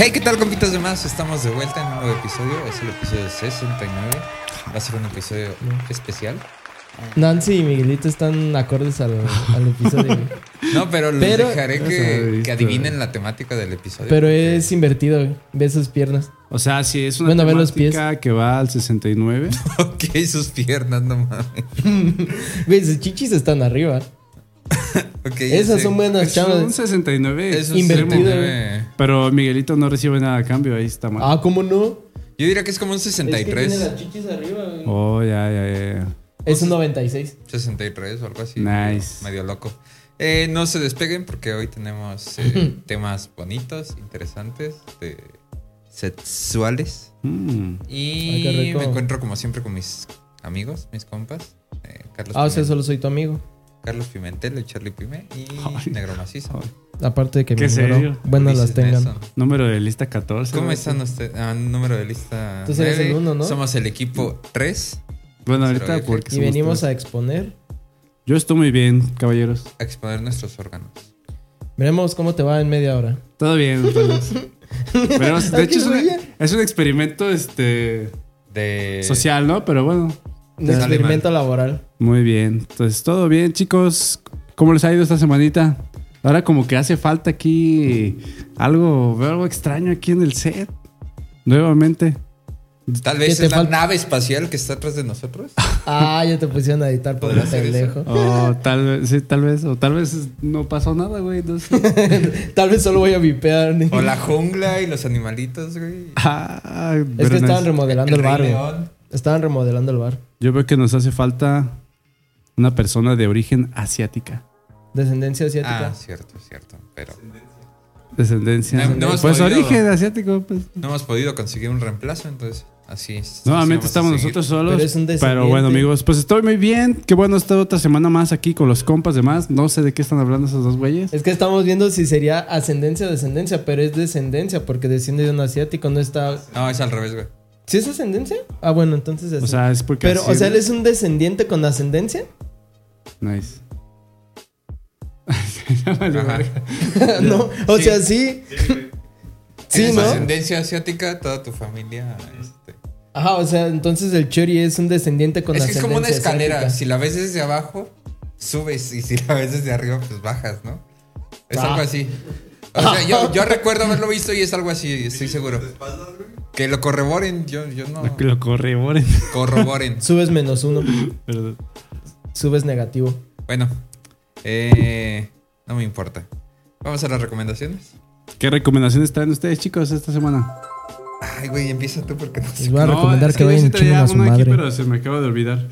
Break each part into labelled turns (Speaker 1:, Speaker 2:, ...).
Speaker 1: Hey, ¿qué tal, compitas de más? Estamos de vuelta en un nuevo episodio. Es el episodio 69. Va a ser un episodio especial.
Speaker 2: Nancy y Miguelito están acordes al, al episodio. güey.
Speaker 1: No, pero los
Speaker 2: Pero-
Speaker 1: dejaré
Speaker 3: se había
Speaker 1: que,
Speaker 3: visto,
Speaker 1: que adivinen la temática del episodio.
Speaker 2: Pero
Speaker 1: porque-
Speaker 2: es invertido, güey. ve sus piernas.
Speaker 3: O sea, si es una
Speaker 2: Bueno, a ver los
Speaker 3: temática que va al 69.
Speaker 1: Ok, sus piernas, no mames.
Speaker 2: Güey, sus chichis están arriba.
Speaker 1: Ok,
Speaker 2: Esas
Speaker 1: sí.
Speaker 2: son buenas,
Speaker 3: Es un
Speaker 2: chavas.
Speaker 3: 69.
Speaker 1: Es un
Speaker 2: Invertido,
Speaker 1: 69.
Speaker 3: Pero Miguelito no recibe nada a cambio, ahí está mal.
Speaker 2: Ah, ¿cómo no?
Speaker 1: Yo diría que es como un 63.
Speaker 2: chichis arriba,
Speaker 3: Oh, ya, ya, ya.
Speaker 2: Es un 96.
Speaker 1: 63 o algo así.
Speaker 3: Nice.
Speaker 1: Medio, medio loco. Eh, no se despeguen porque hoy tenemos eh, temas bonitos, interesantes, de sexuales.
Speaker 3: Mm.
Speaker 1: Y
Speaker 2: Ay, qué rico.
Speaker 1: me encuentro como siempre con mis amigos, mis compas. eh, Carlos,
Speaker 2: Ah, o sea,
Speaker 1: Pimen-
Speaker 2: solo soy tu amigo.
Speaker 1: Carlos Pimentel, el Charlie Pime y
Speaker 3: Ay.
Speaker 1: Negro Macizo.
Speaker 3: Ay.
Speaker 2: Aparte de que
Speaker 3: ¿Qué
Speaker 2: me
Speaker 3: serio?
Speaker 2: ignoró. Bueno, las
Speaker 1: Ulises
Speaker 2: tengan.
Speaker 1: Nelson.
Speaker 3: Número de lista 14.
Speaker 1: ¿Cómo
Speaker 3: ¿no?
Speaker 1: están ustedes? Ah, número de lista.
Speaker 2: Tú serías el
Speaker 1: nueve.
Speaker 2: uno, ¿no?
Speaker 1: Somos el equipo 3.
Speaker 3: Bueno,
Speaker 1: Cero,
Speaker 3: ahorita
Speaker 1: F.
Speaker 3: porque
Speaker 2: Y
Speaker 3: somos
Speaker 2: venimos
Speaker 3: tres.
Speaker 2: a exponer.
Speaker 3: Yo estoy muy bien, caballeros.
Speaker 1: A exponer nuestros órganos.
Speaker 2: Veremos cómo te va en media hora.
Speaker 3: Todo bien. entonces. Pero, de
Speaker 2: Ay,
Speaker 3: hecho, es,
Speaker 2: qué
Speaker 3: una-
Speaker 2: huella.
Speaker 3: es un experimento este,
Speaker 1: De.
Speaker 3: social, ¿no? Pero bueno,
Speaker 2: Un
Speaker 1: Te sale
Speaker 2: experimento laboral.
Speaker 3: muy bien. Entonces, todo bien, chicos. ¿Cómo les ha ido esta semanita? Ahora como que hace falta aquí algo, veo algo extraño aquí en el set. Nuevamente.
Speaker 1: Tal
Speaker 2: ¿Qué
Speaker 1: vez
Speaker 2: te
Speaker 1: es la
Speaker 2: falta?
Speaker 1: nave espacial que está atrás de nosotros.
Speaker 2: Ah, ya te pusieron a editar por
Speaker 1: ¿Podría hacer
Speaker 2: pendejo.
Speaker 3: O tal vez, sí, tal vez, o tal vez no pasó nada, güey. No sé.
Speaker 2: Tal vez solo voy a vipear. ni-
Speaker 1: O la jungla y los animalitos, güey.
Speaker 3: Ah,
Speaker 2: Es
Speaker 3: pero
Speaker 2: que
Speaker 3: no
Speaker 2: estaban
Speaker 3: es-
Speaker 2: remodelando
Speaker 1: El
Speaker 2: el bar.
Speaker 1: Rey
Speaker 2: güey.
Speaker 1: León.
Speaker 2: Estaban remodelando el bar.
Speaker 3: Yo veo que nos hace falta una persona de origen asiática.
Speaker 2: Descendencia
Speaker 1: Ah,
Speaker 2: asiática.
Speaker 1: cierto, cierto. Pero
Speaker 3: Descendencia.
Speaker 1: No, no hemos
Speaker 3: pues
Speaker 1: podido.
Speaker 3: origen asiático. Pues.
Speaker 1: no hemos podido conseguir un reemplazo, entonces así es.
Speaker 3: Nuevamente
Speaker 1: Así
Speaker 3: estamos
Speaker 1: vamos a seguir.
Speaker 3: nosotros solos.
Speaker 2: Pero es un
Speaker 3: Pero,
Speaker 2: descendiente.
Speaker 3: bueno, amigos, pues estoy muy bien. Qué bueno estar otra semana más aquí con los compas de más. No sé de qué están hablando esos dos güeyes.
Speaker 2: Es que estamos viendo si sería ascendencia o descendencia, pero es descendencia porque desciende de un asiático, no está...
Speaker 1: No, es al revés, güey.
Speaker 2: ¿Sí es ascendencia? Ah, bueno, entonces...
Speaker 3: O
Speaker 2: así.
Speaker 3: sea, es porque.
Speaker 2: pero,
Speaker 3: así-
Speaker 2: o sea, él es un descendiente con ascendencia.
Speaker 3: Nice.
Speaker 1: Ajá.
Speaker 2: no, o
Speaker 1: Sí.
Speaker 2: sea, sí. Sí,
Speaker 1: Tienes
Speaker 2: ¿no?
Speaker 1: ascendencia asiática, toda tu familia. este.
Speaker 2: Ajá, o sea, entonces el Chori es un descendiente con
Speaker 1: Es que es
Speaker 2: ascendencia.
Speaker 1: como una escalera.
Speaker 2: asiática.
Speaker 1: Si la ves desde abajo, subes. Y si la ves desde arriba, pues bajas, ¿no? Es
Speaker 2: Ah.
Speaker 1: algo así. O sea, yo, yo recuerdo haberlo visto y es algo así, estoy seguro. Que lo corroboren, yo, yo no.
Speaker 3: Lo, lo corroboren.
Speaker 1: Corroboren.
Speaker 2: Subes menos uno,
Speaker 3: Pero-
Speaker 2: subes negativo.
Speaker 1: Bueno, eh, no me importa. Vamos a las recomendaciones.
Speaker 3: ¿Qué recomendaciones traen ustedes, chicos, esta semana?
Speaker 1: Ay, güey, empieza tú porque no
Speaker 2: Les
Speaker 1: sé.
Speaker 2: voy a
Speaker 3: No,
Speaker 2: recomendar
Speaker 3: es
Speaker 2: que
Speaker 3: yo
Speaker 2: vayan
Speaker 3: sí
Speaker 2: en
Speaker 3: traía
Speaker 2: chingo a su
Speaker 3: una
Speaker 2: madre.
Speaker 3: Aquí, pero se me acaba de olvidar.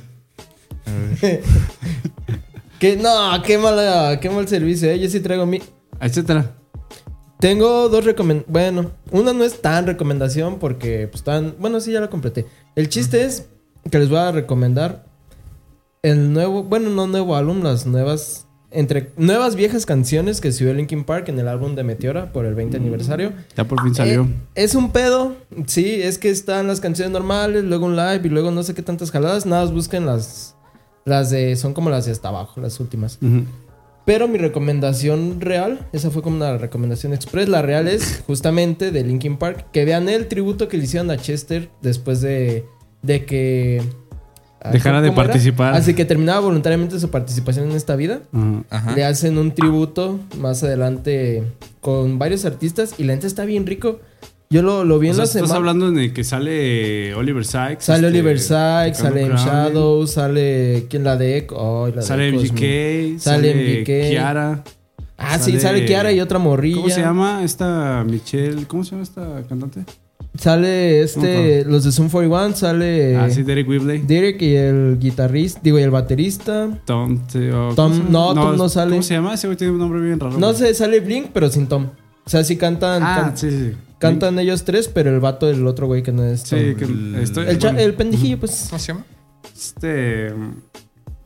Speaker 2: Que no, qué mala, qué mal servicio, eh. Yo sí traigo mi.
Speaker 3: Etcétera.
Speaker 2: Tengo dos recomendaciones. Bueno, una no es tan recomendación porque pues tan. Bueno, sí, ya la completé. El chiste es que les voy a recomendar el nuevo. Bueno, no nuevo álbum, las nuevas. Entre nuevas viejas canciones que subió Linkin Park en el álbum de Meteora por el 20 aniversario.
Speaker 3: Ya por fin salió.
Speaker 2: Eh, es un pedo. Sí, es que están las canciones normales, luego un live y luego no sé qué tantas jaladas. Nada, más busquen las. Las de. Son como las de hasta abajo, las últimas.
Speaker 3: Ujú.
Speaker 2: Pero mi recomendación real, esa fue como una recomendación express, la real es justamente de Linkin Park, que vean el tributo que le hicieron a Chester después de, de que... ah,
Speaker 3: Dejara de
Speaker 2: ¿cómo era?
Speaker 3: participar.
Speaker 2: Así que terminaba voluntariamente su participación en esta vida.
Speaker 3: Ajá.
Speaker 1: Ajá.
Speaker 2: Le hacen un tributo más adelante con varios artistas y la gente está bien rico. Yo lo, lo vi
Speaker 3: O
Speaker 2: en
Speaker 3: sea,
Speaker 2: la
Speaker 3: estás
Speaker 2: semana.
Speaker 3: hablando en el que sale Oliver Sykes.
Speaker 2: Sale
Speaker 3: este,
Speaker 2: Oliver Sykes,
Speaker 3: tocando
Speaker 2: sale M.
Speaker 3: Crown, eh.
Speaker 2: Shadow, sale... ¿Quién la de Echo? Ay, la de
Speaker 3: Sale
Speaker 2: Echo es muy-
Speaker 3: MGK. Sale,
Speaker 2: Sale MGK.
Speaker 3: Kiara.
Speaker 2: Ah, sí, sale Kiara y otra morrilla.
Speaker 3: ¿Cómo se llama esta Michelle? ¿Cómo se llama esta cantante?
Speaker 2: Sale este, los de Zoom 41, sale
Speaker 3: ah, sí, Derek Whibley.
Speaker 2: Derek y el guitarrista, digo, y el baterista.
Speaker 3: Tom. te- o-
Speaker 2: Tom-
Speaker 3: ¿cómo se llama?
Speaker 2: no, Tom no sale.
Speaker 3: ¿Cómo se llama? Ese güey tiene un nombre bien raro.
Speaker 2: No
Speaker 3: güey.
Speaker 2: sé, sale Blink, pero sin Tom. O sea, sí cantan,
Speaker 3: pues. Ah,
Speaker 2: can-
Speaker 3: sí, sí. sí.
Speaker 2: cantan ellos tres, pero el vato del otro güey que no es Tom.
Speaker 3: Sí, que estoy.
Speaker 2: el, cha-
Speaker 3: bueno,
Speaker 2: el pendejillo, pues.
Speaker 1: ¿Cómo se llama?
Speaker 3: Este.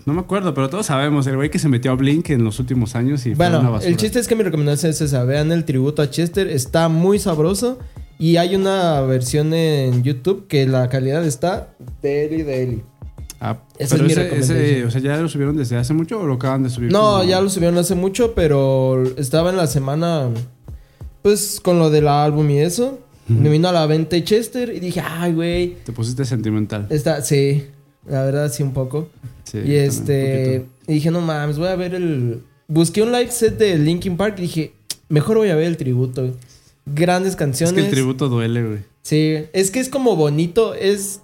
Speaker 3: No me acuerdo, pero todos sabemos. El güey que se metió a Blink en los últimos años y fue una
Speaker 2: Bueno,
Speaker 3: basura.
Speaker 2: el chiste es que mi recomendación es esa. Vean el tributo a Chester, está muy sabroso. Y hay una versión en YouTube que la calidad está de Eli de Eli.
Speaker 3: Ah,
Speaker 2: Esa es
Speaker 3: pero
Speaker 2: mi
Speaker 3: ese- ese,
Speaker 2: recomendación.
Speaker 3: o sea, ¿ya lo subieron desde hace mucho o lo acaban de subir?
Speaker 2: No,
Speaker 3: como-
Speaker 2: ya lo subieron hace mucho, pero estaba en la semana, pues con lo del álbum y eso. Me vino a la venta Chester y dije, ay, güey,
Speaker 3: Te pusiste sentimental.
Speaker 2: está, sí, la verdad sí un poco. Eh, y
Speaker 3: Sí, también, un
Speaker 2: este,
Speaker 3: poquito.
Speaker 2: y dije, no mames, voy a ver el... Busqué un live set de Linkin Park y dije, mejor voy a ver el tributo. güey. Grandes
Speaker 3: Es
Speaker 2: canciones.
Speaker 3: que el tributo duele, güey.
Speaker 2: Sí, es que es como bonito, es...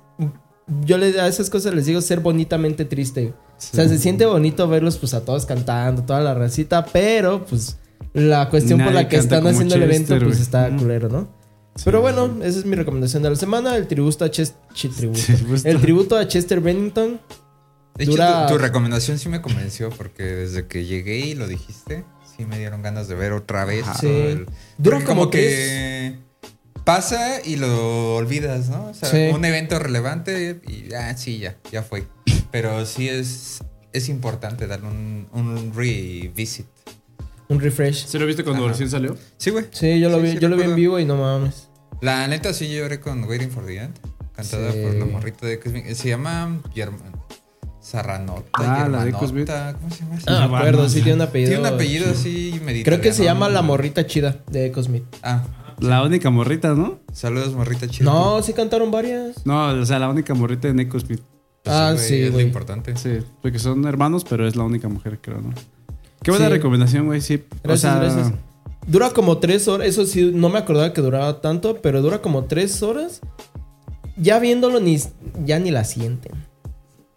Speaker 2: Yo le, a esas cosas les digo ser bonitamente triste. O sea, se siente bonito verlos pues a todos cantando, toda la racita, pero pues la cuestión por
Speaker 3: Nadie
Speaker 2: la que
Speaker 3: canta
Speaker 2: están
Speaker 3: como
Speaker 2: haciendo el evento
Speaker 3: Chester,
Speaker 2: pues
Speaker 3: güey.
Speaker 2: está
Speaker 3: Ujú.
Speaker 2: culero, ¿no? Pero bueno, esa es mi recomendación de la semana, el tributo a Chester...
Speaker 3: Tributo.
Speaker 2: El tributo a Chester Bennington.
Speaker 1: De hecho,
Speaker 2: Dura-
Speaker 1: tu, tu recomendación sí me convenció porque desde que llegué y lo dijiste, sí me dieron ganas de ver otra vez.
Speaker 3: Ajá.
Speaker 1: todo
Speaker 2: Sí.
Speaker 1: el-
Speaker 2: Dura
Speaker 1: porque
Speaker 2: como
Speaker 1: como que pasa y lo olvidas, ¿no? O sea,
Speaker 2: Sí.
Speaker 1: un evento relevante y ah, sí, ya, ya fue. Pero sí es, es importante darle un, un revisit.
Speaker 2: Un refresh.
Speaker 3: ¿Se lo viste cuando
Speaker 1: Ajá.
Speaker 3: recién salió?
Speaker 1: Sí, güey.
Speaker 2: Sí, yo lo
Speaker 1: Sí,
Speaker 2: vi,
Speaker 1: sí
Speaker 2: yo lo vi en
Speaker 1: recuerdo.
Speaker 2: vivo y no mames.
Speaker 1: La neta sí lloré con Waiting for the End, cantada
Speaker 2: Sí.
Speaker 1: por la morrita de Cosmic. Se llama German. Sarranota,
Speaker 3: Ah, la de
Speaker 1: Germanota,
Speaker 3: Cosmic.
Speaker 1: ¿Cómo se llama?
Speaker 2: No me
Speaker 3: Ah,
Speaker 1: llama?
Speaker 2: acuerdo, sí tiene un apellido.
Speaker 1: Tiene un apellido así mediterráneo.
Speaker 2: Creo que se llama La Morrita Chida de Cosmit.
Speaker 1: Ah,
Speaker 3: La única morrita, ¿no?
Speaker 1: saludos, morrita chida.
Speaker 2: No, sí cantaron varias.
Speaker 3: No, o sea, la única morrita de Nico Smith.
Speaker 2: Ah,
Speaker 1: Pues, güey,
Speaker 2: sí,
Speaker 1: Es lo
Speaker 2: güey.
Speaker 1: importante.
Speaker 3: Sí, porque son hermanos, pero es la única mujer, creo, ¿no? Qué buena
Speaker 2: Sí.
Speaker 3: recomendación, güey, sí.
Speaker 2: Gracias,
Speaker 3: o sea,
Speaker 2: gracias. Dura como tres horas. Eso sí, no me acordaba que duraba tanto, pero dura como tres horas. Ya viéndolo, ni, ya ni la sienten.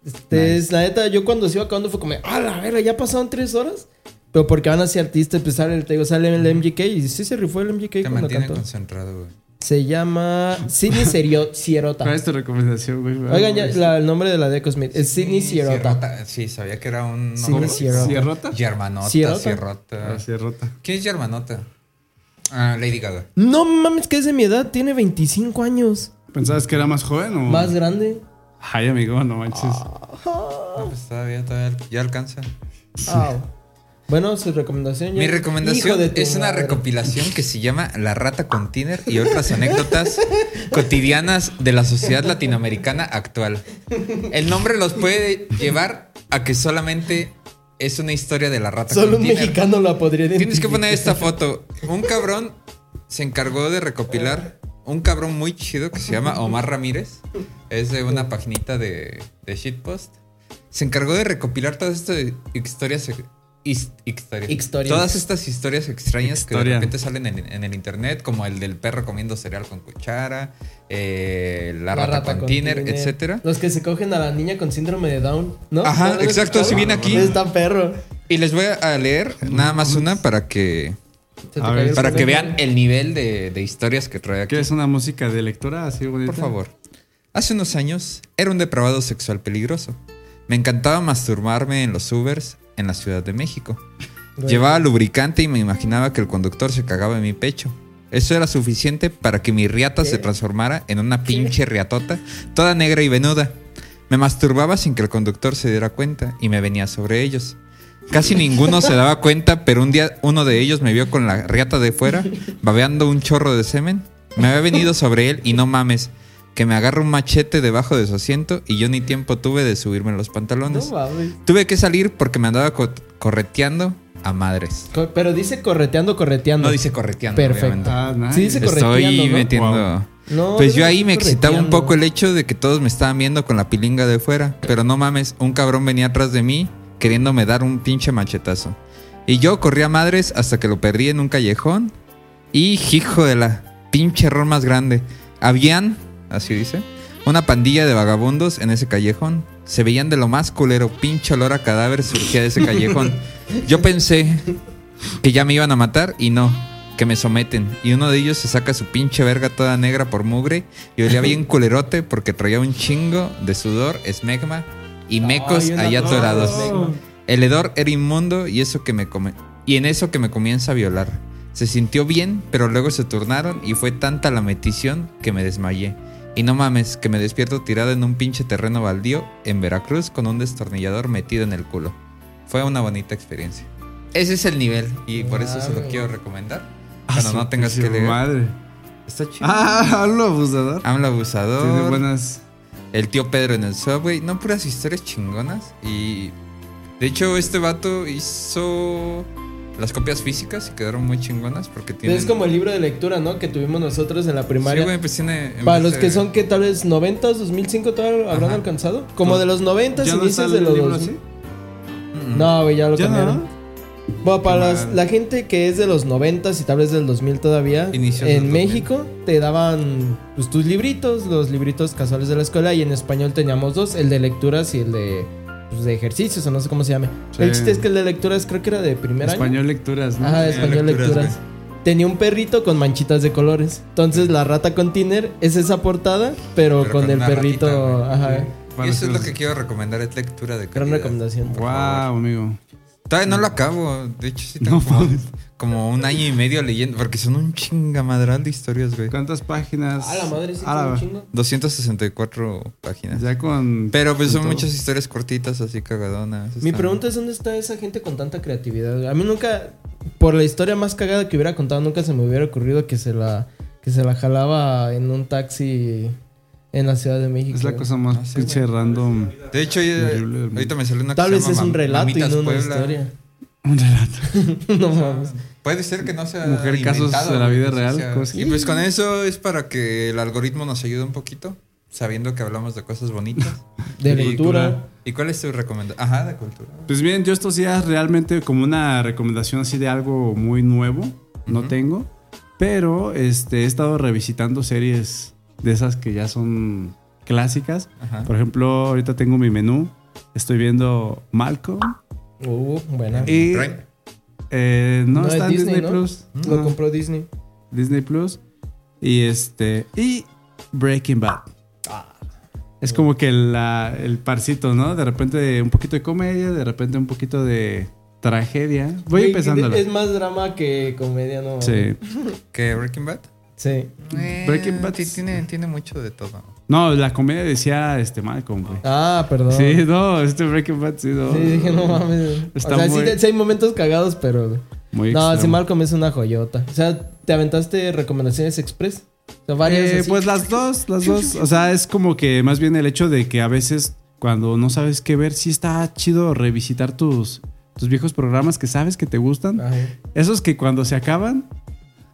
Speaker 2: Este,
Speaker 3: Nice.
Speaker 2: es, la neta, yo cuando se iba acabando fue como, a la verga, ya pasaron tres horas. Pero porque van así artistas, pues sale, el- te digo, sale el MGK y sí se rifó el MGK
Speaker 1: Te
Speaker 2: cuando
Speaker 1: mantiene
Speaker 2: cantó.
Speaker 1: concentrado, güey.
Speaker 2: Se llama Sidney Serio- Sierota.
Speaker 3: ¿Cuál es tu recomendación, este güey?
Speaker 2: Oigan, ya, la- el nombre de la Deco Smith es Sidney Sierota.
Speaker 1: Sierrota. Sí, sabía que era un
Speaker 2: Sidney Sierrota.
Speaker 3: ¿Sierrota?
Speaker 1: Germanota,
Speaker 2: Sierrota.
Speaker 1: Sierrota.
Speaker 3: Ah, Sierrota.
Speaker 1: ¿Quién es Germanota? Ah, Lady Gaga.
Speaker 2: No mames, que es de mi edad, tiene 25 años.
Speaker 3: ¿Pensabas que era más joven o...?
Speaker 2: Más grande.
Speaker 3: Ay, amigo, no manches.
Speaker 1: Ah, No, pues todavía, todavía ya alcanza.
Speaker 2: Au. Bueno, su recomendación. ya-
Speaker 1: Mi
Speaker 2: Hijo
Speaker 1: recomendación
Speaker 2: de tu
Speaker 1: es una
Speaker 2: madre.
Speaker 1: recopilación que se llama La rata con Tiner y otras anécdotas cotidianas de la sociedad latinoamericana actual. El nombre los puede llevar a que solamente es una historia de la rata
Speaker 2: Solo
Speaker 1: con
Speaker 2: un
Speaker 1: Tiner.
Speaker 2: mexicano la podría
Speaker 1: Tienes que
Speaker 2: identificar.
Speaker 1: poner esta foto. Un cabrón se encargó de recopilar un cabrón muy chido que se llama Omar Ramírez. Es de una paginita de, de shitpost. Se encargó de recopilar todas estas historias. eh, his- historias.
Speaker 2: Historias.
Speaker 1: Todas estas historias extrañas que
Speaker 3: Historia.
Speaker 1: de repente salen en, en el internet, como el del perro comiendo cereal con cuchara, eh, la, rata, con tiner,
Speaker 2: tiner.
Speaker 1: etcétera.
Speaker 2: Los que se cogen a la niña con síndrome de Down, ¿no?
Speaker 1: Ajá,
Speaker 2: ¿No lo has
Speaker 1: exacto,
Speaker 2: escuchado?
Speaker 1: si viene aquí.
Speaker 2: Es tan perro.
Speaker 1: Y les voy a leer nada más una para que
Speaker 2: Se te
Speaker 3: A
Speaker 2: cayó
Speaker 3: ver,
Speaker 2: el
Speaker 1: para que
Speaker 2: pendejo.
Speaker 1: vean el nivel de, de historias que trae aquí.
Speaker 3: ¿Quieres una música de lectura así bonita?
Speaker 1: Por favor. Hace unos años era un depravado sexual peligroso. Me encantaba masturbarme en los Ubers en la Ciudad de México. Llevaba lubricante y me imaginaba que el conductor se cagaba en mi pecho. Eso era suficiente para que mi riata se transformara en una pinche riatota, toda negra y venuda. Me masturbaba sin que el conductor se diera cuenta y me venía sobre ellos. Casi ninguno se daba cuenta, pero un día uno de ellos me vio con la riata de fuera, babeando un chorro de semen. Me había venido sobre él y no mames, que me agarra un machete debajo de su asiento y yo ni tiempo tuve de subirme los
Speaker 2: No
Speaker 1: pantalones.
Speaker 2: mames.
Speaker 1: Tuve que salir porque me andaba co- correteando a madres.
Speaker 2: Co- Pero dice correteando, correteando.
Speaker 1: No dice correteando.
Speaker 2: Perfecto.
Speaker 1: obviamente.
Speaker 3: Ah, nice.
Speaker 2: Sí, dice correcto.
Speaker 1: Estoy
Speaker 2: correteando, ¿no?
Speaker 1: metiendo.
Speaker 2: No,
Speaker 1: Pues
Speaker 2: debe
Speaker 1: yo
Speaker 2: de
Speaker 1: ahí
Speaker 2: ser
Speaker 1: me excitaba un
Speaker 2: correteando.
Speaker 1: poco el hecho de que todos me estaban viendo con la pilinga de fuera. Pero no mames, un cabrón venía atrás de mí queriéndome dar un pinche machetazo. Y yo corrí a madres hasta que lo perdí en un callejón. Y hijo de la pinche error más grande. Habían, así dice, una pandilla de vagabundos en ese callejón. Se veían de lo más culero, pinche olor a cadáver surgía de ese callejón. Yo pensé, que ya me iban a matar y no, que me someten. Y uno de ellos se saca su pinche verga toda negra por mugre y olía bien culerote porque traía un chingo de sudor, esmegma y mecos
Speaker 2: Ay, una
Speaker 1: allá
Speaker 2: torre de
Speaker 1: atorados.
Speaker 2: esmegma.
Speaker 1: El hedor era inmundo y eso que me come- y en eso que me comienza a violar. Se sintió bien, pero luego se turnaron y fue tanta la metición que me desmayé. Y no mames, que me despierto tirado en un pinche terreno baldío en Veracruz con un destornillador metido en el culo. Fue una bonita experiencia. Ese es el nivel y por eso se lo
Speaker 2: Claro.
Speaker 1: quiero recomendar.
Speaker 3: Ah,
Speaker 1: Cuando
Speaker 3: su
Speaker 1: no tengas que
Speaker 3: putísima
Speaker 1: leer.
Speaker 3: Madre.
Speaker 1: Está chido.
Speaker 3: Ah, hablo abusador.
Speaker 1: AMLO abusador.
Speaker 3: Tiene buenas.
Speaker 1: El tío Pedro en el subway. No, puras historias chingonas. Y. De hecho, este vato hizo. Las copias físicas y quedaron muy chingonas porque tienen.
Speaker 2: Es como el libro de lectura, ¿no? Que tuvimos nosotros en la primaria.
Speaker 1: Sí, güey, pues tiene.
Speaker 3: Em,
Speaker 1: en
Speaker 2: Para
Speaker 1: vez
Speaker 3: eh,
Speaker 2: los
Speaker 1: de-
Speaker 2: que son que tal vez 90, 2005 todavía lo habrán
Speaker 1: Ajá.
Speaker 2: alcanzado. Como de los 90,
Speaker 3: ¿Ya no
Speaker 2: inicios
Speaker 3: sale
Speaker 2: de
Speaker 3: el
Speaker 2: los
Speaker 3: libro
Speaker 2: 2000.
Speaker 3: así?
Speaker 1: Mm, mm.
Speaker 2: No, güey, ya lo
Speaker 3: ¿Ya
Speaker 2: cambiaron.
Speaker 3: no?
Speaker 2: Bueno, para
Speaker 1: Qué
Speaker 2: las-
Speaker 1: mal.
Speaker 2: la gente que es de los 90 y tal vez del 2000 todavía,
Speaker 1: Inicios del
Speaker 2: en
Speaker 1: 2000.
Speaker 2: México te daban pues, tus libritos, los libritos casuales de la escuela, y en español teníamos dos, el de lecturas y el de, pues, de ejercicios, o no sé cómo se llame.
Speaker 3: Sí.
Speaker 2: El chiste es que el de lecturas creo que era de primer año.
Speaker 3: Español lecturas, ¿no?
Speaker 2: Ajá,
Speaker 1: Tenía
Speaker 2: español lecturas.
Speaker 1: lecturas,
Speaker 2: Tenía un perrito con manchitas de colores. Entonces la rata con Tiner es esa portada, pero,
Speaker 1: Pero
Speaker 2: con,
Speaker 1: con
Speaker 2: el
Speaker 1: una
Speaker 2: perrito.
Speaker 1: ratita,
Speaker 2: ajá.
Speaker 1: Y eso es lo que quiero recomendar, es lectura de
Speaker 2: Gran
Speaker 1: calidad.
Speaker 2: recomendación.
Speaker 1: Por favor.
Speaker 3: Wow, amigo.
Speaker 1: Todavía no lo acabo. De hecho, sí tengo
Speaker 3: No
Speaker 1: como,
Speaker 3: mames.
Speaker 1: como un año y medio leyendo. Porque son un chingamadral de historias, güey.
Speaker 3: ¿Cuántas páginas?
Speaker 2: A Ah, la madre, sí,
Speaker 3: A la-
Speaker 2: tiene un chingo.
Speaker 1: 264 páginas.
Speaker 3: Ya con.
Speaker 1: Pero pues
Speaker 3: con
Speaker 1: son
Speaker 3: todo.
Speaker 1: muchas historias cortitas, así cagadonas.
Speaker 2: Mi
Speaker 1: Están-
Speaker 2: pregunta es dónde está esa gente con tanta creatividad. A mí nunca, por la historia más cagada que hubiera contado, nunca se me hubiera ocurrido que se la, que se la jalaba en un taxi en la Ciudad de México.
Speaker 3: Es la cosa más
Speaker 1: No sé, güey.
Speaker 3: pinche random.
Speaker 1: De hecho, ya-
Speaker 3: Horrible, horrible.
Speaker 1: ahorita me salió una
Speaker 2: Tal
Speaker 1: que
Speaker 2: vez
Speaker 1: se
Speaker 2: es
Speaker 1: llama
Speaker 2: un
Speaker 1: Mam-
Speaker 2: relato y
Speaker 1: Mamitas
Speaker 2: no una
Speaker 1: Puebla.
Speaker 2: historia.
Speaker 3: Un relato.
Speaker 2: no mames.
Speaker 1: Puede ser que no sea.
Speaker 3: Mujer, casos
Speaker 1: inventado,
Speaker 3: de la
Speaker 1: güey,
Speaker 3: vida
Speaker 1: o sea,
Speaker 3: real, cosas-
Speaker 1: Y pues con eso es para que el algoritmo nos ayude un poquito, sabiendo que hablamos de cosas bonitas.
Speaker 2: De
Speaker 1: Y-
Speaker 2: lectura.
Speaker 1: ¿Y cuál es tu recomendación? Ajá, de cultura.
Speaker 3: Pues bien, yo estos días realmente como una recomendación así de algo muy nuevo, no
Speaker 1: Ujú.
Speaker 3: tengo, pero este, he estado revisitando series de esas que ya son clásicas.
Speaker 1: Ajá.
Speaker 3: Por ejemplo, ahorita tengo mi menú, estoy viendo Malcolm.
Speaker 2: Uh, buena.
Speaker 3: Y,
Speaker 1: Prime.
Speaker 3: eh, no,
Speaker 2: No, es
Speaker 3: está en
Speaker 2: Disney,
Speaker 3: Disney,
Speaker 2: ¿no?
Speaker 3: Plus.
Speaker 2: Lo
Speaker 3: Ajá,
Speaker 2: compró Disney.
Speaker 3: Disney Plus. Y este. Y Breaking Bad. Es como que la- el parcito, ¿no? De repente un poquito de comedia, de repente un poquito de tragedia. Voy
Speaker 2: Güey,
Speaker 3: empezándola.
Speaker 2: Es más drama que comedia, ¿no?
Speaker 3: Sí.
Speaker 1: ¿Qué? ¿Breaking Bad?
Speaker 2: Sí.
Speaker 3: Eh, Breaking Bad
Speaker 1: ti-
Speaker 3: es-
Speaker 1: Tiene, tiene mucho de todo.
Speaker 3: No, la comedia decía este Malcolm, güey.
Speaker 2: Ah, perdón.
Speaker 3: Sí, no, este Breaking Bad, sí, no.
Speaker 2: Sí, dije, no mames.
Speaker 3: Está
Speaker 2: o sea,
Speaker 3: muy-
Speaker 2: sí, sí hay momentos cagados, pero...
Speaker 3: Muy
Speaker 2: No,
Speaker 3: extremo.
Speaker 2: si Malcolm es una joyota. O sea, ¿te aventaste recomendaciones express? O sea, varias.
Speaker 3: Eh,
Speaker 2: así.
Speaker 3: pues las dos, las dos. O sea, es como que más bien el hecho de que a veces cuando no sabes qué ver, sí está chido revisitar tus, tus viejos programas que sabes que te gustan.
Speaker 2: Ajá.
Speaker 3: Esos que cuando se acaban,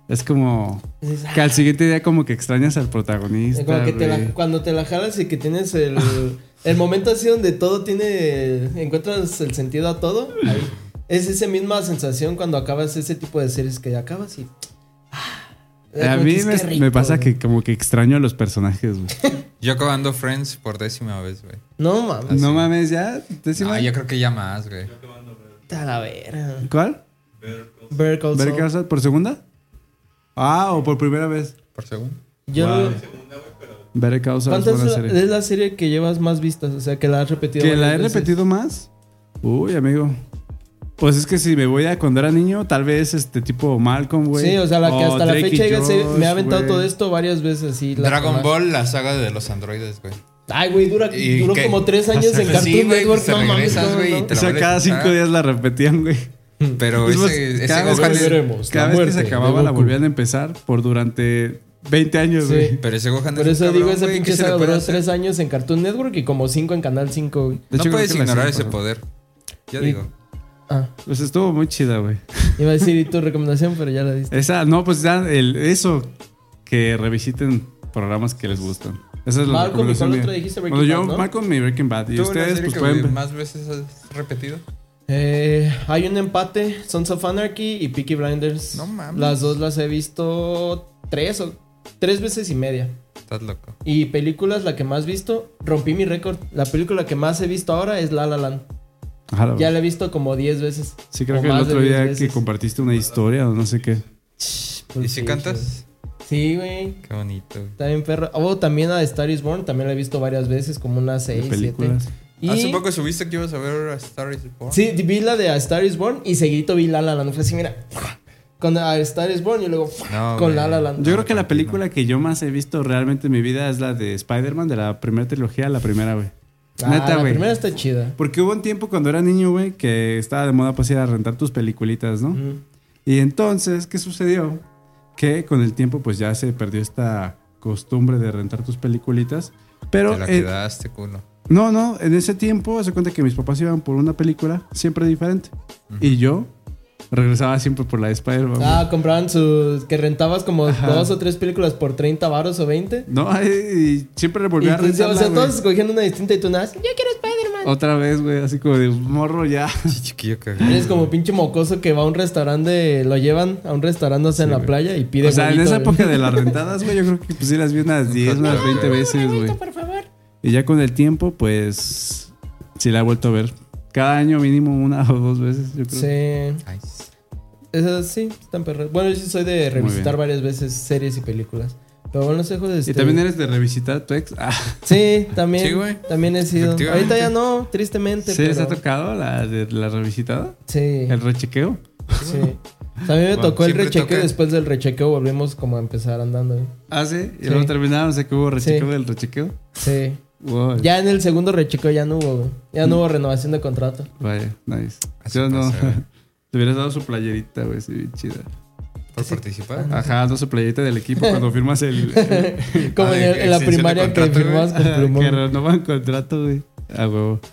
Speaker 3: es como
Speaker 2: Dices, ah,
Speaker 3: que al siguiente día como que extrañas al protagonista.
Speaker 2: como que te la-
Speaker 3: güey.
Speaker 2: cuando te la jalas y que tienes el, el momento así donde todo tiene. Encuentras el sentido a todo. ahí. Es esa misma sensación cuando acabas ese tipo de series que acabas y. ah,
Speaker 3: A
Speaker 2: como
Speaker 3: mí
Speaker 2: dices,
Speaker 3: me,
Speaker 2: qué rico,
Speaker 3: me pasa
Speaker 2: güey.
Speaker 3: que como que extraño a los personajes, güey.
Speaker 1: Yo acabando Friends por décima vez, güey.
Speaker 2: No
Speaker 1: Ah,
Speaker 2: mames.
Speaker 3: No mames, ya. décima.
Speaker 1: No, yo creo que ya más, güey.
Speaker 2: A la verga.
Speaker 3: ¿Cuál?
Speaker 2: Better Call
Speaker 3: ¿Ver
Speaker 2: Saul.
Speaker 3: qué vas a- ¿Por segunda? Ah, o por primera vez.
Speaker 1: Por segundo.
Speaker 2: Yo.
Speaker 3: Wow. Ver causa es
Speaker 2: ¿Cuántas es
Speaker 3: buena
Speaker 2: la,
Speaker 3: serie.
Speaker 2: es la serie que llevas más vistas? O sea, que la has repetido.
Speaker 3: ¿Que la
Speaker 2: varias
Speaker 3: he
Speaker 2: veces.
Speaker 3: repetido más? Uy, amigo. Pues es que si me voy a cuando era niño, tal vez este tipo Malcolm, güey.
Speaker 2: Sí, o sea, la
Speaker 1: Oh,
Speaker 2: que hasta la
Speaker 3: Drake y
Speaker 2: fecha llega a ser- me ha
Speaker 3: Josh,
Speaker 2: aventado
Speaker 3: güey.
Speaker 2: todo esto varias veces así. la-
Speaker 1: Dragon
Speaker 2: la-
Speaker 1: Ball, la saga de los androides, güey.
Speaker 2: Ay, güey, dura,
Speaker 1: ¿Y
Speaker 2: duró
Speaker 1: qué?
Speaker 2: como tres años en
Speaker 3: Pues sí,
Speaker 2: Cartoon
Speaker 1: güey, pues
Speaker 2: Network.
Speaker 1: te
Speaker 2: no mames,
Speaker 1: regresas,
Speaker 2: no,
Speaker 1: güey, y
Speaker 2: no.
Speaker 1: te
Speaker 3: O sea,
Speaker 1: la
Speaker 3: cada
Speaker 1: vuelves a
Speaker 3: cinco
Speaker 1: dar.
Speaker 3: días la repetían, güey.
Speaker 1: Pero
Speaker 3: Es más,
Speaker 1: ese, ese
Speaker 3: cada vez
Speaker 1: Gohan
Speaker 3: que
Speaker 1: es-
Speaker 2: veremos.
Speaker 3: Cada
Speaker 2: La
Speaker 3: vez que
Speaker 2: muerte
Speaker 3: se
Speaker 2: de
Speaker 3: acababa la
Speaker 2: Goku.
Speaker 3: volvían a empezar por durante 20 años,
Speaker 2: Sí.
Speaker 3: güey.
Speaker 1: Pero ese Gohan
Speaker 2: Por
Speaker 1: es un
Speaker 2: eso
Speaker 1: cabrón,
Speaker 2: digo, esa
Speaker 1: güey, ¿qué
Speaker 2: pinche
Speaker 1: se le
Speaker 2: saga
Speaker 1: puede
Speaker 2: duró
Speaker 1: hacer?
Speaker 2: tres años en Cartoon Network y como cinco en Canal 5, güey.
Speaker 3: De hecho,
Speaker 1: No
Speaker 3: creo
Speaker 1: puedes
Speaker 3: que la
Speaker 1: ignorar ese
Speaker 3: hicieron por-
Speaker 1: poder. Ya
Speaker 2: Y-
Speaker 1: digo.
Speaker 2: Ah,
Speaker 3: Pues estuvo muy chida, güey.
Speaker 2: iba a decir, ¿y tu recomendación? Pero ya la diste.
Speaker 3: Esa, no, pues ya el, eso, que revisiten programas que les gustan. Esa es la
Speaker 2: Malcolm, ¿y cuál
Speaker 3: recomendación
Speaker 2: otra
Speaker 3: mía.
Speaker 2: dijiste?
Speaker 3: Bueno,
Speaker 2: Breaking
Speaker 3: yo,
Speaker 2: Bad, ¿no?
Speaker 3: Malcolm y Breaking Bad. Y
Speaker 1: ¿Tú una
Speaker 3: ustedes,
Speaker 1: serie
Speaker 3: pues
Speaker 1: que
Speaker 3: pueden...
Speaker 1: más veces has repetido?
Speaker 2: Eh, hay un empate, Sons of Anarchy y Peaky Blinders.
Speaker 1: No mames.
Speaker 2: Las dos las he visto tres o tres veces y media.
Speaker 1: Estás loco.
Speaker 2: Y películas, la que más he visto, rompí mi récord. La película que más he visto ahora es La La Land.
Speaker 3: Ajá, la-
Speaker 2: Ya la he visto como 10 veces.
Speaker 3: Sí, creo
Speaker 2: o
Speaker 3: que el
Speaker 2: más de
Speaker 3: otro
Speaker 2: 10
Speaker 3: día
Speaker 2: veces. pues
Speaker 3: que compartiste una historia o no sé qué.
Speaker 1: ¿Y si cantas?
Speaker 2: Sí, güey.
Speaker 1: Qué bonito. güey.
Speaker 2: También perro. Oh, también a Star is Born, también la he visto varias veces, como unas
Speaker 3: de
Speaker 2: 6, 7.
Speaker 3: películas.
Speaker 2: Y
Speaker 1: Hace poco subiste que ibas a ver a Star is Born.
Speaker 2: sí, vi la de A Star is Born y seguidito vi La La Land. Fue así, mira, con A Star is Born y luego
Speaker 1: No,
Speaker 2: con
Speaker 1: güey.
Speaker 2: La La Land.
Speaker 3: Yo creo que la
Speaker 1: no.
Speaker 3: película que yo más he visto realmente en mi vida es la de Spider-Man, de la primera trilogía, la primera, güey.
Speaker 2: Ah,
Speaker 3: Neta,
Speaker 2: la
Speaker 3: güey.
Speaker 2: primera está chida.
Speaker 3: Porque hubo un tiempo cuando era niño, güey, que estaba de moda pues ir a rentar tus peliculitas, ¿no?
Speaker 2: Mm.
Speaker 3: Y entonces, ¿qué sucedió? que con el tiempo pues ya se perdió esta costumbre de rentar tus peliculitas. Pero
Speaker 1: Te la
Speaker 3: eh,
Speaker 1: quedaste, culo.
Speaker 3: no, no, en ese tiempo se cuenta que mis papás iban por una película siempre diferente. Y yo regresaba siempre por la de Spider-Man.
Speaker 2: Ah, compraban sus. que rentabas como
Speaker 3: Ajá.
Speaker 2: dos o tres películas por 30 varos o 20.
Speaker 3: No, y siempre
Speaker 2: Y,
Speaker 3: volvía a
Speaker 2: tú- o sea,
Speaker 3: rentarla, güey.
Speaker 2: todos escogiendo una distinta y tú nada. más, Yo quiero Spider-Man.
Speaker 3: Otra vez, güey, así como de morro ya.
Speaker 1: Sí, chiquillo cagado.
Speaker 2: Eres como pinche mocoso que va a un restaurante, lo llevan a un restaurante o sea, en la playa y pide.
Speaker 3: o sea, en
Speaker 2: huevito,
Speaker 3: esa
Speaker 2: güey.
Speaker 3: época de las rentadas, güey, yo creo que pues sí las vi unas 10, unas 20 veces, güey.
Speaker 2: Por favor.
Speaker 3: Y ya con el tiempo, pues sí la he vuelto a ver. Cada año mínimo una o dos veces, yo creo.
Speaker 2: Sí.
Speaker 1: Nice.
Speaker 2: Esas sí, están perras. Bueno, yo sí soy de revisitar varias veces series y películas. Pero bueno, los hijos de este
Speaker 3: Y también eres de revisitar tu ex. Ah,
Speaker 2: Sí, también.
Speaker 1: Sí, güey.
Speaker 2: También he sido.
Speaker 1: Efectivamente.
Speaker 2: Ahorita ya no, tristemente.
Speaker 3: ¿Sí les
Speaker 2: pero-
Speaker 3: ha tocado la, de, la revisitada?
Speaker 2: Sí.
Speaker 3: ¿El rechequeo?
Speaker 2: sí. O sea, a mí me
Speaker 1: Wow.
Speaker 2: tocó el
Speaker 1: Siempre
Speaker 2: rechequeo
Speaker 1: toca.
Speaker 2: y después del rechequeo volvimos como a empezar andando. güey.
Speaker 3: Ah, sí. Y
Speaker 2: Sí.
Speaker 3: luego terminaron, se que hubo rechequeo
Speaker 2: Sí.
Speaker 3: del rechequeo.
Speaker 2: Sí.
Speaker 1: Pues
Speaker 3: Wow.
Speaker 2: Ya en el segundo rechequeo ya no hubo, güey. Ya
Speaker 1: Mm.
Speaker 2: no hubo renovación de contrato.
Speaker 3: Vaya, nice.
Speaker 1: Así
Speaker 3: Yo no.
Speaker 1: pasa, ¿eh? güey.
Speaker 3: Te hubieras dado su playerita, güey, sí, bien chida.
Speaker 1: Por participar.
Speaker 3: Ajá, no su playerita del equipo cuando firmas el. el-
Speaker 2: Como
Speaker 1: Ah,
Speaker 2: en,
Speaker 1: de
Speaker 2: el- en la
Speaker 1: extensión de
Speaker 2: primaria que
Speaker 1: contrato, güey.
Speaker 2: firmabas con
Speaker 3: que
Speaker 2: plumón.
Speaker 3: renovan contrato, güey. Ah, huevo.
Speaker 1: Y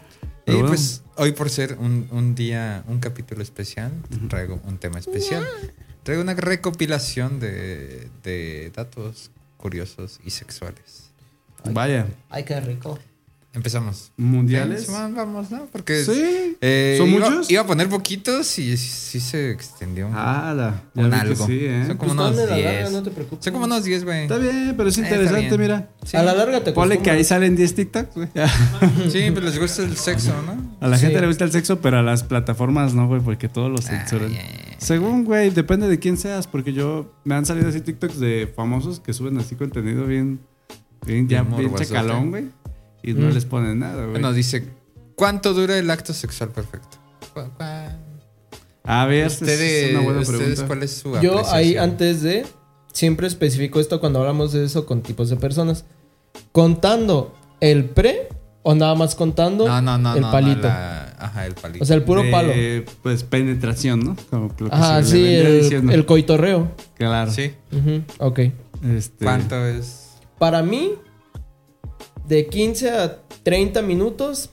Speaker 3: Pero bueno.
Speaker 1: pues hoy por ser un, un día, un capítulo especial, traigo un tema especial. Traigo una recopilación de, de datos curiosos y sexuales.
Speaker 3: Vaya.
Speaker 2: Ay, qué rico.
Speaker 1: Empezamos.
Speaker 3: Mundiales.
Speaker 1: Sí, Vamos, ¿no? Porque
Speaker 3: Sí.
Speaker 1: eh,
Speaker 3: ¿Son
Speaker 1: iba,
Speaker 3: muchos?
Speaker 1: iba a poner poquitos y sí se extendió un,
Speaker 3: Ah, la.
Speaker 1: un
Speaker 3: vi que
Speaker 1: algo.
Speaker 3: Sí, ¿eh?
Speaker 1: Son como
Speaker 2: Pues
Speaker 1: unos
Speaker 2: ponle la larga,
Speaker 1: 10.
Speaker 2: no te preocupes.
Speaker 1: Son como unos 10, güey.
Speaker 3: Está bien, pero es
Speaker 1: Eh, está
Speaker 3: interesante,
Speaker 1: bien.
Speaker 3: mira.
Speaker 1: Sí.
Speaker 2: A la larga te
Speaker 3: Ponle que ahí
Speaker 2: acostumbras.
Speaker 3: salen 10 TikToks, güey.
Speaker 1: Sí, pero les gusta el sexo, ¿no?
Speaker 3: A la
Speaker 2: Sí.
Speaker 3: gente le gusta el sexo, pero a las plataformas no, güey, porque todos los censuran.
Speaker 1: Ah, ya, ya, ya.
Speaker 3: Según, güey, depende de quién seas, porque yo me han salido así TikToks de famosos que suben así contenido bien, bien, ya,
Speaker 1: Bien
Speaker 3: bien
Speaker 1: morbosote.
Speaker 3: chacalón, güey, y no
Speaker 2: Mm.
Speaker 3: les ponen nada, güey.
Speaker 1: Bueno, dice, ¿cuánto dura el acto sexual perfecto? ¿Cuá- cuá-
Speaker 3: a ver, esa
Speaker 1: Ustedes,
Speaker 3: es una buena
Speaker 1: Este ustedes,
Speaker 3: pregunta.
Speaker 1: ¿cuál es su
Speaker 2: Yo ahí
Speaker 1: apreciación?
Speaker 2: antes de siempre especifico esto cuando hablamos de eso con tipos de personas. Contando el pre o nada más contando
Speaker 1: No, no, no,
Speaker 2: el
Speaker 1: no, no,
Speaker 2: palito.
Speaker 1: la- ajá, el palito.
Speaker 2: O sea, el puro
Speaker 3: De,
Speaker 2: palo.
Speaker 3: Eh, Pues penetración, ¿no? Como lo que
Speaker 2: Ajá,
Speaker 3: se le
Speaker 2: sí,
Speaker 3: vendría
Speaker 2: el,
Speaker 3: diciendo.
Speaker 2: el coitorreo.
Speaker 3: Claro.
Speaker 1: sí.
Speaker 2: Ujú, ok.
Speaker 3: Este,
Speaker 1: ¿Cuánto es?
Speaker 2: Para mí, de 15 a 30 minutos,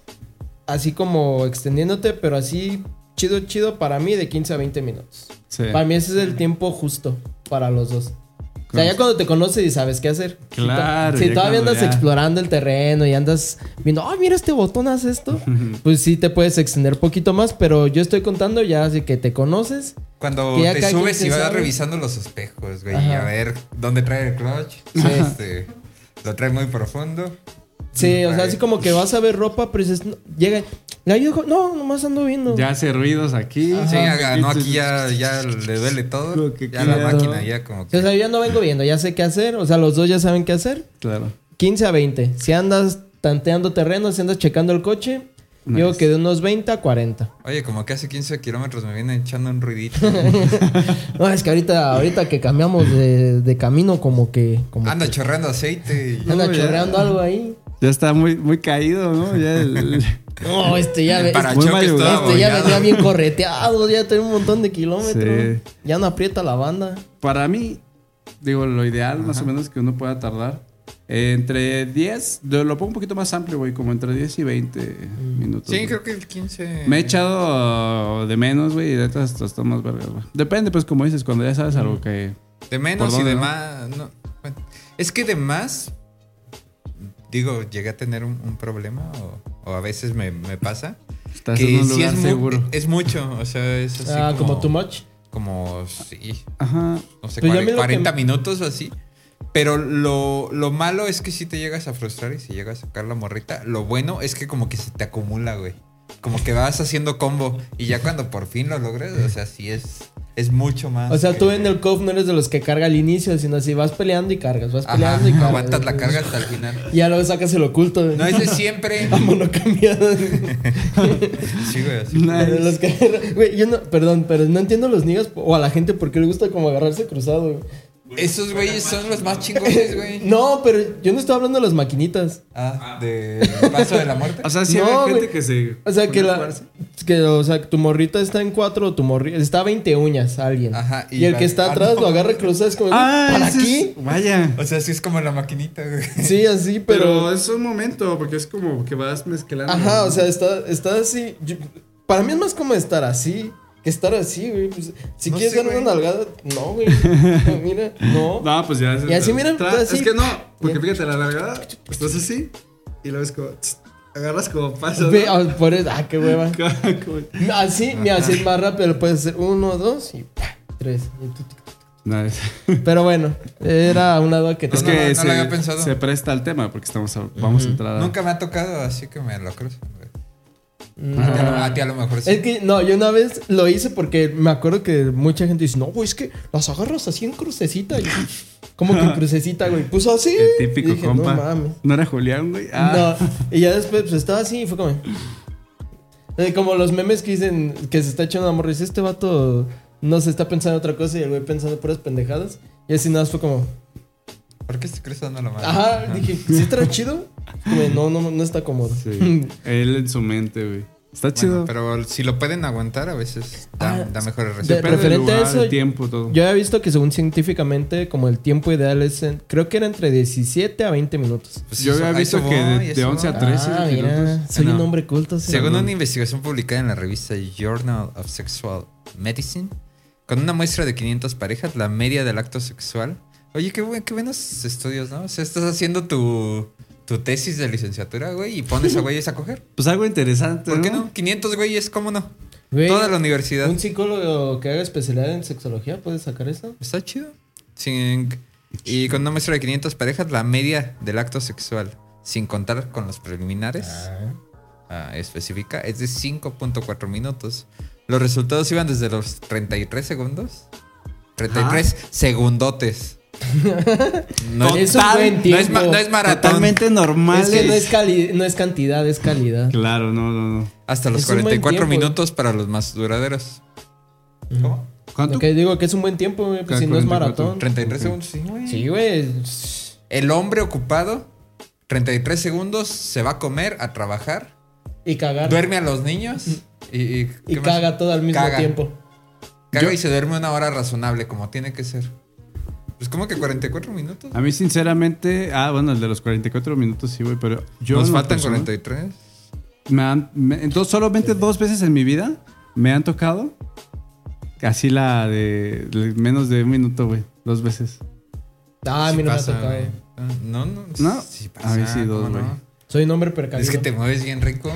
Speaker 2: así como extendiéndote, pero así chido, chido, para mí de 15 a 20 minutos.
Speaker 3: Sí.
Speaker 2: Para mí ese es el tiempo justo para los dos. O sea, ya cuando te conoces y sabes qué hacer. Si to-
Speaker 3: Claro,
Speaker 2: Si,
Speaker 3: ya
Speaker 2: todavía
Speaker 3: cuando
Speaker 2: andas
Speaker 3: ya.
Speaker 2: explorando el terreno y andas viendo, ay, mira este botón, haz esto. pues sí, te puedes extender poquito más, pero yo estoy contando ya así que te conoces.
Speaker 1: Cuando
Speaker 2: Que ya
Speaker 1: te
Speaker 2: cada
Speaker 1: subes
Speaker 2: quien
Speaker 1: y vas
Speaker 2: sabe.
Speaker 1: revisando los espejos, güey, y
Speaker 2: Ajá.
Speaker 1: a ver dónde trae el clutch. Este, lo trae muy profundo.
Speaker 2: Sí, o sea,
Speaker 1: Ay.
Speaker 2: así como que vas a ver ropa, pero dices, no, llega, le ayudo, no, nomás ando viendo.
Speaker 3: Ya hace ruidos aquí.
Speaker 1: Sí, haga- no, aquí ya, ya le duele todo.
Speaker 3: Como que
Speaker 1: Ya la
Speaker 3: queda-
Speaker 1: máquina, ya como
Speaker 2: O sea,
Speaker 1: que.
Speaker 2: yo no vengo viendo, ya sé qué hacer. O sea, los dos ya saben qué hacer.
Speaker 3: Claro.
Speaker 2: 15 a 20. Si andas tanteando terreno, si andas checando el coche,
Speaker 3: Nice.
Speaker 2: digo que de unos 20 a 40.
Speaker 1: Oye, como que hace 15 kilómetros me viene echando un ruidito.
Speaker 2: Este, No, es que ahorita, ahorita que cambiamos de, de camino, como que. Como
Speaker 1: Anda
Speaker 2: que-
Speaker 1: chorreando aceite. y-
Speaker 2: anda
Speaker 3: Ah, No, ya.
Speaker 2: chorreando algo ahí.
Speaker 3: Ya está muy, muy caído, ¿no? Ya el-
Speaker 2: No, este ya, ve-
Speaker 1: Para
Speaker 3: Muy
Speaker 1: choque
Speaker 3: mal
Speaker 1: estaba
Speaker 2: este ya
Speaker 1: abollado.
Speaker 2: venía bien correteado, ya tiene un montón de kilómetros.
Speaker 3: Sí.
Speaker 2: Ya no aprieta la banda.
Speaker 3: Para mí, digo, lo ideal más o menos que uno pueda tardar eh, entre 10, lo, lo pongo un poquito más amplio, güey, como entre 10 y 20 minutos.
Speaker 1: Mm. Sí,
Speaker 3: güey.
Speaker 1: creo que el 15.
Speaker 3: Me he echado de menos, güey, y de estas hasta está más vergas, güey. Depende, pues, como dices, cuando ya sabes
Speaker 1: Mm.
Speaker 3: algo que...
Speaker 1: De menos
Speaker 3: ¿Por
Speaker 1: y de
Speaker 3: dónde, no?
Speaker 1: más. no, bueno. es que de más, digo, llegué a tener un, un problema o, o a veces me, me pasa.
Speaker 3: Estás
Speaker 1: que
Speaker 3: en un
Speaker 1: sí
Speaker 3: lugar
Speaker 1: es, mu- e,
Speaker 3: seguro.
Speaker 1: es mucho, o sea, es así.
Speaker 2: ah, como,
Speaker 1: como,
Speaker 2: too much.
Speaker 1: Como, sí,
Speaker 3: Ajá.
Speaker 1: no sé,
Speaker 2: Pues yo a
Speaker 1: cuare-
Speaker 2: mí lo
Speaker 1: 40
Speaker 2: que-
Speaker 1: minutos o así. Pero lo, lo malo es que si te llegas a frustrar y si llegas a sacar la morrita, lo bueno es que como que se te acumula, güey. Como que vas haciendo combo y ya cuando por fin lo logres, o sea, sí es, es mucho más.
Speaker 2: O sea, tú
Speaker 1: que-
Speaker 2: en el COF no eres de los que carga al inicio, sino así vas peleando y cargas, vas
Speaker 1: Ajá,
Speaker 2: peleando y cargas.
Speaker 1: aguantas la carga hasta el final.
Speaker 2: Y ya luego sacas el oculto. Ah,
Speaker 1: No, ese siempre.
Speaker 2: Vámonos cambiado.
Speaker 1: Sí, güey, así.
Speaker 3: Nice.
Speaker 2: Los que- Güey, yo no, perdón, pero no entiendo a los niños o a la gente por qué le gusta como agarrarse cruzado. güey.
Speaker 1: Esos güeyes son los más chingones, güey.
Speaker 2: No, pero yo no estoy hablando de las maquinitas.
Speaker 1: Ah, de Paso de la Muerte.
Speaker 3: O sea, sí
Speaker 2: No,
Speaker 3: había gente
Speaker 2: güey.
Speaker 3: que se.
Speaker 2: O sea, que
Speaker 3: ponía a
Speaker 2: la.
Speaker 3: jugarse.
Speaker 2: Que, o sea, que tu morrita está en cuatro, o tu morrita. Está a 20 uñas alguien.
Speaker 1: Ajá, y
Speaker 2: y, el
Speaker 1: la-
Speaker 2: que está
Speaker 1: ah,
Speaker 2: atrás
Speaker 1: no.
Speaker 2: lo agarra cruzado. Es como.
Speaker 3: Ah,
Speaker 2: ¿Para
Speaker 3: ese
Speaker 2: aquí?
Speaker 3: es- Vaya.
Speaker 1: O sea, sí es como la maquinita, güey.
Speaker 2: Sí, así,
Speaker 3: Pero,
Speaker 2: pero.
Speaker 3: es un momento, porque es como que vas mezclando.
Speaker 2: Ajá, o sea, está, está así. Yo- para mí es más como estar así. Que estar así, güey. Pues, si
Speaker 1: No
Speaker 2: quieres
Speaker 1: sé,
Speaker 2: dar
Speaker 1: güey.
Speaker 2: una nalgada, no, güey. Ah, Mira, no.
Speaker 3: No, pues ya.
Speaker 2: Y así, mira,
Speaker 3: Tra-
Speaker 2: tú así.
Speaker 3: Es que no, porque
Speaker 2: Ya.
Speaker 3: fíjate, la largada, estás así y lo ves como. tss, agarras como paso. ¿no?
Speaker 2: Ve, ah, por eso- ah, qué hueva.
Speaker 3: Como-
Speaker 2: Así, mira, así es más rápido. Lo puedes hacer uno, dos y ¡pah! tres. Y tú-
Speaker 3: No, es,
Speaker 2: Pero bueno, era una duda que
Speaker 1: No,
Speaker 3: es
Speaker 1: no,
Speaker 3: que
Speaker 1: no, no lo
Speaker 3: se,
Speaker 1: había pensado.
Speaker 3: se presta al tema porque estamos a- vamos a
Speaker 2: Ah.
Speaker 3: entrar a.
Speaker 1: Nunca me ha tocado, así que me lo cruzo, güey.
Speaker 2: No.
Speaker 1: A ti a lo- A ti a lo mejor sí.
Speaker 2: Mm. Es que, no, yo una vez lo hice porque me acuerdo que mucha gente dice, no, güey, es que las agarras así en crucecita. Y, ¿Cómo que en crucecita, güey? Pues así.
Speaker 3: El típico
Speaker 2: Y dije,
Speaker 3: compa.
Speaker 2: No mames.
Speaker 3: No era Julián, güey. Ah,
Speaker 2: No. Y ya después, pues estaba así y fue como. Eh, Como los memes que dicen que se está echando la morra. y Dice, este vato no se está pensando otra cosa y el güey pensando puras pendejadas. Y así nada, más fue como.
Speaker 1: ¿Por qué estoy cruzando la mano?
Speaker 2: Ajá, dije, ¿sí estará chido? Como, no, no, no está cómodo.
Speaker 3: Sí. Él en su mente, güey. Está
Speaker 1: Bueno,
Speaker 3: chido.
Speaker 1: pero si lo pueden aguantar, a veces da,
Speaker 2: Ah,
Speaker 1: da mejores
Speaker 2: de-
Speaker 1: resultados.
Speaker 3: Depende del
Speaker 2: referente a
Speaker 3: lugar,
Speaker 2: eso,
Speaker 3: el tiempo, todo.
Speaker 2: Yo había visto que según científicamente, como el tiempo ideal es, en- creo que era entre 17 a 20 minutos.
Speaker 1: Pues
Speaker 3: yo
Speaker 1: eso-
Speaker 3: había
Speaker 1: a eso
Speaker 3: visto que de-
Speaker 1: voy,
Speaker 3: de
Speaker 1: eso
Speaker 3: 11 a pues,
Speaker 1: voy.
Speaker 3: 13
Speaker 2: ah, mira,
Speaker 3: minutos.
Speaker 2: soy
Speaker 1: Ah,
Speaker 2: un
Speaker 1: no.
Speaker 2: hombre culto. sí.
Speaker 1: Según una investigación publicada en la revista Journal of Sexual Medicine, con una muestra de 500 parejas, la media del acto sexual. Oye, qué, buen- qué buenos estudios, ¿no? O sea, estás haciendo tu, tu tesis de licenciatura, güey, y pones a güeyes a coger.
Speaker 3: Pues algo interesante.
Speaker 1: ¿Por qué no? 500 güeyes, ¿cómo no?
Speaker 2: Güey,
Speaker 1: Toda la universidad.
Speaker 2: Un psicólogo que haga especialidad en sexología puede sacar eso.
Speaker 1: Está chido. Sin- y con una muestra de 500 parejas, la media del acto sexual, sin contar con los preliminares, ah, específica, es de 5.4 minutos. Los resultados iban desde los 33 segundos. 33 segundotes. No es,
Speaker 2: Es un buen
Speaker 1: no es
Speaker 2: tiempo.
Speaker 1: ma- no es maratón.
Speaker 3: Totalmente normal.
Speaker 2: es que no es, cali- no es cantidad, es calidad.
Speaker 3: Claro, no, no, no.
Speaker 1: Hasta los
Speaker 2: Es un buen
Speaker 1: 44
Speaker 2: tiempo.
Speaker 1: minutos para los más duraderos. ¿Cómo?
Speaker 3: ¿Cuánto?
Speaker 2: Lo que digo que es un buen tiempo, güey,
Speaker 1: Ah,
Speaker 2: pues, si no es
Speaker 3: 44.
Speaker 2: maratón.
Speaker 1: 33
Speaker 3: Ok.
Speaker 1: segundos, sí, güey.
Speaker 2: Sí, güey.
Speaker 1: El hombre ocupado, 33 segundos, se va a comer, a trabajar,
Speaker 2: Y cagar.
Speaker 1: duerme a los niños y, y-
Speaker 2: y
Speaker 1: ¿qué más?
Speaker 2: caga todo al mismo
Speaker 1: Caga.
Speaker 2: tiempo.
Speaker 1: Caga y se duerme una hora razonable, como tiene que ser. Pues como que 44 minutos.
Speaker 3: A mí, sinceramente. Ah, bueno, el de los 44 minutos sí, güey, pero yo.
Speaker 1: Nos
Speaker 3: en lo
Speaker 1: faltan
Speaker 3: personal-
Speaker 1: 43.
Speaker 3: Me han, me- entonces, solamente dos veces en mi vida me han tocado así la de, de menos de un minuto, güey. Dos veces.
Speaker 2: Ah, a
Speaker 1: Sí
Speaker 2: mí no
Speaker 1: pasa,
Speaker 2: me ha tocado.
Speaker 1: güey. Ah, No, no.
Speaker 3: ¿No?
Speaker 1: Sí pasa.
Speaker 3: A mí sí, dos,
Speaker 1: ¿cómo
Speaker 3: güey.
Speaker 1: no?
Speaker 2: Soy un hombre precavido.
Speaker 1: Es que te mueves bien rico.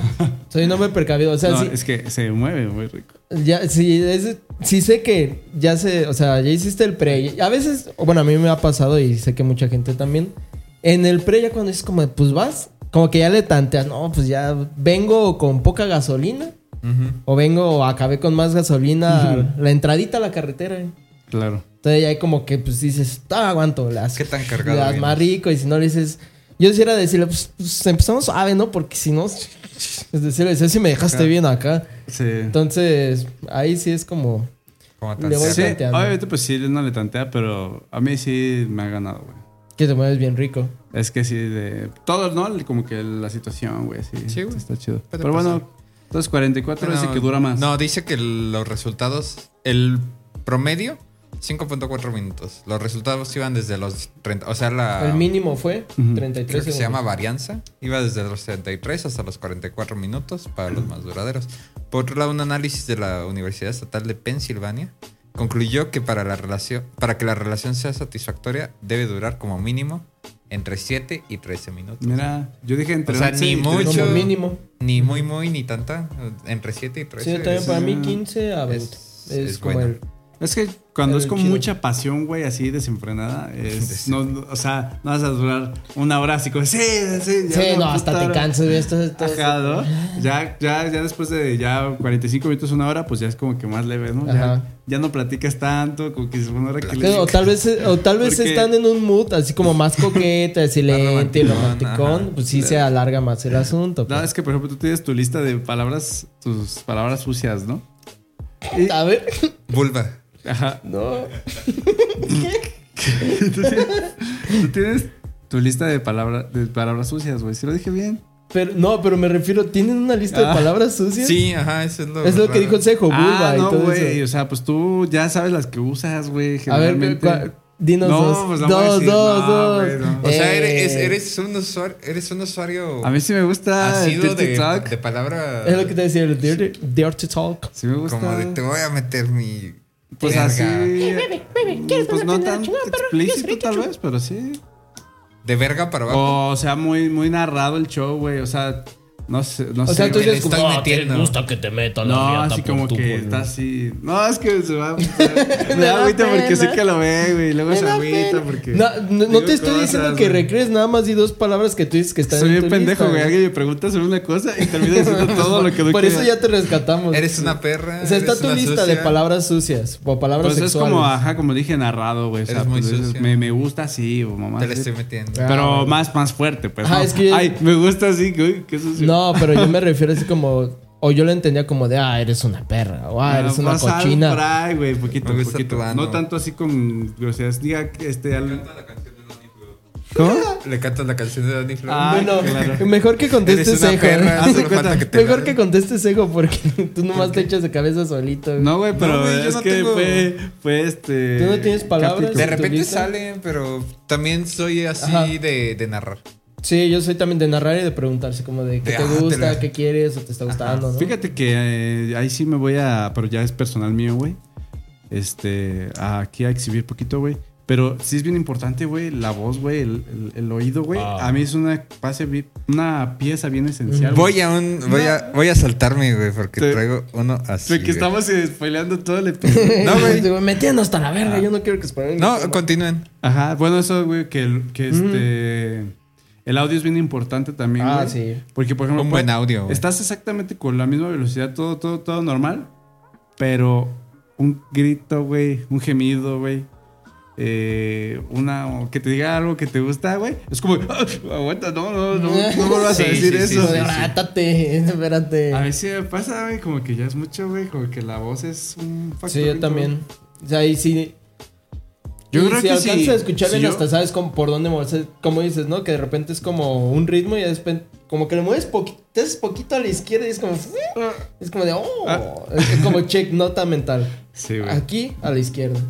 Speaker 2: Soy un hombre precavido. O sea,
Speaker 3: No,
Speaker 2: sí,
Speaker 3: Es que se mueve muy rico.
Speaker 2: Ya, sí, es- sí sé que ya se, o sea, ya hiciste el pre. A veces, bueno, a mí me ha pasado y sé que mucha gente también. En el pre ya cuando dices como, pues vas, como que ya le tanteas, no, pues ya vengo con poca gasolina.
Speaker 1: Ujú.
Speaker 2: O vengo, o acabé con más gasolina, la entradita a la carretera. eh.
Speaker 3: Claro.
Speaker 2: Entonces ya hay como que, pues dices, ah, aguanto, le das,
Speaker 1: ¿Qué tan cargado
Speaker 2: le das
Speaker 1: vienes?
Speaker 2: más rico. Y si no le dices, yo quisiera decirle, pues, pues, empezamos suave, ¿no? Porque si no, es decir, es si me dejaste
Speaker 1: Ajá.
Speaker 2: bien acá.
Speaker 3: Se,
Speaker 2: Entonces, ahí sí es como...
Speaker 1: Como
Speaker 2: Le voy
Speaker 1: tal.
Speaker 2: a-
Speaker 3: sí,
Speaker 2: tanteando.
Speaker 3: obviamente, pues sí, no le tantea, pero a mí sí me ha ganado, güey.
Speaker 2: Que te mueves bien rico.
Speaker 3: Es que sí, de todos, ¿no? Como que la situación, güey, sí.
Speaker 1: Sí, güey.
Speaker 3: Está chido.
Speaker 1: Puede
Speaker 3: Pero
Speaker 1: pasar.
Speaker 3: bueno, entonces 44 dice que dura más.
Speaker 1: No, dice que los resultados, el promedio, 5.4 minutos. Los resultados iban desde los 30. O sea, la.
Speaker 2: El mínimo fue
Speaker 3: Ujú.
Speaker 2: 33
Speaker 1: Ah, Creo que
Speaker 2: segundos.
Speaker 1: se llama varianza. Iba desde los 73 hasta los 44 minutos para los más duraderos. Por otro lado, un análisis de la Universidad Estatal de Pensilvania concluyó que para, la relación, para que la relación sea satisfactoria debe durar como mínimo entre 7 y 13 minutos.
Speaker 3: Mira, yo dije entre
Speaker 1: O sea,
Speaker 3: 11
Speaker 1: ni
Speaker 3: y
Speaker 1: mucho.
Speaker 2: Como
Speaker 3: 13.
Speaker 1: Ocho.
Speaker 2: mínimo.
Speaker 1: Ni muy, muy, ni tanta. Entre 7 y 13.
Speaker 2: Sí, también
Speaker 1: es-
Speaker 2: para mí 15 a 20. Es,
Speaker 1: es- es
Speaker 2: como
Speaker 1: bueno.
Speaker 2: el...
Speaker 3: Es que cuando
Speaker 2: Pero
Speaker 3: es con
Speaker 2: chido.
Speaker 3: mucha pasión, güey, así desenfrenada, es,
Speaker 1: Des-
Speaker 3: no, no, o sea, no vas a durar una hora así como, sí, sí, ya
Speaker 2: Sí,
Speaker 3: una
Speaker 2: no, hasta
Speaker 3: puta
Speaker 2: te
Speaker 3: hora".
Speaker 2: cansas de esto. esto-
Speaker 3: Ajá, ¿no? Ya, ya, ya después de ya 45 minutos, una hora, pues ya es como que más leve, ¿no?
Speaker 2: Ajá.
Speaker 3: Ya, ya no platicas tanto, como que es una hora que
Speaker 2: Sí, O tal vez, o tal vez
Speaker 3: Porque-
Speaker 2: están en un mood así como más coqueta, silente,
Speaker 1: romanticón,
Speaker 2: romanticón.
Speaker 1: ajá.
Speaker 2: Pues sí se alarga más el asunto.
Speaker 3: No,
Speaker 2: pues.
Speaker 3: es que, por ejemplo, tú tienes tu lista de palabras, tus palabras sucias, ¿no? Y-
Speaker 2: A ver.
Speaker 1: Vulva.
Speaker 3: ajá.
Speaker 2: No.
Speaker 3: tú, tienes, tú tienes tu lista de, palabra- de palabras sucias, güey. Si lo dije bien.
Speaker 2: Pero, no, pero me refiero, ¿tienen una lista
Speaker 3: Ah.
Speaker 2: de palabras sucias?
Speaker 1: Sí, ajá, eso es lo
Speaker 2: Es lo
Speaker 1: raro.
Speaker 2: que dijo el Sejo, vulva
Speaker 3: ah,
Speaker 2: y
Speaker 3: no,
Speaker 2: todo
Speaker 3: güey.
Speaker 2: eso.
Speaker 3: O sea, pues tú ya sabes las que usas, güey.
Speaker 2: A ver, ¿cu-
Speaker 3: Generalmente.
Speaker 2: cua- dinos
Speaker 3: No,
Speaker 2: dos.
Speaker 3: pues no voy a
Speaker 2: dos,
Speaker 3: decir,
Speaker 2: dos,
Speaker 3: no,
Speaker 2: dos.
Speaker 3: güey, no.
Speaker 1: O sea,
Speaker 2: Eh,
Speaker 1: eres, eres un usuario, eres un usuario
Speaker 3: a mí sí me gusta el
Speaker 1: asiduo de,
Speaker 3: TikTok.
Speaker 1: de palabra.
Speaker 2: Es lo que te decía, el dirty, dirty talk.
Speaker 3: Sí me gusta.
Speaker 1: Como de te voy a meter mi.
Speaker 3: Pues
Speaker 1: verga".
Speaker 3: así.
Speaker 4: bebe, bebe, ¿quieres
Speaker 3: Pues
Speaker 4: volverte
Speaker 3: no
Speaker 4: de la
Speaker 3: tan
Speaker 4: chingada, perro? Yo
Speaker 3: explícito
Speaker 4: seré
Speaker 3: tal
Speaker 4: chuchu.
Speaker 3: vez, pero sí.
Speaker 1: De verga para abajo.
Speaker 3: O sea, muy, muy narrado el show, güey. O sea, no sé. No
Speaker 2: sea,
Speaker 3: sé,
Speaker 2: tú
Speaker 3: güey.
Speaker 1: Me le
Speaker 2: dices como,
Speaker 1: estoy
Speaker 4: Ah, te
Speaker 1: metiendo.
Speaker 4: gusta que te metan la
Speaker 3: No,
Speaker 4: riata
Speaker 3: así
Speaker 4: por
Speaker 3: como
Speaker 4: tu
Speaker 3: que
Speaker 4: culo.
Speaker 3: está así. No, es que se va. se- Me
Speaker 4: Me
Speaker 3: da
Speaker 4: da
Speaker 3: agüita porque
Speaker 4: pena.
Speaker 3: sé que lo ve, güey. y Luego se agüita porque.
Speaker 2: No, no, no
Speaker 3: digo
Speaker 2: te estoy
Speaker 3: cosas,
Speaker 2: diciendo que
Speaker 3: güey.
Speaker 2: recrees, nada más di dos palabras que tú dices que están
Speaker 3: Soy
Speaker 2: en
Speaker 3: bien
Speaker 2: tu
Speaker 3: pendejo,
Speaker 2: lista,
Speaker 3: güey. Alguien me pregunta sobre una cosa y termina diciendo todo lo que no
Speaker 2: Por eso
Speaker 3: quería.
Speaker 2: ya te rescatamos.
Speaker 1: Eres una perra.
Speaker 2: O sea, está
Speaker 1: eres
Speaker 2: tu
Speaker 1: una
Speaker 2: lista de
Speaker 1: sucia.
Speaker 2: palabras sucias o palabras
Speaker 3: Pues es
Speaker 2: sexuales. Ah,
Speaker 3: como, ajá, como dije, narrado, güey. O sea,
Speaker 1: Eres muy
Speaker 3: pues, es-
Speaker 1: sucio.
Speaker 3: me, me gusta así, o mamá.
Speaker 1: Te la estoy metiendo.
Speaker 2: Ah,
Speaker 3: Pero
Speaker 2: bueno.
Speaker 3: más, más fuerte, pues.
Speaker 2: Ajá,
Speaker 3: ¿no?
Speaker 2: es que-
Speaker 3: Ay, me gusta así, güey. Qué sucio.
Speaker 2: No, pero yo me refiero así como. O yo lo entendía como de, ah, eres una perra. O ah, eres una
Speaker 3: más al
Speaker 2: cochina.
Speaker 3: fray, güey, poquito,
Speaker 1: Me gusta
Speaker 3: poquito.
Speaker 1: tu ano.
Speaker 3: No tanto así con groserías. Diga que este. al-
Speaker 2: ¿Cómo?
Speaker 1: Le cantas la canción de Danny Flow.
Speaker 3: Ah,
Speaker 2: Ah. Bueno, este
Speaker 3: claro.
Speaker 2: mejor que
Speaker 1: eres
Speaker 2: contestes
Speaker 1: una
Speaker 2: Ejo.
Speaker 1: perra.
Speaker 3: Haz de
Speaker 1: solo falta
Speaker 3: cuenta.
Speaker 1: que te
Speaker 2: Ah, Mejor
Speaker 1: la-
Speaker 2: que contestes Ejo porque tú nomás te echas de cabeza solito. güey.
Speaker 3: No, güey, pero
Speaker 1: No, güey, yo
Speaker 3: es
Speaker 1: no
Speaker 3: que
Speaker 1: tengo-
Speaker 3: fue, fue este.
Speaker 2: ¿Tú no tienes palabras?
Speaker 1: De
Speaker 3: capítulo.
Speaker 1: repente
Speaker 2: ¿Turista?
Speaker 1: sale, pero también soy
Speaker 2: Ajá.
Speaker 1: así de, de narrar.
Speaker 2: Sí, yo soy también de narrar y de preguntarse como de qué
Speaker 1: De,
Speaker 2: te
Speaker 1: ah, te
Speaker 2: gusta,
Speaker 1: la-
Speaker 2: qué quieres o te está gustando, ¿no?
Speaker 3: Fíjate que eh, ahí sí me voy a. Pero ya es personal mío, güey. Este. a- aquí a exhibir poquito, güey. Pero sí es bien importante, güey, la voz, güey, el, el- el oído, güey.
Speaker 4: Ah.
Speaker 3: A mí es una, pase bi- una pieza bien esencial. güey.
Speaker 1: Voy a un. Voy a, voy a saltarme, güey, porque
Speaker 3: Te-
Speaker 1: traigo uno así.
Speaker 3: Porque
Speaker 1: güey.
Speaker 3: estamos eh, spoileando todo el episodio.
Speaker 1: No, güey.
Speaker 2: Digo, Metiendo hasta la verga, yo no quiero que se pongan-
Speaker 1: No, continúen.
Speaker 3: Ajá, bueno, eso, güey, que, el- que este. El audio es bien importante también,
Speaker 2: Mm. Ah,
Speaker 3: güey.
Speaker 2: sí.
Speaker 3: Porque, por ejemplo.
Speaker 1: Un
Speaker 3: puede-
Speaker 1: buen audio, güey.
Speaker 3: Estás exactamente con la misma velocidad, todo, todo, todo normal. Pero un grito, güey, un gemido, güey. eh, una o que te diga algo que te gusta, güey. Es como, "Ah, aguanta, no, no, no, no vuelvas a
Speaker 1: Sí,
Speaker 3: decir
Speaker 1: sí, sí,
Speaker 3: eso.
Speaker 2: Como de, "Rátate, espérate.
Speaker 3: A veces me pasa, güey, como que ya es mucho, güey, como que la voz es un factor.
Speaker 2: Sí, yo
Speaker 3: bien
Speaker 2: también. O sea, y si.
Speaker 3: Yo
Speaker 2: y
Speaker 3: creo
Speaker 2: si
Speaker 3: que
Speaker 2: alcanzas
Speaker 3: sí.
Speaker 2: a escuchar
Speaker 3: Si
Speaker 2: bien,
Speaker 3: yo-
Speaker 2: hasta sabes cómo- por dónde moverse. Como dices, ¿no? Que de repente es como un ritmo y después. Como que le mueves poquito, te haces poquito a la izquierda y es como. Es como de. ¡Oh!
Speaker 3: Ah.
Speaker 2: Es como check, nota mental.
Speaker 3: Sí, güey.
Speaker 2: Aquí, a la izquierda.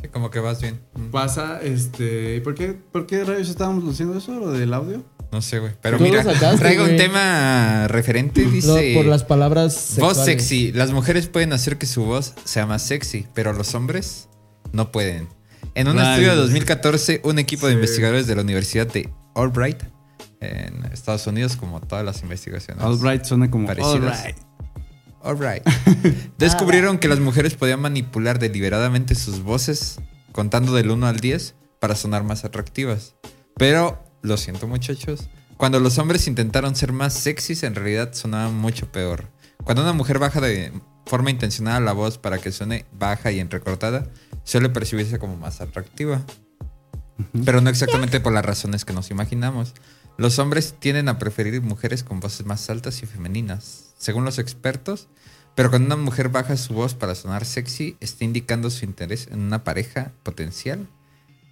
Speaker 1: Sí, como que vas bien. Mm,
Speaker 3: Pasa, este. ¿Por qué, por qué rayos estábamos luciendo eso, lo del audio?
Speaker 1: No sé, güey. Pero
Speaker 2: Tú lo
Speaker 1: mira,
Speaker 2: sacaste,
Speaker 1: traigo un
Speaker 2: güey.
Speaker 1: tema referente. Dice:
Speaker 2: No, por las palabras. Sexuales.
Speaker 1: Voz sexy. Las mujeres pueden hacer que su voz sea más sexy, pero los hombres no pueden. En un
Speaker 3: Rayos.
Speaker 1: estudio de 2014, un equipo de
Speaker 3: Sí.
Speaker 1: investigadores de la Universidad de Albright, en Estados Unidos, como todas las investigaciones.
Speaker 3: Albright suena como.
Speaker 1: Parecidas.
Speaker 3: Albright.
Speaker 1: Alright. Descubrieron que las mujeres podían manipular deliberadamente sus voces, contando del 1 al 10, para sonar más atractivas. Pero, lo siento muchachos, cuando los hombres intentaron ser más sexys, en realidad sonaban mucho peor. Cuando una mujer baja de forma intencional la voz para que suene baja y entrecortada, suele percibirse como más atractiva. Pero no exactamente por las razones que nos imaginamos. Los hombres tienden a preferir mujeres con voces más altas y femeninas, según los expertos. Pero cuando una mujer baja su voz para sonar sexy, está indicando su interés en una pareja potencial.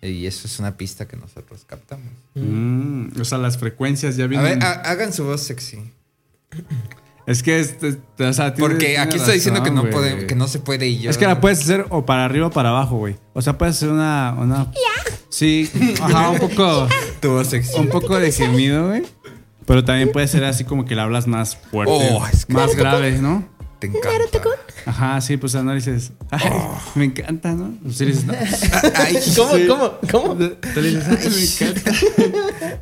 Speaker 1: Y eso es una pista que nosotros captamos.
Speaker 3: Mm, o sea, las frecuencias ya
Speaker 1: A ver,
Speaker 3: vienen.
Speaker 1: ah, ha- hagan su voz sexy.
Speaker 3: es que. Este, o sea, tiene-
Speaker 1: Porque
Speaker 3: tiene
Speaker 1: aquí está diciendo que
Speaker 3: razón,
Speaker 1: no,
Speaker 3: güey.
Speaker 1: puede, que no se puede y yo...
Speaker 3: Es que la puedes hacer o para arriba o para abajo, güey. O sea, puedes hacer una. una sí, ajá, un poco.
Speaker 1: Tu voz sexy.
Speaker 3: Un poco de gemido, güey. Pero también puede ser así como que la hablas más fuerte.
Speaker 1: Oh, es que-
Speaker 3: más grave, ¿no?
Speaker 1: Te encanta.
Speaker 3: Ajá, sí, pues análisis. Ay,
Speaker 1: Oh.
Speaker 3: me encanta, ¿no? Pues sí le dices, no.
Speaker 1: Ah, Ay,
Speaker 2: ¿Cómo,
Speaker 3: Sí.
Speaker 2: cómo, cómo?
Speaker 3: Tú le dices, "Ay, me encanta".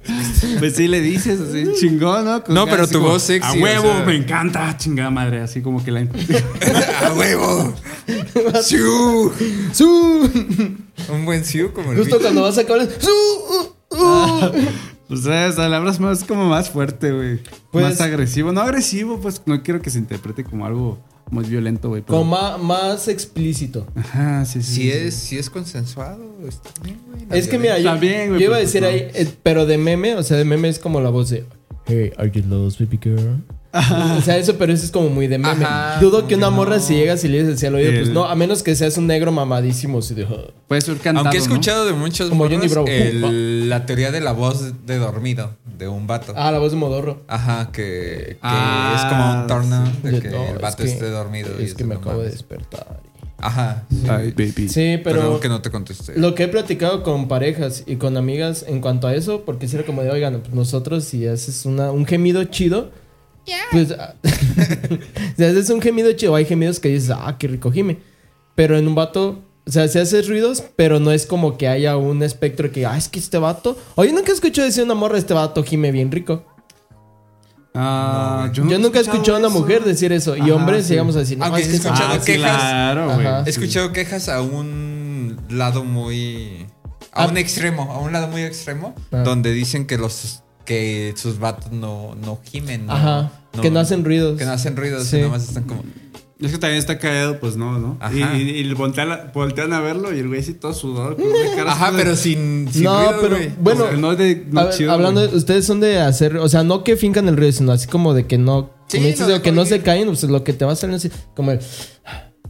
Speaker 3: Pues sí, le dices así,
Speaker 2: Mm.
Speaker 3: chingón, ¿no? Con
Speaker 1: No,
Speaker 3: ganas,
Speaker 1: pero
Speaker 3: así
Speaker 1: tu
Speaker 3: como,
Speaker 1: voz sexy,
Speaker 3: A
Speaker 1: o
Speaker 3: huevo,
Speaker 1: sea".
Speaker 3: me encanta, chingada madre. Así como que la.
Speaker 1: ¡A huevo! ¡Siu! Un buen siu como el
Speaker 2: Justo
Speaker 1: bicho.
Speaker 2: cuando vas a acabar. es- ¡Uh, uh, uh!
Speaker 3: o sea, o sea, la hablas más como más fuerte, güey.
Speaker 2: Pues-
Speaker 3: más agresivo. No agresivo, pues no quiero que se interprete como algo muy violento, güey. pero-
Speaker 2: Como ma- más explícito.
Speaker 3: Ajá, sí, sí.
Speaker 1: Si
Speaker 3: sí.
Speaker 1: es, si es consensuado, está bien, güey. La
Speaker 2: Mm. Es que mira,
Speaker 1: violencia.
Speaker 2: yo,
Speaker 3: También, güey,
Speaker 2: yo iba a
Speaker 3: pero
Speaker 2: decir
Speaker 3: pues
Speaker 2: ahí, eh, pero de meme, o sea, de meme es como la voz de Hey, are you lost, baby girl? O sea, eso, pero eso es como muy de meme.
Speaker 1: Ajá.
Speaker 2: Dudo que una morra si llegas y le dices así al oído, pues
Speaker 3: El-
Speaker 2: no, a menos que seas un negro mamadísimo. así de, "Ah".
Speaker 3: Puede ser cantado.
Speaker 1: Aunque he
Speaker 3: ¿no?
Speaker 1: escuchado de muchos
Speaker 2: Como Johnny
Speaker 1: morros
Speaker 2: Bravo. Ah.
Speaker 1: el- la teoría de la voz de dormido de un vato.
Speaker 2: Ah, la voz de Modorro.
Speaker 1: Ajá, que, que
Speaker 3: Ah,
Speaker 1: es como un turno de
Speaker 2: Yo,
Speaker 1: que
Speaker 2: no,
Speaker 1: el
Speaker 2: es
Speaker 1: vato
Speaker 2: que-
Speaker 1: esté dormido. y
Speaker 2: Es que
Speaker 1: eso
Speaker 2: me
Speaker 1: no
Speaker 2: acabo de
Speaker 1: mames.
Speaker 2: despertar.
Speaker 1: Ajá.
Speaker 3: Ay, baby.
Speaker 2: Sí,
Speaker 1: Pero,
Speaker 2: pero
Speaker 1: que no te contesté.
Speaker 2: lo que he platicado con parejas y con amigas en cuanto a eso, porque si era como de, oigan, pues nosotros si haces una, un gemido chido, pues ah, si haces un gemido chido, hay gemidos que dices, ah, qué rico gime. Pero en un vato, o sea, si haces ruidos, pero no es como que haya un espectro que, ah, es que este vato, oye, nunca escucho decir una morra, este vato gime bien rico.
Speaker 3: Ah, no
Speaker 2: Yo nunca he escuchado a una
Speaker 3: eso.
Speaker 2: mujer decir eso, y
Speaker 3: Ajá,
Speaker 2: hombres
Speaker 3: sí.
Speaker 2: llegamos a decir, no,
Speaker 1: Aunque
Speaker 2: es
Speaker 1: sí
Speaker 2: que
Speaker 1: he
Speaker 2: este
Speaker 1: escuchado
Speaker 3: Ah, sí,
Speaker 1: quejas.
Speaker 3: claro, güey.
Speaker 2: Ajá.
Speaker 1: He escuchado quejas a un lado muy. A
Speaker 2: Ah.
Speaker 1: un extremo, a un lado muy extremo,
Speaker 2: Ah.
Speaker 1: donde dicen que los que sus vatos no, no gimen. no-
Speaker 2: Ajá, que no hacen ruidos.
Speaker 1: Que no hacen ruidos,
Speaker 2: Sí.
Speaker 1: y nada más están como.
Speaker 3: Es que también está callado, pues no, ¿no?
Speaker 1: Ajá.
Speaker 3: Y, y, y voltean, a, voltean a verlo y el güey así todo sudado. con una cara
Speaker 1: Ajá,
Speaker 3: así de-
Speaker 1: pero sin, sin
Speaker 2: No,
Speaker 1: ruido,
Speaker 2: pero
Speaker 1: güey.
Speaker 2: bueno,
Speaker 3: O sea, no de- no
Speaker 2: A ver,
Speaker 3: chido,
Speaker 2: hablando,
Speaker 3: güey.
Speaker 2: ustedes son de hacer, o sea, no que fincan el ruido, sino así como de que no,
Speaker 1: Sí,
Speaker 2: como dices,
Speaker 1: lo
Speaker 2: de
Speaker 1: dejo
Speaker 2: que no
Speaker 1: ir.
Speaker 2: se caen, pues lo que te va a salir así, como el,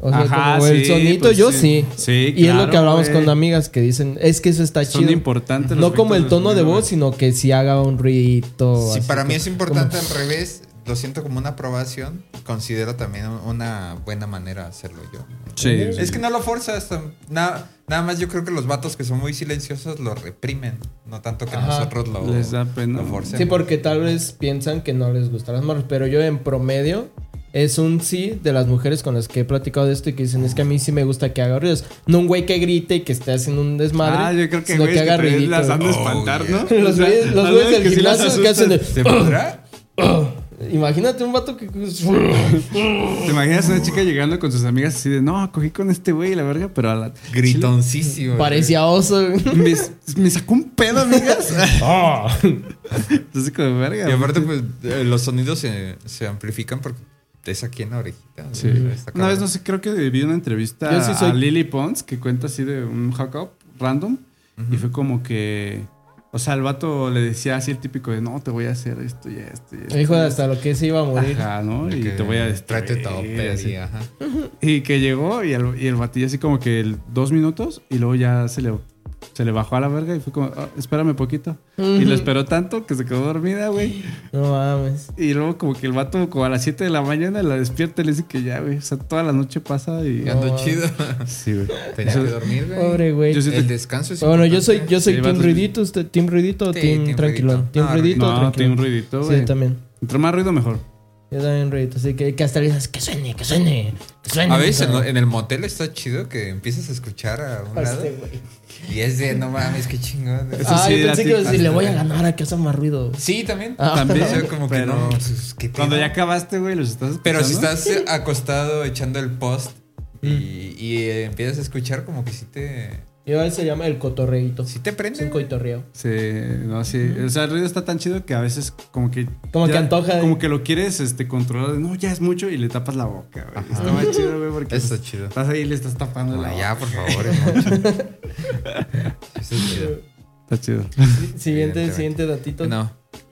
Speaker 2: o sea,
Speaker 3: Ajá,
Speaker 2: como el
Speaker 3: sí,
Speaker 2: sonito,
Speaker 3: pues,
Speaker 2: yo
Speaker 3: sí.
Speaker 2: sí.
Speaker 3: Sí,
Speaker 2: Y es lo
Speaker 3: claro,
Speaker 2: que hablamos
Speaker 3: güey.
Speaker 2: con amigas que dicen, es que eso está
Speaker 3: Son
Speaker 2: chido.
Speaker 3: importantes los
Speaker 2: No como el
Speaker 3: efectos
Speaker 2: tono de
Speaker 3: sonido,
Speaker 2: voz,
Speaker 3: güey.
Speaker 2: sino que si haga un ruidito.
Speaker 1: Si
Speaker 2: así
Speaker 1: para mí
Speaker 2: como-
Speaker 1: es importante al revés, lo siento como una aprobación, considero también una buena manera de hacerlo yo.
Speaker 3: Sí, sí.
Speaker 1: Es que no lo forzas, tam- na- nada más yo creo que los vatos que son muy silenciosos lo reprimen, no tanto que
Speaker 2: Ajá.
Speaker 1: nosotros lo,
Speaker 3: Les da pena.
Speaker 1: lo forcemos.
Speaker 2: Sí, porque tal vez piensan que no les gustan las morras, pero yo en promedio es un sí de las mujeres con las que he platicado de esto y que dicen es que a mí sí me gusta que haga ruidos. No un güey que grite y que esté haciendo un desmadre.
Speaker 3: Ah, yo creo que
Speaker 2: sino
Speaker 3: güey, que también
Speaker 2: ruidito,
Speaker 3: las han de
Speaker 2: güey.
Speaker 3: espantar, ¿no?
Speaker 2: Oh, Los
Speaker 3: O sea,
Speaker 2: güeyes- los
Speaker 3: a
Speaker 2: güeyes
Speaker 3: veces
Speaker 2: del
Speaker 3: sí las
Speaker 2: gimnasio que
Speaker 3: asustan.
Speaker 2: hacen de-
Speaker 1: ¿Se podrá?
Speaker 2: Imagínate un vato que...
Speaker 3: ¿Te imaginas una chica llegando con sus amigas así de, no, cogí con este güey y la verga, pero a la...
Speaker 1: Gritoncísimo.
Speaker 2: Parecía oso. güey.
Speaker 3: Me, me sacó un pedo, amigas. Entonces, como verga.
Speaker 1: Y aparte, pues, eh, los sonidos se, se amplifican porque es aquí en la orejita.
Speaker 3: Sí. Una vez, no sé, creo que vi una entrevista
Speaker 2: Yo sí soy-
Speaker 3: a Lily Pons que cuenta así de un hookup random. Y fue como que. O sea, el vato le decía así el típico de no, te voy a hacer esto y esto y esto.
Speaker 2: Hijo de hasta lo que se iba a morir.
Speaker 3: Ajá, ¿no? Y te voy a destruir,
Speaker 1: Trate todo,
Speaker 3: así.
Speaker 1: ajá.
Speaker 3: Y que llegó y el, y el batillo así como que el- dos minutos y luego ya se le, se le bajó a la verga y fue como, "Ah, espérame poquito. Y lo esperó tanto que se quedó dormida, güey.
Speaker 2: No mames.
Speaker 3: Y luego como que el vato como a las 7 de la mañana la despierta y le dice que ya, güey. O sea, toda la noche pasa y...
Speaker 1: Y ando
Speaker 2: No.
Speaker 1: chido.
Speaker 3: Sí, güey.
Speaker 1: Tenía que
Speaker 3: Eso-
Speaker 1: dormir, güey.
Speaker 2: Pobre güey.
Speaker 3: Yo sí
Speaker 1: El descanso es
Speaker 2: Bueno, yo soy,
Speaker 1: importante.
Speaker 2: yo soy
Speaker 3: Sí,
Speaker 2: Team
Speaker 3: vatos-
Speaker 2: Ruidito. ¿Usted Team Ruidito o
Speaker 1: Sí,
Speaker 2: Team
Speaker 1: team
Speaker 2: Tranquilón?
Speaker 1: ruidito.
Speaker 2: Team
Speaker 1: No,
Speaker 2: Ruidito o
Speaker 3: No, tiene un
Speaker 2: Tranquilón.
Speaker 3: ruidito,
Speaker 2: Sí,
Speaker 3: güey.
Speaker 2: yo también.
Speaker 3: Entre más ruido, mejor.
Speaker 2: Yo también ruidito. Así que, que hasta le dices que suene, que suene, que suene.
Speaker 1: A veces en,
Speaker 2: no
Speaker 1: lo- en el motel está chido que empiezas a escuchar a un lado.
Speaker 2: Este güey.
Speaker 1: Y es de, no mames, qué chingón.
Speaker 3: Eso
Speaker 2: Ah,
Speaker 3: sí,
Speaker 2: yo
Speaker 3: la
Speaker 2: pensé que
Speaker 3: tip-
Speaker 2: iba a decir, le voy a ganar a que haga más ruido.
Speaker 1: Sí, también.
Speaker 2: Ah.
Speaker 3: También.
Speaker 1: O sea, como que
Speaker 3: pero
Speaker 1: no, pues, ¿qué
Speaker 3: Cuando
Speaker 1: pedo?
Speaker 3: ya acabaste, güey, los estás
Speaker 1: Pero si
Speaker 3: escuchando.
Speaker 1: estás eh, acostado echando el post y,
Speaker 2: Mm.
Speaker 1: y, eh, empiezas a escuchar, como que sí te,
Speaker 2: Y ahora se llama el cotorreito.
Speaker 1: sí te
Speaker 2: Es
Speaker 1: prende.
Speaker 2: un
Speaker 1: güey.
Speaker 2: cotorreo.
Speaker 3: Sí, no, sí. O sea, el ruido está tan chido que a veces como que...
Speaker 2: Como que antoja.
Speaker 3: Como que lo quieres este, controlar. No, ya es mucho y le tapas la boca, güey. Está más chido, güey, porque...
Speaker 1: Eso
Speaker 3: pues,
Speaker 1: está chido.
Speaker 3: Estás ahí y le estás tapando la
Speaker 1: Ah,
Speaker 3: boca.
Speaker 1: ya, por favor. es mucho. Eso es chido.
Speaker 3: Está chido.
Speaker 2: Siguiente,
Speaker 1: Evidentemente.
Speaker 2: siguiente datito.
Speaker 1: No.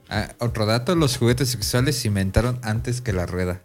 Speaker 1: Ah, otro dato, los juguetes sexuales se inventaron antes que la rueda.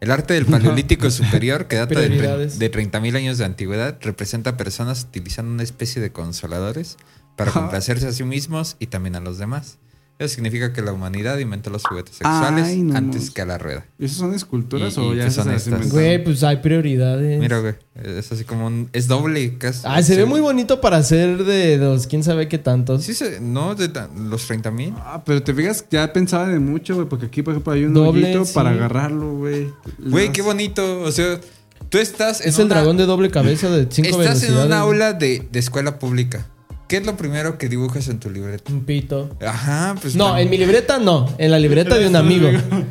Speaker 1: El arte del paleolítico superior, que data de, tre-
Speaker 2: Prioridades.
Speaker 1: de 30.000 años de antigüedad, representa personas utilizando una especie de consoladores para complacerse a sí mismos y también a los demás. Eso significa que la humanidad inventó los juguetes sexuales
Speaker 3: Ay, no
Speaker 1: antes
Speaker 3: mames.
Speaker 1: que la rueda.
Speaker 3: ¿Y ¿Esas son esculturas
Speaker 1: ¿Y-
Speaker 3: o
Speaker 1: y
Speaker 3: ya
Speaker 1: qué
Speaker 3: se
Speaker 1: son
Speaker 3: las
Speaker 1: estas?
Speaker 3: inventaron?
Speaker 2: Güey, pues hay prioridades.
Speaker 1: Mira, güey, es así como un... Es doble. casi.
Speaker 2: Ah, se ve
Speaker 1: Sí.
Speaker 2: muy bonito para ser de los quién sabe qué tantos.
Speaker 1: Sí, se- no, de tan- los 30.000.
Speaker 3: Ah, pero te fijas, ya pensaba de mucho, güey, porque aquí, por ejemplo, hay un
Speaker 2: Doble,
Speaker 3: hoyito
Speaker 2: sí.
Speaker 3: para agarrarlo, güey.
Speaker 1: Güey,
Speaker 3: Las-
Speaker 1: qué bonito. O sea, tú estás... en
Speaker 2: es el
Speaker 1: una-
Speaker 2: dragón de doble cabeza de cinco
Speaker 1: Estás en
Speaker 2: velocidades.
Speaker 1: un aula de, de escuela pública. ¿Qué es lo primero que dibujas en tu libreta?
Speaker 2: Un pito.
Speaker 1: Ajá, pues.
Speaker 2: No, en mi libreta no. En la libreta de un amigo.
Speaker 1: o en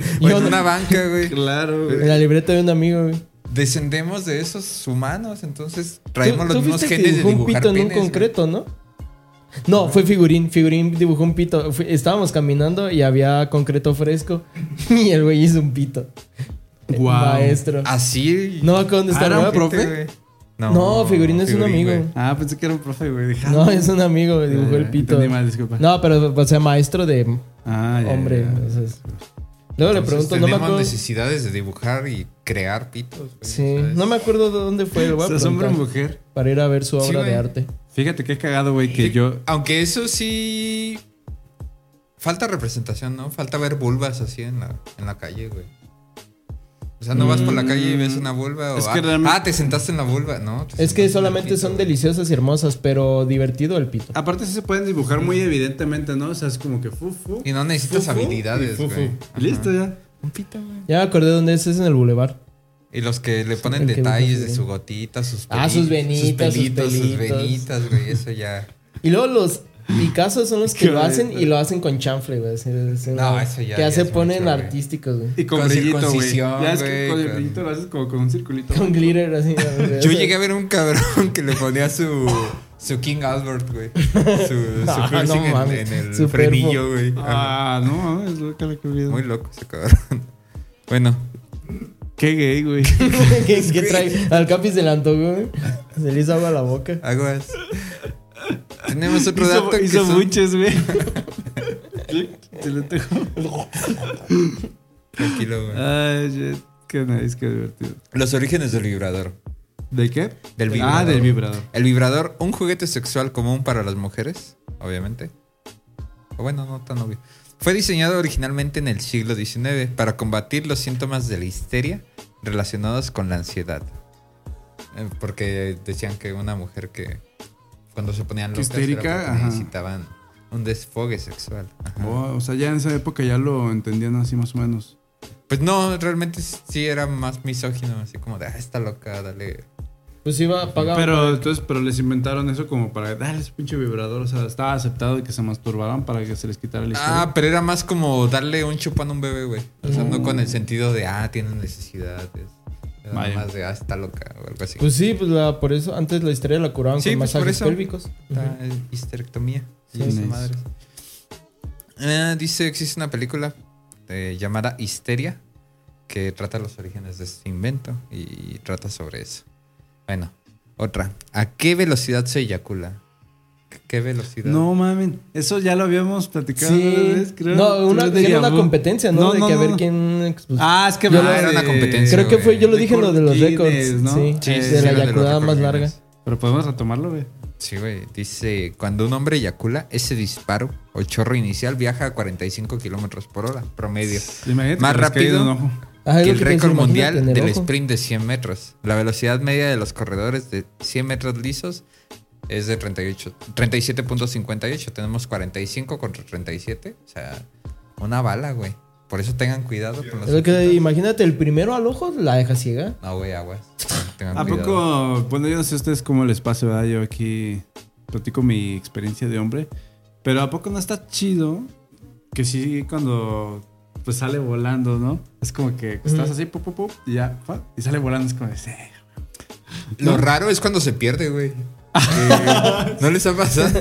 Speaker 2: Yo-
Speaker 1: una banca, güey.
Speaker 3: Claro, güey.
Speaker 2: en la libreta de un amigo, güey.
Speaker 1: Descendemos de esos humanos, entonces traemos
Speaker 2: Tú-
Speaker 1: los
Speaker 2: tú
Speaker 1: mismos
Speaker 2: fuiste el que
Speaker 1: genes de
Speaker 2: dibujó un
Speaker 1: dibujar
Speaker 2: pito en un
Speaker 1: penes, güey.
Speaker 2: concreto, ¿no? No, fue figurín. Figurín dibujó un pito. Fue- estábamos caminando y había concreto fresco. Y el güey hizo un pito. El
Speaker 3: Guau.
Speaker 2: Maestro.
Speaker 1: Ah, Así.
Speaker 2: No, ¿a dónde está
Speaker 3: Ah, era
Speaker 2: el
Speaker 3: un
Speaker 2: profe?
Speaker 3: profe.
Speaker 1: güey.
Speaker 2: No, Figurín es un amigo.
Speaker 1: güey.
Speaker 3: Ah, pensé que era un profe, güey. Dije, ah,
Speaker 2: No, es un amigo que
Speaker 1: Ah,
Speaker 2: dibujó
Speaker 3: Ya,
Speaker 2: el
Speaker 3: ya,
Speaker 2: pito.
Speaker 3: entendí mal, disculpa.
Speaker 2: No, pero o sea, maestro de
Speaker 3: Ah, ya,
Speaker 2: hombre.
Speaker 3: ya.
Speaker 2: entonces. Luego le
Speaker 1: Eh, Entonces,
Speaker 2: pregunto, no me
Speaker 1: tenemos
Speaker 2: acuerdo.
Speaker 1: necesidades de dibujar y crear pitos. güey,
Speaker 2: Sí,
Speaker 1: ¿sabes?
Speaker 2: no me acuerdo de dónde fue. Le voy a
Speaker 3: ¿Estás hombre o
Speaker 2: preguntar
Speaker 3: mujer?
Speaker 2: para ir a ver su obra
Speaker 1: Sí,
Speaker 2: de
Speaker 1: güey.
Speaker 2: arte.
Speaker 3: Fíjate que es cagado, güey, que yo.
Speaker 1: Aunque eso sí. Falta representación, ¿no? Falta ver vulvas así en la, en la calle, güey. O sea, no vas por la calle y ves una vulva o.
Speaker 3: Mm, Es que
Speaker 1: ah,
Speaker 3: realmente-
Speaker 1: ah, te sentaste en la vulva. No. te
Speaker 2: Es que
Speaker 1: sentaste en
Speaker 2: solamente
Speaker 1: el
Speaker 2: son
Speaker 1: pito, güey.
Speaker 2: deliciosas y hermosas, pero divertido el pito.
Speaker 3: Aparte, sí se pueden dibujar muy evidentemente, ¿no? O sea, es como que fu, fu.
Speaker 1: Y no necesitas
Speaker 3: fu, fu, y
Speaker 1: habilidades,
Speaker 3: fu, fu.
Speaker 1: güey.
Speaker 3: Y Listo ya.
Speaker 1: Un pito, güey.
Speaker 2: Ya me acordé dónde es, es en el bulevar.
Speaker 1: Y los que le ponen
Speaker 2: El que
Speaker 1: detalles
Speaker 2: dibujas,
Speaker 1: de su gotita, sus
Speaker 2: Ah, sus venitas, sus
Speaker 1: sus
Speaker 2: pelitos.
Speaker 1: venitas, güey. Eso ya.
Speaker 2: Y luego los Picasso son los que
Speaker 3: Qué
Speaker 2: lo hacen
Speaker 3: bonito.
Speaker 2: y lo hacen con chanfle, güey. así, así,
Speaker 1: No,
Speaker 2: güey,
Speaker 1: eso ya-
Speaker 2: Que
Speaker 1: ya
Speaker 2: ya se
Speaker 1: es
Speaker 2: ponen
Speaker 1: mucho, güey.
Speaker 2: artísticos, güey.
Speaker 3: Y con,
Speaker 1: Con
Speaker 3: brillito, güey.
Speaker 1: circuncisión,
Speaker 3: Ya es que
Speaker 1: güey,
Speaker 3: con el
Speaker 1: con-
Speaker 3: brillito lo haces como con un circulito.
Speaker 2: Con glitter, así. güey,
Speaker 1: Yo
Speaker 2: así.
Speaker 1: llegué a ver un cabrón que le ponía su, su King Albert, güey. Su,
Speaker 2: No,
Speaker 1: su piercing
Speaker 2: no
Speaker 1: en-
Speaker 2: mames,
Speaker 1: en, el
Speaker 2: su
Speaker 1: frenillo, güey. Ajá.
Speaker 3: Ah, no, es lo que le he
Speaker 1: Muy loco ese cabrón. Bueno,
Speaker 3: Qué gay, güey.
Speaker 2: ¿Qué, qué trae? Al Capi se le antojó, güey. Se le hizo agua a la boca.
Speaker 1: aguas. Tenemos otro
Speaker 3: hizo
Speaker 1: dato que
Speaker 3: hizo
Speaker 1: son-
Speaker 3: buches, güey. Se lo tengo.
Speaker 1: Tranquilo, güey.
Speaker 3: Ay, shit. Qué nice, qué divertido.
Speaker 1: Los orígenes del vibrador.
Speaker 3: ¿De qué?
Speaker 1: Del
Speaker 3: Ah,
Speaker 1: vibrador.
Speaker 3: del vibrador.
Speaker 1: El vibrador, un juguete sexual común para las mujeres, obviamente. O bueno, no tan obvio. Fue diseñado originalmente en el siglo XIX para combatir los síntomas de la histeria relacionados con la ansiedad. Eh, Porque decían que una mujer que cuando se ponían
Speaker 3: Que
Speaker 1: locas era
Speaker 3: histérica,
Speaker 1: porque
Speaker 3: ajá.
Speaker 1: necesitaban un desfogue sexual. Ajá.
Speaker 3: Oh, o sea, ya en esa época ya lo entendían así más o menos.
Speaker 1: Pues no, realmente sí era más misógino, así como de, ah, está loca, dale.
Speaker 2: Pues iba, pagaba.
Speaker 3: Pero entonces, pero les inventaron eso como para darles pinche vibrador. O sea, estaba aceptado que se masturbaban para que se les quitara el
Speaker 1: Ah, pero era más como darle un chupón a un bebé, güey. O sea, no con el sentido de, ah, tienen necesidades. Era
Speaker 3: Mm. Vaya.
Speaker 1: más de, ah, está loca o algo así.
Speaker 2: Pues sí, pues la, por eso antes la histeria la curaban
Speaker 1: Sí,
Speaker 2: con
Speaker 1: pues, por
Speaker 2: masajes
Speaker 1: eso.
Speaker 2: pélvicos.
Speaker 1: Está en histerectomía.
Speaker 3: Sí,
Speaker 1: Esa
Speaker 3: nice.
Speaker 1: madre. Eh, dice, existe una película eh, llamada Histeria que trata los orígenes de este invento y trata sobre eso. Bueno, otra. ¿A qué velocidad se eyacula? ¿Qué velocidad?
Speaker 3: No mamen, eso ya lo habíamos platicado
Speaker 2: Sí.
Speaker 3: una vez, creo.
Speaker 2: No, una,
Speaker 3: Creo de
Speaker 2: era una
Speaker 3: Yahoo.
Speaker 2: competencia, ¿no? de que a ver
Speaker 3: no.
Speaker 2: quién expuso.
Speaker 3: Ah, es que
Speaker 1: Ah,
Speaker 3: hablaba
Speaker 1: era una
Speaker 3: de-
Speaker 1: competencia,
Speaker 2: Creo que fue, yo lo
Speaker 3: de
Speaker 2: dije en lo de los
Speaker 3: Corquines,
Speaker 2: récords.
Speaker 3: ¿no?
Speaker 2: Sí,
Speaker 1: Sí,
Speaker 2: Eh, de
Speaker 1: sí, era
Speaker 2: la
Speaker 1: de los
Speaker 2: eyaculada más
Speaker 1: récords
Speaker 2: larga.
Speaker 1: Guinness.
Speaker 3: Pero podemos retomarlo, güey.
Speaker 1: Sí, güey. Dice, cuando un hombre eyacula, ese disparo o chorro inicial viaja a 45 kilómetros por hora, promedio.
Speaker 3: Imagínate
Speaker 1: Más
Speaker 3: que les caiga
Speaker 1: rápido.
Speaker 3: un ojo.
Speaker 2: Ajá,
Speaker 1: que
Speaker 2: Ah, es lo
Speaker 1: el
Speaker 2: que te decía,
Speaker 1: récord
Speaker 2: imagínate en
Speaker 1: mundial
Speaker 2: el
Speaker 1: del
Speaker 2: ojo.
Speaker 1: sprint de 100 metros. La velocidad media de los corredores de 100 metros lisos es de 38 37.58. Tenemos 45 contra 37. O sea, una bala, güey. Por eso tengan cuidado con los
Speaker 2: Es lo que,
Speaker 1: ojitos.
Speaker 2: imagínate, el primero al ojo la deja ciega.
Speaker 1: No, güey, aguas. Tengan
Speaker 3: ¿A
Speaker 1: cuidado.
Speaker 3: poco? Bueno, yo no sé ustedes cómo les pase, ¿verdad? Yo aquí platico mi experiencia de hombre. Pero ¿a poco no está chido que sí cuando pues sale volando, ¿no? Es como que estás así, pop, pop, pop, y ya, fa, y sale volando. Es como de, "Sí".
Speaker 1: Lo raro es cuando se pierde, güey. Eh, ¿No les ha pasado?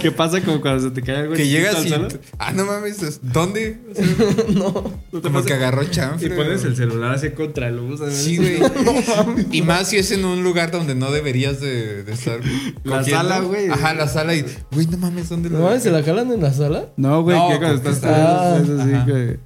Speaker 3: ¿Qué pasa como cuando se te cae algo?
Speaker 1: Que
Speaker 3: chiquito
Speaker 1: llegas
Speaker 3: al
Speaker 1: y.
Speaker 3: suelo?
Speaker 1: Ah, no mames, ¿dónde? O sea,
Speaker 3: ¿No te
Speaker 1: como
Speaker 3: pasa?
Speaker 1: que agarró chanfle.
Speaker 3: Y pones
Speaker 1: güey.
Speaker 3: el celular así contra luz. ¿sabes?
Speaker 1: Sí, güey. y más si es en un lugar donde no deberías de, de estar.
Speaker 3: La
Speaker 1: cogiendo.
Speaker 3: sala, güey.
Speaker 1: Ajá, la sala y. Güey, no mames, ¿dónde
Speaker 2: ¿No mames, se la jalan en la sala?
Speaker 3: No, güey,
Speaker 1: No,
Speaker 3: que cuando
Speaker 1: porque
Speaker 3: estás
Speaker 2: está-
Speaker 3: es así,
Speaker 1: Ajá.
Speaker 3: güey.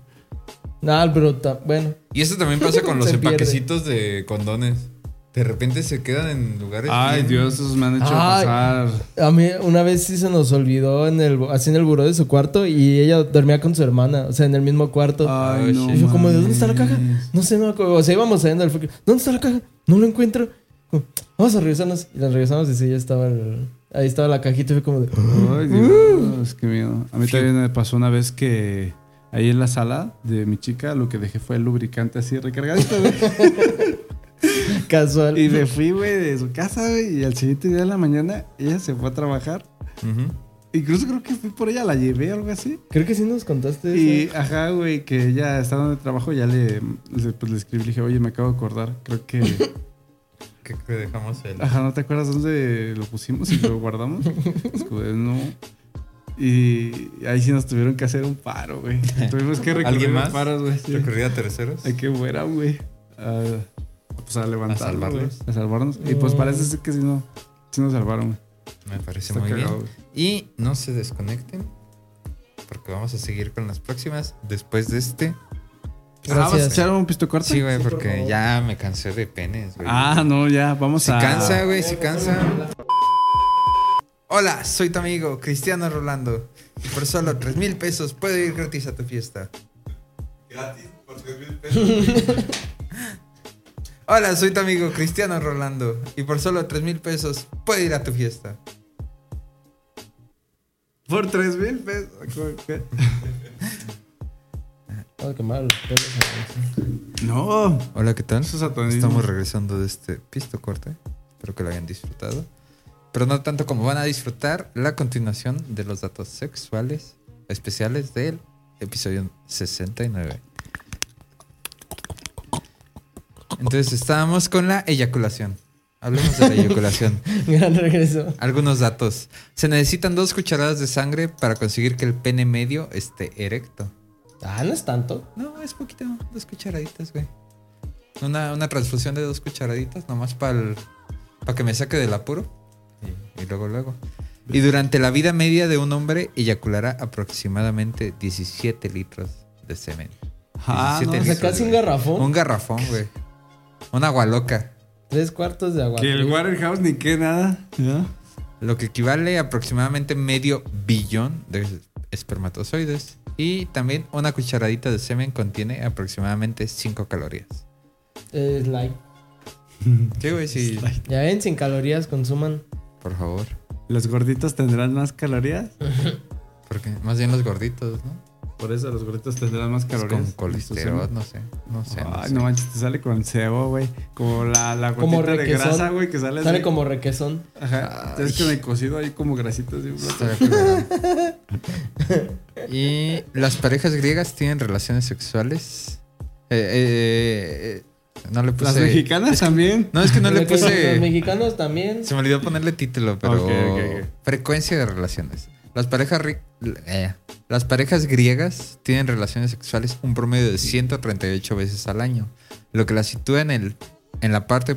Speaker 2: Nah, pero ta- bueno.
Speaker 1: Y eso también pasa con los
Speaker 2: Se pierde.
Speaker 1: empaquecitos de condones. De repente se quedan en lugares.
Speaker 3: Ay,
Speaker 1: bien-
Speaker 3: Dios, esos me han hecho
Speaker 2: Ay.
Speaker 3: pasar.
Speaker 2: A mí una vez sí se nos olvidó en el, así en el buró de su cuarto y ella dormía con su hermana, o sea, en el mismo cuarto.
Speaker 3: Ay, Ah, no.
Speaker 2: y yo como, ¿de dónde está la
Speaker 3: mames.
Speaker 2: caja? No sé, no me acuerdo. O sea, íbamos saliendo del foco. ¿Dónde está la caja? No lo encuentro. Como, Vamos a regresarnos. Y nos regresamos y sí, ya estaba el- ahí estaba la cajita y fue como de...
Speaker 3: Ay, Dios, qué miedo. A mí también me pasó una vez que ahí en la sala de mi chica lo que dejé fue el lubricante así recargadito, güey.
Speaker 2: Casual.
Speaker 3: y me fui, güey, de su casa, güey. Y al siguiente día de la mañana ella se fue a trabajar.
Speaker 1: Ujú.
Speaker 3: Incluso creo que fui por ella, la llevé o algo así.
Speaker 2: Creo que sí nos contaste
Speaker 3: Y
Speaker 2: eso.
Speaker 3: ajá, güey, que ella estaba en el trabajo, ya le, le- pues, le escribí, le dije, oye, me acabo de acordar, creo que,
Speaker 1: Que, que dejamos el.
Speaker 3: ajá, ¿no te acuerdas dónde lo pusimos y lo guardamos? Es como de, no. Y ahí sí nos tuvieron que hacer un paro, güey. Tuvimos que recurrir
Speaker 1: ¿Alguien
Speaker 3: a
Speaker 1: más?
Speaker 3: paros, güey. sí.
Speaker 1: Recorrido a terceros.
Speaker 3: A que fuera, güey. A, pues a levantar,
Speaker 1: A salvarlos.
Speaker 3: A salvarnos. Y pues parece ser que sí, no, sí nos salvaron, güey.
Speaker 1: Me parece
Speaker 3: Está
Speaker 1: muy
Speaker 3: cagado,
Speaker 1: bien. Y no se desconecten. Porque vamos a seguir con las próximas. Después de este.
Speaker 3: Ah, ¿vas a
Speaker 2: Gracias.
Speaker 3: echar un pisto corto?
Speaker 1: Sí, güey, porque ya me cansé de penes, güey.
Speaker 3: Ah, no, ya, vamos
Speaker 1: Si
Speaker 3: a.
Speaker 1: cansa, güey, si cansa. Hola, soy tu amigo Cristiano Rolando. Y por solo 3 mil pesos puedo ir gratis a tu fiesta.
Speaker 5: Gratis, por 3 mil pesos.
Speaker 1: Hola, soy tu amigo Cristiano Rolando. Y por solo 3 mil pesos puedo ir a tu fiesta.
Speaker 3: Por tres mil pesos. ¿Cómo que?
Speaker 2: Vamos a quemar los pelos a la
Speaker 3: No.
Speaker 1: Hola, ¿qué tal?
Speaker 3: Eso es satanismo.
Speaker 1: Estamos regresando de este pisto corte. Espero que lo hayan disfrutado. Pero no tanto como van a disfrutar la continuación de los datos sexuales especiales del episodio 69. Entonces estábamos con la eyaculación. Hablemos de la eyaculación.
Speaker 2: vez. Gran regreso.
Speaker 1: Algunos datos. Se necesitan dos cucharadas de sangre para conseguir que el pene medio esté erecto.
Speaker 2: Ah, no es tanto.
Speaker 1: No, es poquito, dos cucharaditas, güey. Una, una transfusión de dos cucharaditas, nomás para que me saque del apuro. Y, y luego, luego. Y durante la vida media de un hombre eyaculará aproximadamente 17 litros de semen.
Speaker 3: Ah, no,
Speaker 1: 17
Speaker 2: O sea,
Speaker 1: litros,
Speaker 2: casi un
Speaker 1: güey.
Speaker 2: garrafón.
Speaker 1: Un garrafón, güey. Una agua loca.
Speaker 2: Tres cuartos de agua.
Speaker 3: Que el Waterhouse ni que nada. ¿ya?
Speaker 1: Lo que equivale a aproximadamente medio billón de espermatozoides. Y también una cucharadita de semen contiene aproximadamente 5 calorías.
Speaker 2: Es like.
Speaker 1: Sí, güey, sí.
Speaker 2: Ya ven, sin calorías consuman.
Speaker 1: Por favor.
Speaker 3: ¿Los gorditos tendrán más calorías?
Speaker 1: Porque más bien los gorditos, ¿no?
Speaker 3: Por eso los gorditos tendrán más
Speaker 1: Pues
Speaker 3: calorías.
Speaker 1: Con colesterol, no sé. No sé. no
Speaker 3: Ay,
Speaker 1: sé.
Speaker 3: no manches, te sale con cebo, güey. Como la, la
Speaker 2: Como
Speaker 3: gotita de
Speaker 2: requesón.
Speaker 3: grasa, güey, que sale
Speaker 2: Sale
Speaker 3: así.
Speaker 2: como requesón.
Speaker 1: Ah,
Speaker 3: Ajá. Es que en el cocido hay como grasitas de un
Speaker 1: Está de acuerdo. y las parejas griegas tienen relaciones sexuales. Eh, eh, eh, no le puse.
Speaker 3: Las mexicanas también.
Speaker 1: No, es que no le
Speaker 2: Lo que Los
Speaker 1: puse.
Speaker 2: mexicanos también.
Speaker 1: Se me olvidó ponerle título, pero.
Speaker 3: Ok, ok, ok.
Speaker 1: Frecuencia de relaciones. Las parejas, ri- eh, las parejas griegas tienen relaciones sexuales un promedio de 138 veces al año, lo que las sitúa en, el, en la parte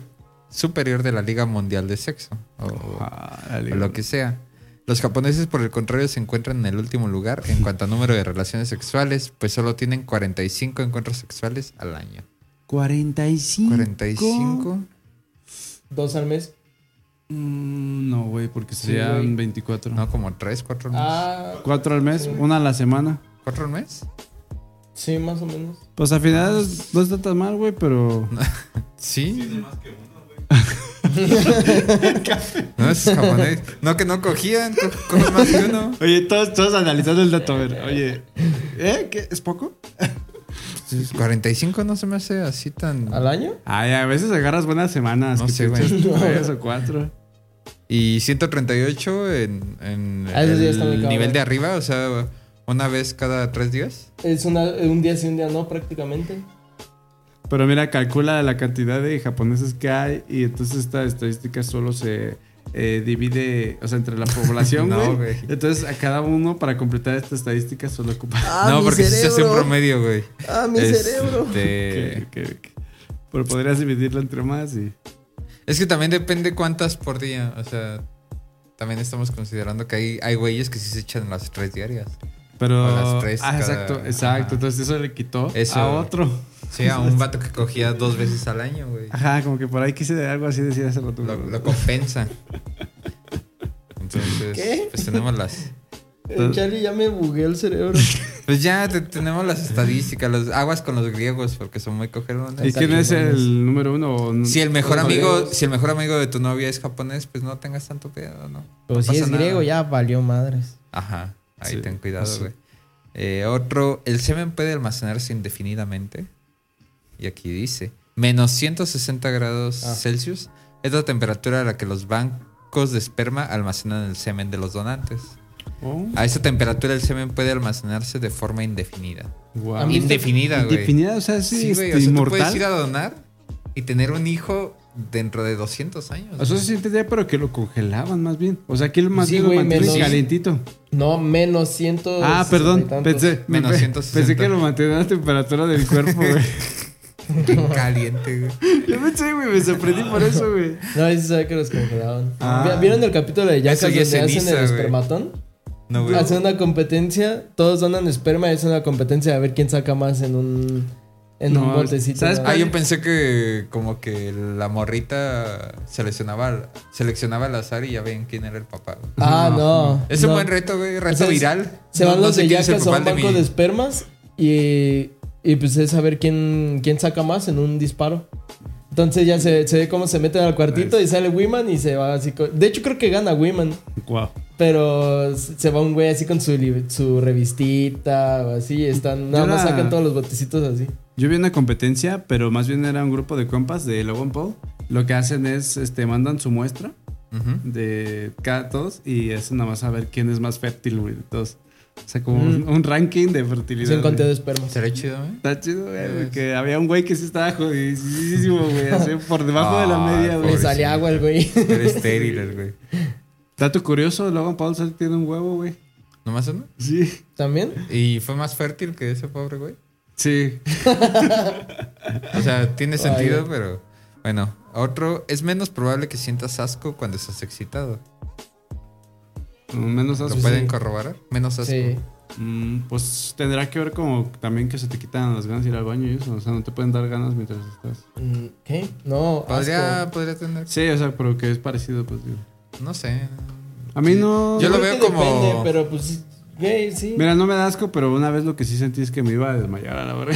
Speaker 1: superior de la Liga Mundial de Sexo, o,
Speaker 3: Ah, dale,
Speaker 1: o lo
Speaker 3: güey.
Speaker 1: que sea. Los japoneses, por el contrario, se encuentran en el último lugar en cuanto a número de relaciones sexuales, pues solo tienen 45 encuentros sexuales al año.
Speaker 3: 45.
Speaker 1: 45.
Speaker 2: Dos al mes.
Speaker 3: Mm, no, güey, porque
Speaker 2: Sí,
Speaker 3: serían
Speaker 2: güey.
Speaker 3: 24.
Speaker 1: No, como 3, 4 al mes.
Speaker 2: Ah,
Speaker 3: Cuatro al mes, una a la semana.
Speaker 1: ¿Cuatro al mes?
Speaker 2: sí, más o menos.
Speaker 3: Pues al final no está tan mal, güey, pero.
Speaker 1: Sí.
Speaker 5: Tiene más que uno, güey.
Speaker 1: No, es japonés. No, que no cogían, co- cogen más de uno.
Speaker 3: Oye, todos, todos analizando el dato, a ver. Oye, ¿eh? ¿Qué? ¿Es poco?
Speaker 1: 45 no se me hace así tan...
Speaker 2: ¿Al año?
Speaker 3: Ay, a veces agarras buenas semanas.
Speaker 1: No
Speaker 3: que
Speaker 1: sé,
Speaker 3: te
Speaker 1: güey.
Speaker 3: echas Tres o cuatro.
Speaker 1: Y 138 en, en
Speaker 2: Ah, eso sí está muy
Speaker 1: el
Speaker 2: cabrón.
Speaker 1: nivel de arriba, o sea, una vez cada tres días.
Speaker 2: Es una, un día sí, un día no, prácticamente.
Speaker 3: Pero mira, calcula la cantidad de japoneses que hay y entonces esta estadística solo se eh, divide, o sea, entre la población,
Speaker 1: No,
Speaker 3: güey.
Speaker 1: güey.
Speaker 3: entonces a cada uno para completar esta estadística solo ocupa...
Speaker 1: no, porque sí se hace un promedio, güey.
Speaker 2: Ah, mi
Speaker 1: Este,
Speaker 2: cerebro.
Speaker 3: Ok, ok, ok. Pero podrías dividirla entre más y...
Speaker 1: Es que también depende cuántas por día, o sea... También estamos considerando que hay, hay güeyes que sí se echan las tres diarias.
Speaker 3: Pero...
Speaker 1: O las tres
Speaker 3: ah,
Speaker 1: cada-
Speaker 3: exacto, exacto.
Speaker 1: ajá.
Speaker 3: Entonces eso le quitó
Speaker 1: Eso.
Speaker 3: a otro.
Speaker 1: Sí, a un vato que cogía dos veces al año, güey.
Speaker 3: Ajá, como que por ahí quise algo así decir hace rato.
Speaker 1: Lo, lo compensa. Entonces,
Speaker 2: ¿Qué?
Speaker 1: pues tenemos las...
Speaker 2: Eh, Charlie, ya me bugué el cerebro.
Speaker 1: Pues ya te- tenemos las estadísticas, los aguas con los griegos porque son muy cogelones.
Speaker 3: ¿Y quién es el número uno? O-
Speaker 1: Si el mejor
Speaker 2: Los
Speaker 1: amigo,
Speaker 2: griegos.
Speaker 1: si el mejor amigo de tu novia es japonés, pues no tengas tanto pedo, ¿no?
Speaker 2: Pero
Speaker 1: No
Speaker 2: si
Speaker 1: pasa
Speaker 2: es
Speaker 1: nada.
Speaker 2: griego, ya valió madres.
Speaker 1: Ajá, ahí
Speaker 3: Sí,
Speaker 1: ten cuidado,
Speaker 3: así.
Speaker 1: güey. Eh, otro, el semen puede almacenarse indefinidamente. Y aquí dice, menos 160 grados
Speaker 2: Ah.
Speaker 1: Celsius es la temperatura a la que los bancos de esperma almacenan el semen de los donantes.
Speaker 3: Oh,
Speaker 1: A esa temperatura el semen puede almacenarse de forma indefinida.
Speaker 3: guau.
Speaker 2: A mí-
Speaker 1: Indefinida, güey.
Speaker 3: Indefinida, o sea, sí,
Speaker 1: Sí, güey. O
Speaker 3: este,
Speaker 1: sea, tú
Speaker 3: inmortal.
Speaker 1: puedes ir a donar y tener un hijo dentro de 200 años.
Speaker 3: O sea,
Speaker 1: güey.
Speaker 3: eso sí entendía, pero que lo congelaban más bien. O sea, que él más
Speaker 2: Sí,
Speaker 3: bien lo
Speaker 2: güey,
Speaker 3: mantienen
Speaker 2: menos-
Speaker 3: calientito.
Speaker 2: No, menos ciento.
Speaker 3: Ah, perdón. Pensé, me-
Speaker 1: Menos
Speaker 3: pe-
Speaker 1: 160.
Speaker 3: pensé que lo mantenían a la temperatura del cuerpo, güey.
Speaker 1: Bien caliente, güey.
Speaker 3: Yo pensé, güey, me sorprendí por eso, güey.
Speaker 2: No, sí sabe que los congelaban.
Speaker 3: Ah.
Speaker 2: ¿Vi- ¿Vieron el capítulo de Jackass
Speaker 1: Eso ya
Speaker 2: donde
Speaker 1: es ceniza,
Speaker 2: hacen
Speaker 1: güey.
Speaker 2: el espermatón?
Speaker 1: No, güey.
Speaker 2: Hacen una competencia, todos donan esperma, es una competencia de ver quién saca más en un en
Speaker 3: No,
Speaker 2: un botecito.
Speaker 3: ¿sabes
Speaker 2: ¿no?
Speaker 1: Ah, yo pensé que como que la morrita seleccionaba, seleccionaba al azar y ya ven quién era el papá. güey.
Speaker 2: Ah, no.
Speaker 1: Es un
Speaker 2: no.
Speaker 1: buen reto, güey. Reto
Speaker 2: O sea,
Speaker 1: viral.
Speaker 2: Se
Speaker 1: No-
Speaker 2: van
Speaker 1: no
Speaker 2: los
Speaker 1: sé
Speaker 2: de
Speaker 1: quién es el
Speaker 2: yacas a
Speaker 1: papá
Speaker 2: un
Speaker 1: de
Speaker 2: banco
Speaker 1: mi-
Speaker 2: de espermas y, y pues es saber quién, quién saca más en un disparo. Entonces ya se, se ve cómo se meten al cuartito y sale Wiman y se va así. co- De hecho, creo que gana Wiman.
Speaker 3: Wow.
Speaker 2: Pero se va un güey así con su, li- su revistita o así. Están, nada
Speaker 3: Yo
Speaker 2: más
Speaker 3: la-
Speaker 2: sacan todos los botecitos así.
Speaker 3: Yo vi una competencia, pero más bien era un grupo de compas de Logan Paul. Lo que hacen es, este, mandan su muestra
Speaker 1: Ujú.
Speaker 3: de cada todos y hacen nada más a ver quién es más fértil, güey, de todos. O sea, como
Speaker 2: Mm.
Speaker 3: un, un ranking de fertilidad.
Speaker 2: Sin conteo de
Speaker 3: güey.
Speaker 2: espermas.
Speaker 1: Será chido, güey.
Speaker 3: Está chido, güey, porque había un güey que sí estaba jodidísimo, güey, así por debajo de la
Speaker 1: Ah,
Speaker 3: media, güey.
Speaker 2: Le sale
Speaker 1: pobrecito.
Speaker 2: agua el güey.
Speaker 1: Era estéril el güey.
Speaker 3: Dato curioso, Logan Paul solo tiene un huevo, güey.
Speaker 1: ¿Nomás uno?
Speaker 3: Sí.
Speaker 2: ¿También?
Speaker 1: Y fue más fértil que ese pobre güey.
Speaker 3: Sí.
Speaker 1: O sea, tiene sentido,
Speaker 2: güey.
Speaker 1: pero bueno. Otro, es menos probable que sientas asco cuando estás excitado.
Speaker 3: Menos
Speaker 1: ¿Lo
Speaker 3: asco.
Speaker 1: pueden
Speaker 3: sí.
Speaker 1: corroborar? Menos asco.
Speaker 2: Sí.
Speaker 3: Mm, pues tendrá que ver como también que se te quitan las ganas de ir al baño y eso. O sea, no te pueden dar ganas mientras estás.
Speaker 2: Mm, ¿Qué? No.
Speaker 1: Podría,
Speaker 2: asco.
Speaker 1: podría tener.
Speaker 3: Sí, o sea, pero que es parecido, pues digo.
Speaker 1: No sé.
Speaker 3: A mí no.
Speaker 1: Yo lo
Speaker 2: Pues Creo
Speaker 1: veo
Speaker 2: que
Speaker 1: como-
Speaker 2: depende, pero pues. Güey, sí.
Speaker 3: Mira, no me da asco, pero una vez lo que sí sentí es que me iba a desmayar a la hora.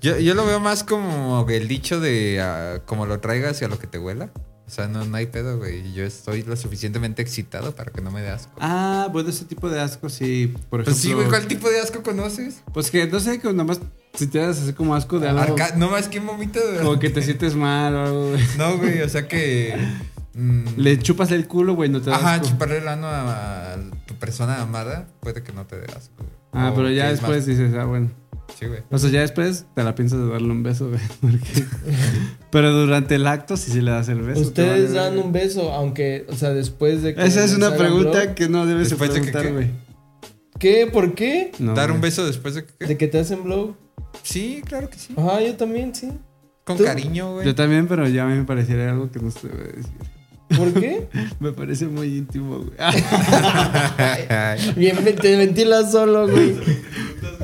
Speaker 1: Yo, yo lo veo más como el dicho de ah, como lo traigas y a lo que te huela. O sea, no, no hay pedo, güey. Yo estoy lo suficientemente excitado para que no me dé asco.
Speaker 3: ah, bueno, ese tipo de asco sí. Por ejemplo,
Speaker 1: Pues sí, güey, ¿cuál tipo de asco conoces?
Speaker 3: Pues que no sé, que nomás sintieras así como asco de algo.
Speaker 1: Arca- no más que vomita. güey?
Speaker 3: Como que te sientes mal o algo, güey.
Speaker 1: No, güey, o sea que. mm,
Speaker 3: Le chupas el culo, güey, no te da
Speaker 1: Ajá,
Speaker 3: asco.
Speaker 1: chuparle el ano a, a tu persona amada puede que no te dé asco. güey.
Speaker 3: Ah,
Speaker 1: O
Speaker 3: pero ya
Speaker 1: que es más-
Speaker 3: después dices, ah, bueno.
Speaker 1: Sí, güey.
Speaker 3: O sea, ya después te la piensas de darle un beso, güey. porque- Pero durante el acto sí se le das el beso. te
Speaker 2: Ustedes
Speaker 3: vale,
Speaker 2: dan
Speaker 3: güey.
Speaker 2: un beso, aunque, o sea, después de que.
Speaker 3: Esa es
Speaker 2: nos
Speaker 3: una
Speaker 2: hagan
Speaker 3: pregunta
Speaker 2: blow.
Speaker 3: que no debes de
Speaker 1: Después de que
Speaker 3: preguntar,
Speaker 1: qué.
Speaker 3: güey.
Speaker 2: ¿Qué? ¿Por qué?
Speaker 3: No,
Speaker 1: ¿Dar un
Speaker 3: güey.
Speaker 1: beso después de que.?
Speaker 2: ¿De que te hacen blow?
Speaker 1: Sí, claro que sí.
Speaker 2: Ajá, yo también, sí.
Speaker 1: Con
Speaker 2: ¿Tú?
Speaker 1: cariño, güey.
Speaker 3: Yo también, pero ya me pareciera algo que no se debe decir.
Speaker 2: ¿Por qué?
Speaker 3: Me parece muy íntimo, güey.
Speaker 2: Bien, ve- te ventilas solo, güey.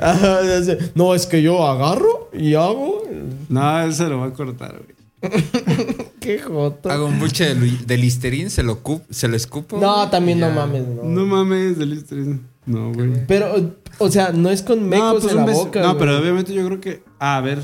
Speaker 2: Ajá, o sea, no, es que yo agarro y hago.
Speaker 3: no, él se lo va a cortar, güey.
Speaker 2: Qué joto.
Speaker 1: Hago un buche de, lu- de listerín, se lo, cu- se lo escupo.
Speaker 2: No,
Speaker 1: güey,
Speaker 2: también
Speaker 1: y
Speaker 2: no
Speaker 1: ya.
Speaker 2: mames, no.
Speaker 3: No mames, del estrés. No, güey.
Speaker 2: Pero, o- o sea, no es con mecos
Speaker 3: No, pues
Speaker 2: en
Speaker 3: un
Speaker 2: la
Speaker 3: beso.
Speaker 2: boca.
Speaker 3: no,
Speaker 2: güey.
Speaker 3: pero obviamente yo creo que. Ah, a ver,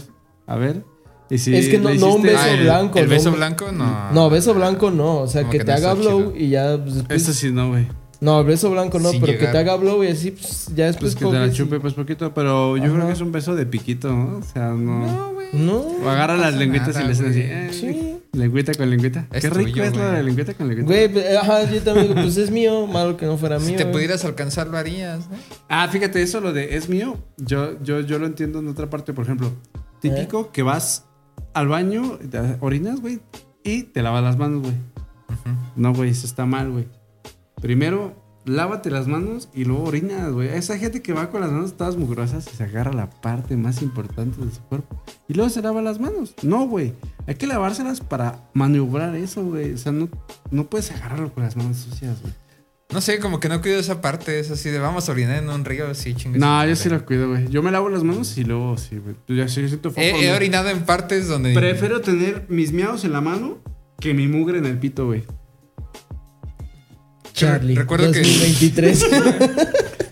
Speaker 3: a ver. Y si
Speaker 2: Es que no-
Speaker 3: le
Speaker 2: no, un
Speaker 3: hiciste-
Speaker 2: beso
Speaker 1: Ah, el,
Speaker 2: blanco,
Speaker 1: El
Speaker 2: ¿no?
Speaker 1: beso blanco, no.
Speaker 2: No, beso blanco no. O sea,
Speaker 1: Ah, Como
Speaker 2: que,
Speaker 1: que
Speaker 2: te
Speaker 1: no
Speaker 2: haga
Speaker 1: está
Speaker 2: blow
Speaker 1: chido.
Speaker 2: y ya. pues, después-
Speaker 3: Eso sí, no, güey.
Speaker 2: No, beso blanco no,
Speaker 1: Sin
Speaker 2: pero que
Speaker 1: llegar.
Speaker 2: te haga blow y así, pues ya después.
Speaker 3: Pues que te la
Speaker 2: coges y-
Speaker 3: chupe pues poquito, pero yo
Speaker 2: Ajá.
Speaker 3: creo que es un beso de piquito, ¿no? O sea, no.
Speaker 1: No, güey.
Speaker 2: No.
Speaker 3: o agarra las
Speaker 1: pasa
Speaker 3: lengüitas
Speaker 1: nada,
Speaker 3: y le haces así.
Speaker 1: güey.
Speaker 3: eh,
Speaker 2: Sí.
Speaker 3: Lengüita con lengüita.
Speaker 1: Es
Speaker 3: Qué rico
Speaker 1: tuyo,
Speaker 3: es la
Speaker 1: güey.
Speaker 3: de lengüita con lengüita.
Speaker 2: Güey, pues, ajá, yo también digo, pues es mío, malo que no fuera mío. ¿eh?
Speaker 1: Si te
Speaker 2: güey.
Speaker 1: pudieras alcanzar, lo harías, ¿no?
Speaker 3: Ah, fíjate, eso lo de es mío. Yo, yo, yo lo entiendo en otra parte, por ejemplo. Típico que vas al baño, te orinas, güey, y te lavas las manos, güey. No, güey, eso está mal, güey. Primero, lávate las manos y luego orinas, güey. Esa gente que va con las manos todas mugrosas y se agarra la parte más importante de su cuerpo. Y luego se lava las manos. No, güey. Hay que lavárselas para maniobrar eso, güey. O sea, no, no puedes agarrarlo con las manos sucias, güey.
Speaker 1: No sé, como que no cuido esa parte. Es así de vamos a orinar en un río, sí, chingue. su
Speaker 3: No,
Speaker 1: madre.
Speaker 3: yo sí lo cuido, güey. Yo me lavo las manos y luego sí, güey. Pues Ya sí, siento fofo,
Speaker 1: He, he
Speaker 3: güey.
Speaker 1: orinado en partes donde.
Speaker 3: Prefiero tener mis miados en la mano que mi mugre en el pito, güey.
Speaker 2: Charlie.
Speaker 1: Recuerdo que-
Speaker 2: 2023.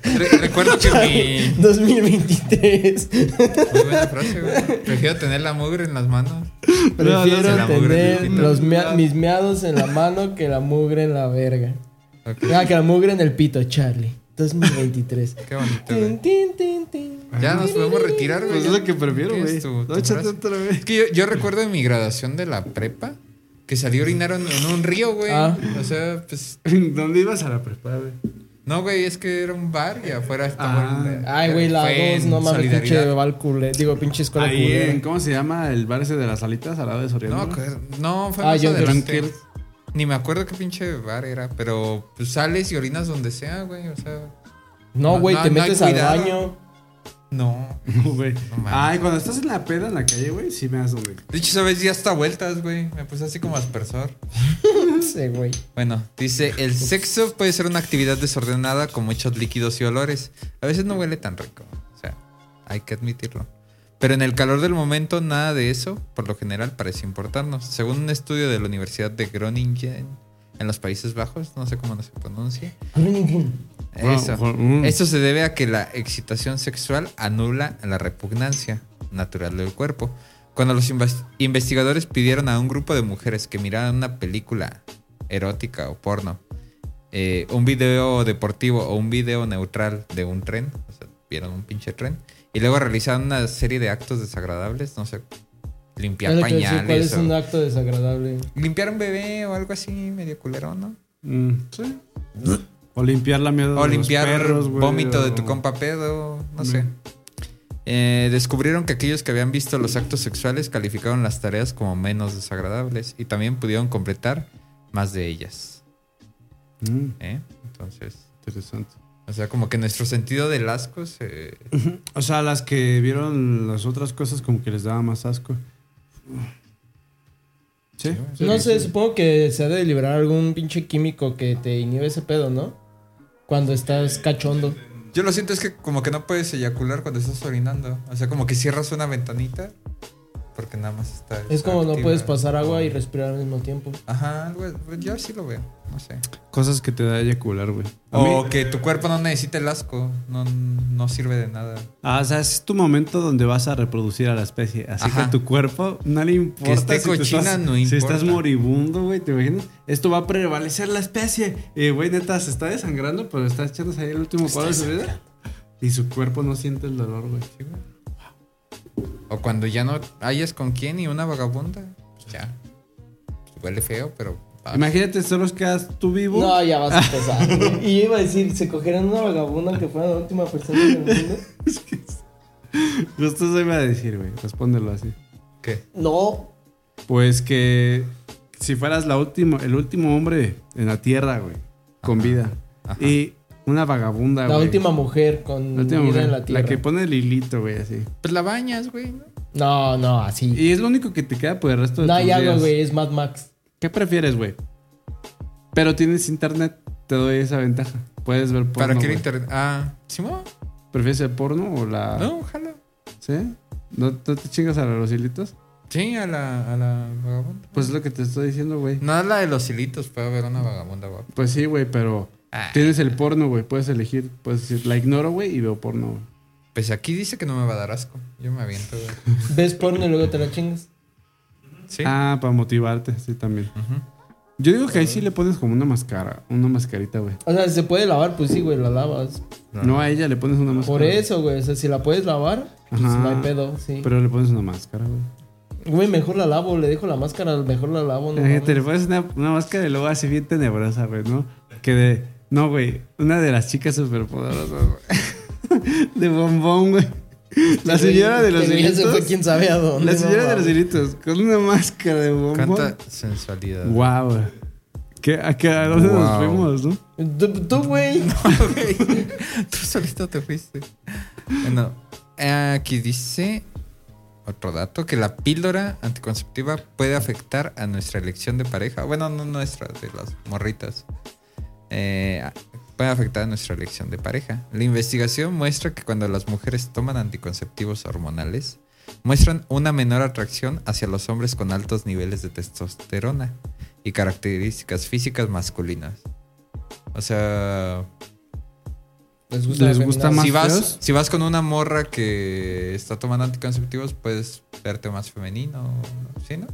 Speaker 1: Re- recuerdo que mi.
Speaker 2: 2023.
Speaker 1: Muy buena frase, güey. Prefiero tener la mugre en las manos.
Speaker 2: Prefiero
Speaker 1: se la mugre en el
Speaker 2: tener
Speaker 1: pito.
Speaker 2: los mea- mis meados en la mano que la mugre en la verga.
Speaker 1: Ok,
Speaker 2: Ah, que la mugre en el pito, Charlie. 2023.
Speaker 1: Qué bonito,
Speaker 2: Tin,
Speaker 1: güey.
Speaker 2: tin, tin, tin.
Speaker 1: Ya nos podemos retirar, güey.
Speaker 3: Pues es lo que prefiero,
Speaker 1: ¿Qué
Speaker 3: güey.
Speaker 1: es tu- tu
Speaker 3: No, échate
Speaker 1: frase?
Speaker 3: otra
Speaker 1: Es
Speaker 3: vez.
Speaker 1: que yo, yo recuerdo en mi graduación de la prepa que salí a orinar en, en un río, güey.
Speaker 2: Ah.
Speaker 1: O sea, pues.
Speaker 3: ¿Dónde ibas a la prepa, güey?
Speaker 1: No, güey, es que era un bar y afuera estaba.
Speaker 3: Ah.
Speaker 1: el-
Speaker 2: Ay, güey, la
Speaker 1: fue
Speaker 2: 2,
Speaker 1: en
Speaker 2: no mames, pinche
Speaker 1: solidaridad.
Speaker 2: bal culé. Digo, pinche escuela
Speaker 3: Ahí
Speaker 2: culera.
Speaker 3: en, ¿cómo se llama el bar ese de las alitas al lado de Soriano?
Speaker 1: No,
Speaker 3: güey?
Speaker 1: que- no, fue
Speaker 2: Ah,
Speaker 1: más
Speaker 2: John
Speaker 1: adelante.
Speaker 3: Kirk.
Speaker 1: Ni me acuerdo qué pinche bar era, pero pues, sales y orinas donde sea, güey. O sea,
Speaker 2: No, güey,
Speaker 1: No,
Speaker 2: te
Speaker 1: no hay
Speaker 2: metes al
Speaker 1: cuidado.
Speaker 2: baño.
Speaker 1: no.
Speaker 3: No, güey.
Speaker 1: mames.
Speaker 3: Ay, cuando estás en la peda en la calle, güey, sí me das un güey.
Speaker 1: De hecho, esa vez ya hasta vueltas, güey. Me puse así como aspersor.
Speaker 2: Sí, güey.
Speaker 1: Bueno, dice, el sexo puede ser una actividad desordenada con muchos líquidos y olores. A veces no huele tan rico. O sea, hay que admitirlo. Pero en el calor del momento, nada de eso, por lo general, parece importarnos. Según un estudio de la Universidad de Groningen, en los Países Bajos, no sé cómo se pronuncia.
Speaker 3: Wow,
Speaker 1: Eso.
Speaker 3: wow, mm.
Speaker 1: Esto se debe a que la excitación sexual anula la repugnancia natural del cuerpo. Cuando los invas- investigadores pidieron a un grupo de mujeres que miraran una película erótica o porno, eh, un video deportivo o un video neutral de un tren, o sea, vieron un pinche tren, y luego realizaron una serie de actos desagradables, no sé, limpiar
Speaker 2: Es lo que decía, ¿Cuál
Speaker 1: pañales
Speaker 2: es un
Speaker 1: o
Speaker 2: acto desagradable?
Speaker 1: limpiar un bebé o algo así medio culero, ¿no?
Speaker 3: Mm, sí. O limpiar la mierda
Speaker 1: O
Speaker 3: de los
Speaker 1: limpiar
Speaker 3: perros, güey,
Speaker 1: vómito de
Speaker 3: o-
Speaker 1: tu compa pedo, no
Speaker 3: Mm.
Speaker 1: sé. Eh, descubrieron que aquellos que habían visto los actos sexuales calificaron las tareas como menos desagradables y también pudieron completar más de ellas.
Speaker 3: Mm,
Speaker 1: ¿eh? Entonces,
Speaker 3: interesante.
Speaker 1: o sea, como que nuestro sentido del asco se...
Speaker 3: O sea, las que vieron las otras cosas como que les daba más asco. Sí.
Speaker 1: Sí,
Speaker 2: no sé,
Speaker 1: sí.
Speaker 2: supongo que se ha de liberar algún pinche químico que te inhibe ese pedo, ¿no? Cuando estás cachondo.
Speaker 1: Yo lo siento es que como que no puedes eyacular cuando estás orinando. O sea, como que cierras una ventanita porque nada más está...
Speaker 2: Es como no
Speaker 1: activa.
Speaker 2: puedes pasar agua y respirar al mismo tiempo.
Speaker 1: Ajá, algo- pues, yo sí lo veo, no sé.
Speaker 3: Cosas que te da eyacular, güey. A
Speaker 1: O
Speaker 3: mí-
Speaker 1: que tu cuerpo no necesita el asco, no, no sirve de nada.
Speaker 3: Ah, o sea, es tu momento donde vas a reproducir a la especie. Así
Speaker 1: Ajá.
Speaker 3: que a tu cuerpo no le importa.
Speaker 1: Que esté
Speaker 3: tú
Speaker 1: cochina,
Speaker 3: estás-
Speaker 1: no
Speaker 3: Si
Speaker 1: importa.
Speaker 3: estás moribundo, güey, ¿te imaginas? Esto va a prevalecer la especie. Y, güey, neta, se está desangrando, pero está echándose ahí el último cuadro de su vida. Y su cuerpo no siente el dolor, güey.
Speaker 1: Sí, güey. O cuando ya no hayas con quién y una vagabunda, pues ya. Huele feo, pero. va.
Speaker 3: Imagínate, solo quedas tú vivo.
Speaker 2: No, ya vas a empezar. güey. y yo iba a decir, ¿se cogerán una vagabunda que fuera la última persona del mundo?
Speaker 3: Justo eso iba a decir, güey. Respóndelo así.
Speaker 1: ¿Qué?
Speaker 2: No.
Speaker 3: Pues que si fueras la última, el último hombre en la tierra, güey, con vida.
Speaker 1: ajá.
Speaker 3: Y una
Speaker 1: Ah,
Speaker 3: vagabunda,
Speaker 2: La
Speaker 3: güey.
Speaker 2: última mujer con
Speaker 3: La última
Speaker 2: vida
Speaker 3: mujer,
Speaker 2: en la
Speaker 3: la
Speaker 2: tierra.
Speaker 3: que pone el hilito, güey, así.
Speaker 1: Pues la bañas, güey. ¿no?
Speaker 2: No, no, así.
Speaker 3: Y es lo único que te queda por el resto de
Speaker 2: No
Speaker 3: tus
Speaker 2: hay agua,
Speaker 3: días.
Speaker 2: güey, es Mad Max.
Speaker 3: ¿Qué prefieres, güey? Pero tienes internet, te doy esa ventaja. Puedes ver porno.
Speaker 1: ¿Para qué
Speaker 3: Pues güey.
Speaker 1: era internet? Ah, ¿Simón?
Speaker 3: ¿Prefieres el porno o la.
Speaker 1: No, jalo.
Speaker 3: ¿Sí? ¿No, no te chingas a los hilitos?
Speaker 1: Sí, a la, a la vagabunda.
Speaker 3: Pues es lo que te estoy diciendo, güey.
Speaker 1: No a la de los hilitos, puede haber una vagabunda guapa.
Speaker 3: Pues sí, güey, pero.
Speaker 1: Ah,
Speaker 3: Tienes el porno, güey. Puedes elegir, puedes decir, la ignoro, güey, y veo porno, güey.
Speaker 1: pues aquí dice que no me va a dar asco. Yo me aviento, güey.
Speaker 2: Ves porno y luego te la chingas.
Speaker 1: Sí.
Speaker 3: Ah, para motivarte, sí, también.
Speaker 1: Ujú.
Speaker 3: Yo digo que ahí sí le pones como una mascara, una mascarita, güey.
Speaker 2: O sea, si se puede lavar, pues sí, güey, la lavas.
Speaker 1: No,
Speaker 3: No, a ella le pones una máscara.
Speaker 2: Por eso, güey. O sea, si la puedes lavar, pues
Speaker 3: Pues Ajá.
Speaker 2: no hay pedo, sí.
Speaker 3: Pero le pones una máscara, güey.
Speaker 2: Güey, mejor la lavo, le dejo la máscara, mejor la lavo, no.
Speaker 3: Imagínate, le
Speaker 2: mames.
Speaker 3: pones una, una máscara y luego así bien tenebrosa, güey, ¿no? Que de. No, güey. Una de las chicas superpoderosas, güey. de bombón, güey.
Speaker 2: Este
Speaker 3: La señora de los
Speaker 2: Pero ya se fue
Speaker 3: hilitos.
Speaker 2: quién sabe a dónde.
Speaker 3: La
Speaker 2: no
Speaker 3: señora de los
Speaker 2: mames.
Speaker 3: hilitos. Con una máscara de bombón.
Speaker 1: Cuánta sensualidad.
Speaker 3: Guau, güey. ¿Qué- ¿A, qué, a dónde nos
Speaker 1: Guau.
Speaker 3: fuimos, no?
Speaker 2: Tú- Tú, güey.
Speaker 1: güey. Tú solito te fuiste. Bueno, aquí dice otro dato, que la píldora anticonceptiva puede afectar a nuestra elección de pareja. Bueno, no nuestra, de las morritas. Eh, puede afectar a nuestra elección de pareja. La investigación muestra que cuando las mujeres toman anticonceptivos hormonales, muestran una menor atracción hacia los hombres con altos niveles de testosterona y características físicas masculinas. O sea,
Speaker 2: Les
Speaker 3: Les gusta
Speaker 2: afeminar.
Speaker 3: más
Speaker 1: si
Speaker 3: feos?
Speaker 1: vas, si vas con una morra que está tomando anticonceptivos, puedes verte más femenino, ¿sí, no?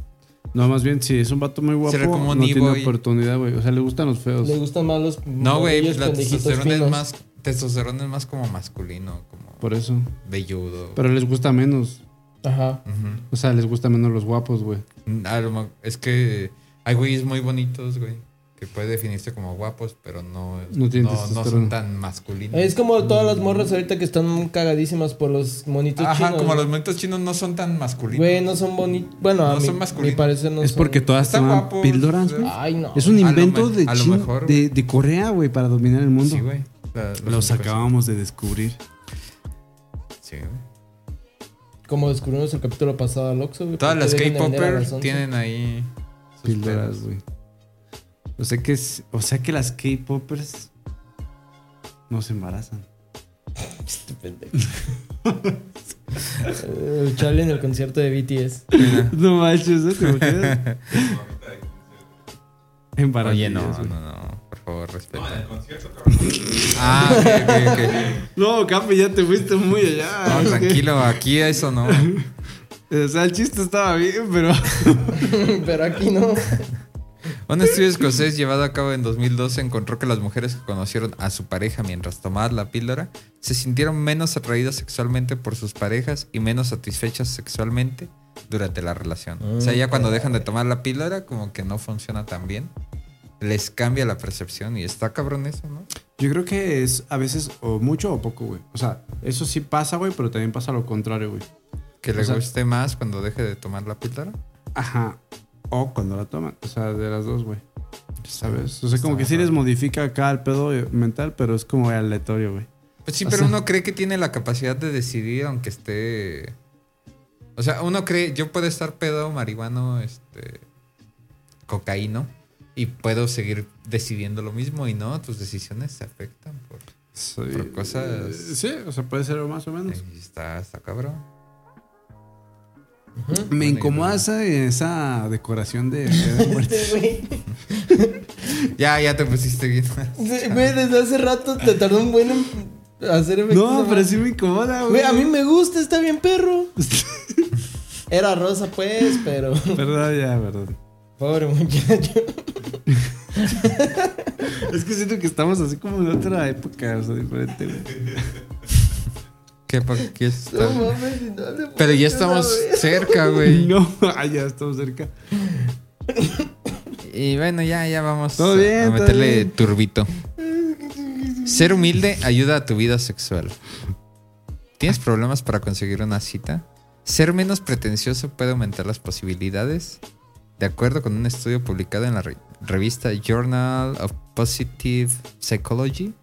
Speaker 3: No, más bien, si es un vato muy guapo,
Speaker 1: Será como un
Speaker 3: no tiene
Speaker 1: e-boy.
Speaker 3: oportunidad, güey. O sea, le gustan los feos.
Speaker 2: Le gustan más los.
Speaker 1: No, güey, pues
Speaker 2: morrillos
Speaker 1: la
Speaker 2: pendejitos
Speaker 1: testosterona es
Speaker 2: finos.
Speaker 1: más, testosterona es más como masculino, como
Speaker 3: Por eso.
Speaker 1: velludo.
Speaker 3: Pero les gusta menos.
Speaker 2: Ajá.
Speaker 1: Ujú.
Speaker 3: O sea, les gusta menos los guapos, güey.
Speaker 1: A lo mo- es que hay güeyes muy bonitos, güey, que puede definirse como guapos, pero no,
Speaker 3: No tienen
Speaker 1: no, no son
Speaker 3: testosterona.
Speaker 1: tan masculinos.
Speaker 2: Es como todas las morras ahorita que están cagadísimas por los monitos
Speaker 1: Ajá,
Speaker 2: chinos.
Speaker 1: como los momentos chinos no son tan masculinos.
Speaker 2: Güey, no son bonitos. Bueno, a
Speaker 1: No
Speaker 2: mí,
Speaker 1: son masculinos.
Speaker 2: mi parecer no
Speaker 3: es
Speaker 2: son-
Speaker 3: porque todas
Speaker 1: Están
Speaker 3: toman
Speaker 1: guapos,
Speaker 3: píldoras,
Speaker 1: o sea.
Speaker 3: güey.
Speaker 2: Ay, no.
Speaker 3: Es un
Speaker 1: Ah, A lo
Speaker 3: invento
Speaker 1: me-
Speaker 3: de,
Speaker 1: a lo
Speaker 3: China-
Speaker 1: mejor,
Speaker 3: de, de Corea, güey, para dominar el mundo.
Speaker 1: Sí, güey. La- los
Speaker 3: los
Speaker 1: anticonceptivos.
Speaker 3: acabamos de descubrir.
Speaker 1: Sí, güey.
Speaker 2: Como descubrimos el capítulo pasado al Oxxo, güey.
Speaker 1: Todas
Speaker 2: ¿por
Speaker 1: las
Speaker 2: qué dejan vender a las
Speaker 1: K-popers
Speaker 2: 11?
Speaker 1: tienen ahí sus
Speaker 3: Píldoras,
Speaker 1: pedos.
Speaker 3: güey. O sea que es, o sea que las K-popers no se embarazan.
Speaker 2: Eh, Charlie en el concierto de BTS.
Speaker 3: No manches, ¿eh? ¿te imaginas? En
Speaker 1: Oye,
Speaker 3: Baratillas,
Speaker 1: no,
Speaker 3: güey.
Speaker 1: no, no. Por
Speaker 5: No,
Speaker 1: favor,
Speaker 5: en el
Speaker 1: respeta.
Speaker 5: concierto, cabrón.
Speaker 1: Ah, ok, ok, ok.
Speaker 3: No, Capi, ya te fuiste muy allá.
Speaker 1: No,
Speaker 3: Es que-
Speaker 1: tranquilo, aquí eso no.
Speaker 3: O sea, el chiste estaba bien, pero.
Speaker 2: Pero aquí no.
Speaker 1: Un estudio escocés llevado a cabo en 2012 encontró que las mujeres que conocieron a su pareja mientras tomaban la píldora se sintieron menos atraídas sexualmente por sus parejas y menos satisfechas sexualmente durante la relación. o sea, ya cuando dejan de tomar la píldora, como que no funciona tan bien. Les cambia la percepción y está cabrón eso, ¿no?
Speaker 3: Yo creo que es a veces o mucho o poco, güey. O sea, eso sí pasa, güey, pero también pasa lo contrario, güey.
Speaker 1: Que le
Speaker 3: O sea-
Speaker 1: guste más cuando deje de tomar la píldora.
Speaker 3: Ajá. O cuando la toman. O sea, de las dos, güey. ¿Sabes? O sea, como que sí les modifica acá el pedo eh, mental, pero es como aleatorio, güey.
Speaker 1: Pues sí,
Speaker 3: O
Speaker 1: pero
Speaker 3: sea-
Speaker 1: uno cree que tiene la capacidad de decidir aunque esté... O sea, uno cree, yo puedo estar pedo, marihuano, este, cocaíno, y puedo seguir decidiendo lo mismo y no, tus decisiones se afectan. Por...
Speaker 3: Sí. Eh,
Speaker 1: Por cosas-
Speaker 3: Sí, o sea, puede ser más o menos.
Speaker 1: Ahí Está, está cabrón.
Speaker 3: Me
Speaker 1: Bueno,
Speaker 3: incomoda
Speaker 1: yo-
Speaker 3: esa, esa decoración de Día de Muertos.
Speaker 2: Este, güey.
Speaker 1: Ya, ya te pusiste bien.
Speaker 2: Sí, Güey, desde hace rato te tardó un buen en hacer efecto.
Speaker 3: No, pero sí me incomoda, güey.
Speaker 2: Güey, a mí me gusta, está bien perro. Era rosa, pues, pero.
Speaker 3: Perdón, ya, perdón.
Speaker 2: Pobre muchacho.
Speaker 3: Es que siento que estamos así como en otra época, o sea, diferente, güey.
Speaker 1: ¿Qué, por qué está-
Speaker 2: No mames, no le
Speaker 1: Pero
Speaker 2: puedes
Speaker 1: ya estamos
Speaker 2: saber.
Speaker 1: cerca, güey.
Speaker 3: No, ay, ya estamos cerca.
Speaker 1: Y bueno, ya, ya vamos
Speaker 3: Todo
Speaker 1: a-
Speaker 3: bien,
Speaker 1: a
Speaker 3: todo
Speaker 1: meterle
Speaker 3: bien.
Speaker 1: turbito. Ser humilde ayuda a tu vida sexual. ¿Tienes problemas para conseguir una cita? Ser menos pretencioso puede aumentar las posibilidades. De acuerdo con un estudio publicado en la re- revista Journal of Positive Psychology,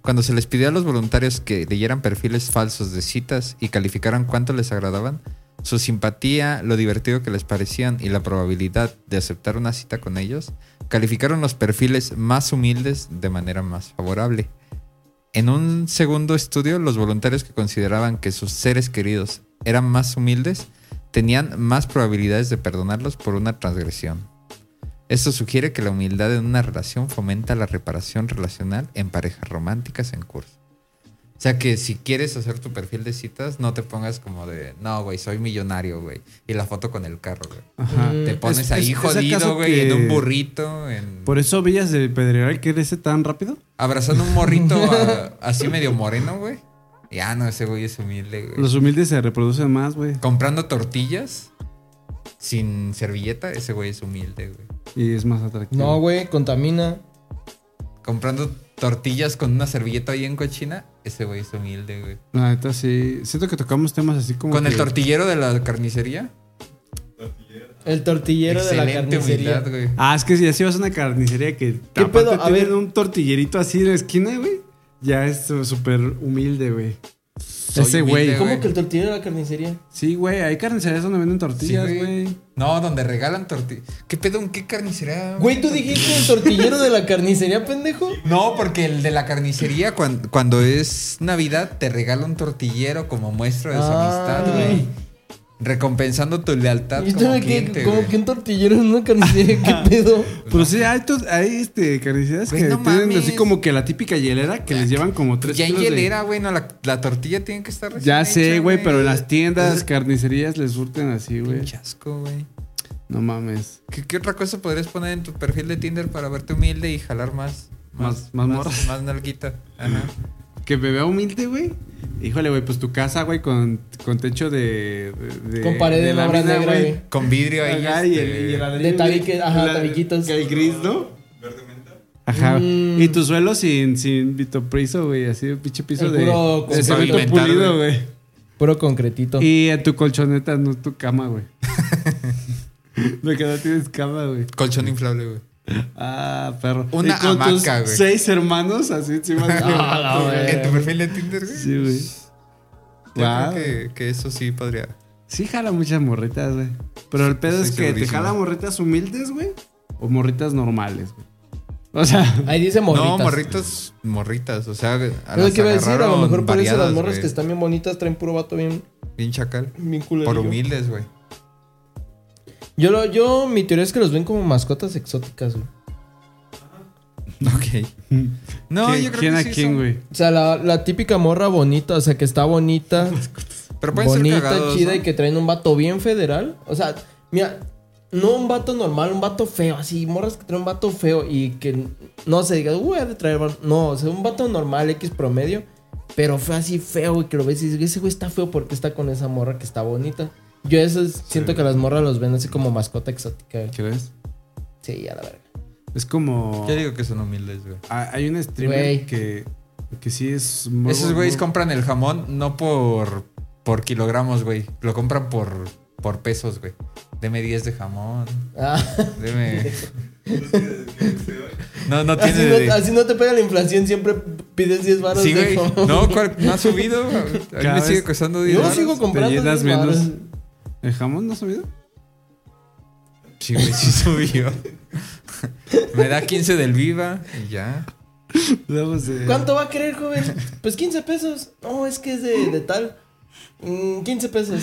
Speaker 1: cuando se les pidió a los voluntarios que leyeran perfiles falsos de citas y calificaran cuánto les agradaban, su simpatía, lo divertido que les parecían y la probabilidad de aceptar una cita con ellos, calificaron los perfiles más humildes de manera más favorable. En un segundo estudio, los voluntarios que consideraban que sus seres queridos eran más humildes tenían más probabilidades de perdonarlos por una transgresión. Esto sugiere que la humildad en una relación fomenta la reparación relacional en parejas románticas en curso. O sea que si quieres hacer tu perfil de citas, no te pongas como de, no, güey, soy millonario, güey. Y la foto con el carro, güey.
Speaker 3: Ajá.
Speaker 2: Mm.
Speaker 1: Te pones
Speaker 3: Es-
Speaker 1: ahí
Speaker 3: es- es
Speaker 1: jodido,
Speaker 3: acaso
Speaker 1: güey, en
Speaker 3: que-
Speaker 1: un burrito, en...
Speaker 3: Por eso Villas del Pedregal crece tan rápido.
Speaker 1: abrazando un morrito a- así medio moreno, güey. Ya no, ese güey es humilde, güey.
Speaker 3: Los humildes se reproducen más, güey.
Speaker 1: Comprando tortillas sin servilleta, ese güey es humilde, güey.
Speaker 3: Y es más atractivo.
Speaker 2: No, güey, contamina.
Speaker 1: Comprando tortillas con una servilleta ahí en cochina, ese güey es humilde, güey.
Speaker 3: La neta sí. Siento que tocamos temas así como.
Speaker 1: Con el
Speaker 3: que-
Speaker 1: tortillero de la carnicería.
Speaker 2: El tortillero de la
Speaker 1: Excelente
Speaker 2: carnicería.
Speaker 1: humildad, güey.
Speaker 3: Ah, es que si así vas a una carnicería que.
Speaker 2: ¿Qué
Speaker 3: aparte
Speaker 2: pedo? A
Speaker 3: tienen
Speaker 2: ver.
Speaker 3: un tortillerito así en la esquina, güey. Ya es su- súper humilde, güey.
Speaker 1: Soy
Speaker 3: Ese
Speaker 1: humilde,
Speaker 3: güey.
Speaker 2: ¿Cómo que el tortillero de la carnicería?
Speaker 3: Sí, güey. Hay carnicerías donde venden tortillas,
Speaker 1: Sí,
Speaker 3: güey.
Speaker 1: No, donde regalan tortillas. ¿Qué pedo? ¿En qué carnicería?
Speaker 2: Güey, tú dijiste el tortillero de la carnicería, pendejo.
Speaker 1: No, porque el de la carnicería, cuan- cuando, es Navidad, te regala un tortillero como muestra de su
Speaker 2: Ah.
Speaker 1: amistad, güey. Recompensando tu lealtad
Speaker 2: Yo
Speaker 1: como
Speaker 2: estaba que-
Speaker 1: cliente,
Speaker 2: como
Speaker 1: güey.
Speaker 2: que un tortillero en una carnicería, ¿qué pedo?
Speaker 3: Pero Pues sí, hay, to- hay este,
Speaker 1: Pues
Speaker 3: carnicerías
Speaker 1: Güey,
Speaker 3: que
Speaker 1: no
Speaker 3: tienen
Speaker 1: mames.
Speaker 3: así como que la típica hielera que les llevan como tres
Speaker 1: Ya en
Speaker 3: kilos de-
Speaker 1: hielera, güey, no, la, la tortilla tiene que estar recién
Speaker 3: Ya sé,
Speaker 1: hecha,
Speaker 3: güey, pero en las tiendas,
Speaker 1: Entonces,
Speaker 3: carnicerías les surten así, güey.
Speaker 1: Pinche asco, güey.
Speaker 3: No mames.
Speaker 1: ¿Qué, qué otra cosa podrías poner en tu perfil de Tinder para verte humilde y jalar más?
Speaker 3: Más- más morras.
Speaker 1: Más nalguita. Ajá.
Speaker 3: Que me vea humilde, güey. Híjole, güey, pues tu casa, güey, con, con techo de, de-
Speaker 2: Con pared de
Speaker 3: lámina,
Speaker 2: obra negra, güey.
Speaker 1: Con vidrio ahí.
Speaker 3: Ajá, y
Speaker 1: este,
Speaker 3: el, y el ladrillo.
Speaker 2: De tabique,
Speaker 3: güey.
Speaker 2: ajá,
Speaker 3: La-
Speaker 2: tabiquitos.
Speaker 3: que El gris, ¿no?
Speaker 5: Verde menta.
Speaker 3: Ajá.
Speaker 2: Mm.
Speaker 3: Y tu suelo sin, sin vitopriso, güey. Así un pinche piso
Speaker 2: El
Speaker 3: de,
Speaker 2: puro
Speaker 3: de cemento
Speaker 1: pavimentar,
Speaker 3: pulido, güey.
Speaker 2: Puro concretito.
Speaker 3: Y en tu colchoneta, no tu cama, güey. Lo que no tienes cama, güey.
Speaker 1: Colchón inflable, güey.
Speaker 3: Ah, perro.
Speaker 1: Una
Speaker 3: Y con tus
Speaker 1: hamaca, güey.
Speaker 3: Seis hermanos así encima de
Speaker 2: Ah, la verga.
Speaker 1: En tu perfil de Tinder, güey.
Speaker 3: Sí, güey.
Speaker 1: Yo
Speaker 3: Wow.
Speaker 1: creo que, que eso sí podría.
Speaker 3: Sí jala muchas morritas, güey. Pero el pedo
Speaker 1: Estoy
Speaker 3: es que te
Speaker 1: segurísimo.
Speaker 3: jala morritas humildes, güey. O morritas normales, güey. O sea,
Speaker 2: Ahí dice morritas.
Speaker 1: No, morritos, morritas. O sea, a
Speaker 2: Es lo
Speaker 1: Ah, las
Speaker 2: que iba a decir, a lo
Speaker 1: agarraron
Speaker 2: mejor por eso
Speaker 1: variadas,
Speaker 2: las morras
Speaker 1: güey.
Speaker 2: que están bien bonitas traen puro vato bien
Speaker 1: Bien chacal.
Speaker 2: Bien culero.
Speaker 1: Por humildes, güey.
Speaker 2: Yo, lo, yo, mi teoría es que los ven como mascotas exóticas, güey.
Speaker 1: Ok. No,
Speaker 3: ¿Qui-
Speaker 1: yo creo
Speaker 3: ¿Quién
Speaker 1: que
Speaker 3: a
Speaker 1: sí
Speaker 3: quién,
Speaker 1: son-
Speaker 3: güey?
Speaker 2: O sea, la, la típica morra bonita, o sea, que está bonita,
Speaker 1: Pero pueden
Speaker 2: bonita,
Speaker 1: ser cagados,
Speaker 2: chida
Speaker 1: ¿no?
Speaker 2: y que traen un vato bien federal. O sea, mira, no un vato normal, un vato feo, así, morras que traen un vato feo y que no se diga, uy, ha de traer, vato". no, o sea, un vato normal, X promedio, pero fue así feo y que lo ves y dices, ese güey está feo porque está con esa morra que está bonita. Yo eso es- siento que las morras los ven así como mascota exótica. güey.
Speaker 3: ¿Crees?
Speaker 2: Sí, a la verga.
Speaker 3: Es como.
Speaker 1: Yo digo que son humildes, güey.
Speaker 3: Ah, Hay un streamer
Speaker 2: Güey.
Speaker 3: que, que sí es. muy-
Speaker 1: Esos güeyes
Speaker 3: muy-
Speaker 1: compran el jamón no por, por kilogramos, güey. Lo compran por, por pesos, güey. Deme 10 de jamón.
Speaker 2: Ah,
Speaker 1: Deme. No, no tiene.
Speaker 2: así, no,
Speaker 1: de-
Speaker 2: así no te pega la inflación, siempre pides 10 varos.
Speaker 1: Sí, güey.
Speaker 2: de jamón.
Speaker 1: No, ¿cuál- no ha subido. A mí
Speaker 3: Cada
Speaker 1: me sigue
Speaker 3: vez-
Speaker 1: costando 10
Speaker 2: Yo
Speaker 1: varos.
Speaker 2: sigo comprando.
Speaker 3: llenas
Speaker 2: 10 varos.
Speaker 3: menos. ¿El jamón no ha subido?
Speaker 1: Sí, güey, sí subió. me da 15 del Viva y ya.
Speaker 3: Luego se-
Speaker 2: ¿Cuánto va a querer, joven? Pues 15 pesos. No, es que es de, de tal. Mm, 15 pesos.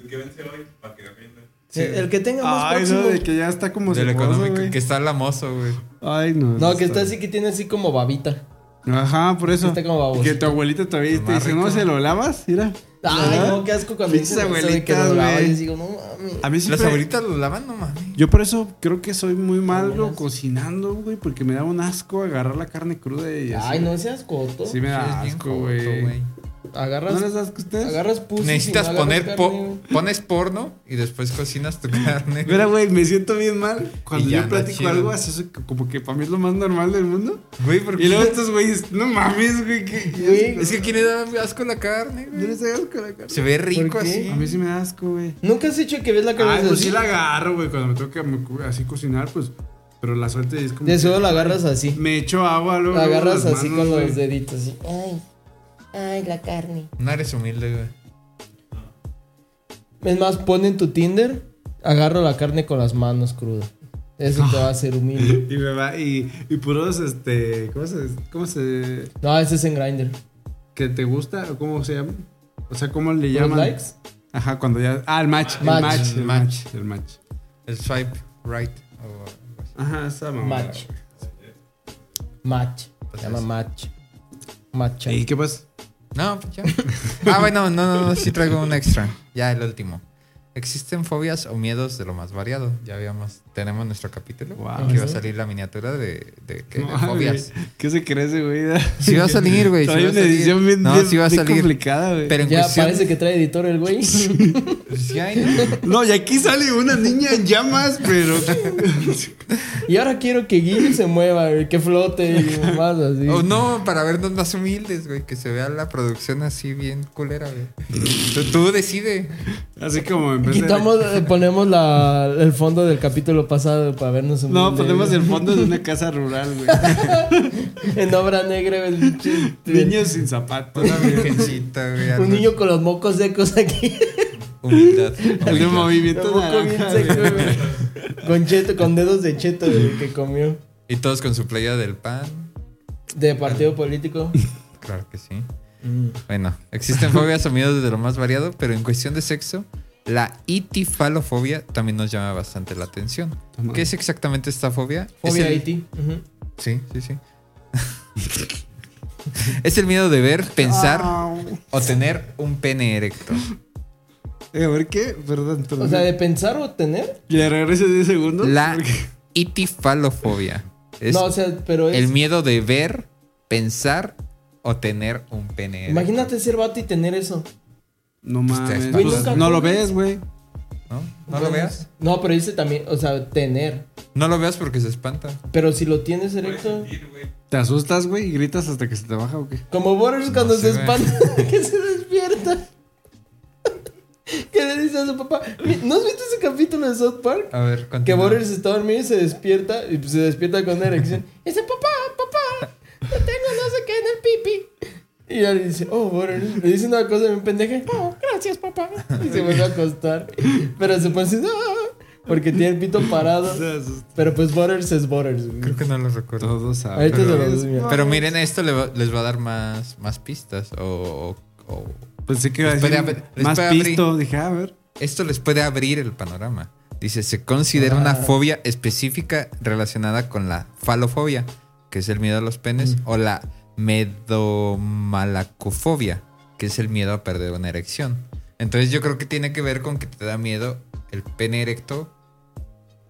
Speaker 5: El que vence hoy, para que rinda.
Speaker 1: Sí.
Speaker 2: Eh, El que tenga más
Speaker 3: Ay,
Speaker 2: próximo.
Speaker 3: no, de que ya está como.
Speaker 1: Del
Speaker 3: ceboso,
Speaker 1: económico
Speaker 3: güey.
Speaker 1: que está la mozo, güey.
Speaker 3: Ay, no.
Speaker 2: No, que está así, que tiene así como babita.
Speaker 3: Ajá, por eso.
Speaker 2: Está como baboso.
Speaker 3: Que tu abuelita todavía
Speaker 1: Lo
Speaker 3: te
Speaker 1: más
Speaker 3: dice,
Speaker 1: rico.
Speaker 3: no, se lo lavas, mira.
Speaker 2: Ay,
Speaker 3: ¿Verdad?
Speaker 2: no, qué asco cuando
Speaker 3: Pinches
Speaker 2: dices eso de que
Speaker 3: abuelitas,
Speaker 2: lo lavas.
Speaker 3: Ah, güey. Ah,
Speaker 2: Yo digo, no mames.
Speaker 3: A mí
Speaker 1: Las
Speaker 3: siempre...
Speaker 1: abuelitas lo lavan, no mames.
Speaker 3: Yo por eso creo que soy muy malo
Speaker 2: Abuelas.
Speaker 3: cocinando, güey, porque me da un asco agarrar la carne cruda y así.
Speaker 2: Ay, no seas coto.
Speaker 3: Sí me da
Speaker 1: Sí, es bien
Speaker 3: asco,
Speaker 1: joto,
Speaker 3: güey.
Speaker 2: Agarras.
Speaker 3: ¿No les das asco a ustedes?
Speaker 2: Agarras pussy.
Speaker 1: Necesitas
Speaker 2: y no agarras
Speaker 1: poner,
Speaker 2: carne,
Speaker 1: po-
Speaker 2: güey.
Speaker 1: pones porno y después cocinas tu carne.
Speaker 3: Mira, güey, me siento bien mal cuando
Speaker 1: Y ya
Speaker 3: yo
Speaker 1: anda
Speaker 3: platico
Speaker 1: chido.
Speaker 3: algo así, eso que- como que para mí es lo más normal del mundo.
Speaker 1: Güey, porque
Speaker 3: Y luego estos güeyes, no mames, güey, que...
Speaker 2: Güey,
Speaker 1: es que aquí le da asco la carne,
Speaker 3: Yo
Speaker 1: güey.
Speaker 3: les hago asco a la carne.
Speaker 1: Se ve rico
Speaker 2: ¿Por qué?
Speaker 1: así.
Speaker 3: A mí sí me da asco, güey.
Speaker 2: Nunca has hecho que ves la carne
Speaker 3: Ay, pues
Speaker 2: así?
Speaker 3: sí la agarro, güey, cuando me toca me cu- así cocinar, pues... Pero la suerte es como...
Speaker 2: De
Speaker 3: que-
Speaker 2: seguro la agarras así.
Speaker 3: Me echo agua luego.
Speaker 2: La agarras
Speaker 3: luego las
Speaker 2: así
Speaker 3: manos,
Speaker 2: con
Speaker 3: güey.
Speaker 2: los deditos. así.
Speaker 6: Ay, ay, la carne.
Speaker 1: No eres humilde, güey.
Speaker 2: Es más, pon en tu Tinder, agarro la carne con las manos cruda. Eso te va a hacer humilde.
Speaker 3: Y me va, y, y puros, este, ¿cómo se, cómo se,
Speaker 2: No, ese es en Grindr.
Speaker 3: que te gusta o cómo se llama? O sea, ¿cómo le
Speaker 2: ¿Los
Speaker 3: llaman?
Speaker 2: likes?
Speaker 3: Ajá, cuando ya, ah, el match, el
Speaker 2: Match.
Speaker 3: match, el
Speaker 1: El
Speaker 3: match,
Speaker 1: match.
Speaker 3: el match.
Speaker 1: El swipe right. o algo así.
Speaker 3: Ajá, esa mamá.
Speaker 2: Match. Match. Se llama match. Matcha.
Speaker 3: ¿Y qué pasa?
Speaker 1: No, pues ya. Ah, bueno, no, no, no, sí traigo un extra. Ya, el último. Existen fobias o miedos de lo más variado. Ya habíamos, tenemos nuestro capítulo.
Speaker 3: Wow.
Speaker 1: que va a salir la miniatura de, de, que- de
Speaker 3: No,
Speaker 1: fobias.
Speaker 3: güey, ¿Qué se crece, güey?
Speaker 1: Sí va a salir, güey, sí
Speaker 3: Trae
Speaker 1: va a
Speaker 3: una
Speaker 1: salir.
Speaker 3: edición bien,
Speaker 1: No,
Speaker 3: bien-
Speaker 1: sí va a
Speaker 3: bien
Speaker 1: salir.
Speaker 3: complicada, güey.
Speaker 1: Pero en
Speaker 2: Ya
Speaker 1: cuestión. pues,
Speaker 2: parece que trae editor el güey.
Speaker 1: Sí hay, ¿no?
Speaker 3: No, y aquí sale una niña en llamas, pero...
Speaker 2: y ahora quiero que Guille se mueva, güey, que flote y más así.
Speaker 1: O Oh, no, para vernos más humildes, güey. Que se vea la producción así bien culera, güey. tú, tú decide.
Speaker 3: Así como empecé.
Speaker 2: Quitamos, eh, ponemos la, el fondo del capítulo pasado para vernos un
Speaker 3: No,
Speaker 2: humilde,
Speaker 3: ponemos
Speaker 2: güey.
Speaker 3: el fondo de una casa rural, güey.
Speaker 2: En obra negra, güey, el pinche-
Speaker 3: Niños sin zapatos.
Speaker 1: Una virgencita, güey. algo
Speaker 2: Un niño con los mocos secos aquí.
Speaker 1: Humildad.
Speaker 3: El de
Speaker 1: humildad.
Speaker 2: Los
Speaker 3: movimiento
Speaker 2: mocos bien
Speaker 3: naranja,
Speaker 2: secos,
Speaker 3: güey.
Speaker 2: güey. Con cheto, con dedos de cheto, güey, que comió.
Speaker 1: Y todos con su playa del pan.
Speaker 2: De partido político.
Speaker 1: Claro que sí. Bueno, existen fobias o miedos de lo más variado, pero en cuestión de sexo, la itifalofobia también nos llama bastante la atención.
Speaker 3: Toma.
Speaker 1: ¿Qué es exactamente esta fobia? Es
Speaker 2: Fobia
Speaker 1: el-
Speaker 2: IT. Ujú.
Speaker 1: Sí, sí, sí. es el miedo de ver, pensar
Speaker 3: Au.
Speaker 1: o tener un pene erecto.
Speaker 3: Eh, a ver qué, perdón, perdón.
Speaker 2: O sea, de pensar o tener.
Speaker 3: Le regreso 10 segundos.
Speaker 1: La
Speaker 3: Porque-
Speaker 1: itifalofobia es
Speaker 2: no, o sea, pero es.
Speaker 1: el miedo de ver, pensar o tener un pene erecto.
Speaker 2: Imagínate ser vato y tener eso.
Speaker 3: No
Speaker 1: Pues te
Speaker 3: mames.
Speaker 1: espantas.
Speaker 3: pues,
Speaker 2: Nunca
Speaker 3: no lo
Speaker 2: comes.
Speaker 3: ves, güey.
Speaker 1: ¿No? ¿No lo veas?
Speaker 2: No, pero dice también, o sea, tener.
Speaker 1: No lo veas porque se espanta.
Speaker 2: Pero si lo tienes erecto.
Speaker 3: Te asustas, güey, y gritas hasta que se te baja o qué.
Speaker 2: Como Boris cuando
Speaker 1: No
Speaker 2: se
Speaker 1: se ve.
Speaker 2: espanta, que se despierta. que le dice a su papá. "Mi- ¿No has visto ese capítulo de South Park?
Speaker 1: A ver, continúa.
Speaker 2: Que Boris está dormido y se despierta. Y pues se despierta con una erección. Y dice, papá, papá, te tengo no sé qué en el pipi. Y ya le dice, oh, Boris. Le dice una cosa bien pendeja.
Speaker 6: Oh, gracias, papá.
Speaker 2: Y se vuelve a acostar. Pero se pone así, "Ah", porque tiene el pito parado. Pero pues Butters es Butters, güey.
Speaker 1: Creo que no lo recuerdo.
Speaker 3: Todos saben.
Speaker 2: Ahorita se
Speaker 1: pero-
Speaker 2: lo doy, mira.
Speaker 1: Pero miren, esto le va- les va a dar más, más pistas o, o- o
Speaker 3: Pensé pues que iba a
Speaker 1: Después
Speaker 3: decir
Speaker 1: de haber- después
Speaker 3: más
Speaker 1: de abrir.
Speaker 3: pisto. Dije, "Ah, a ver.
Speaker 1: Esto les puede abrir el panorama. Dice, se considera una fobia específica relacionada con la falofobia, que es el miedo a los penes, o la medomalacofobia, que es el miedo a perder una erección. Entonces yo creo que tiene que ver con que te da miedo el pene erecto.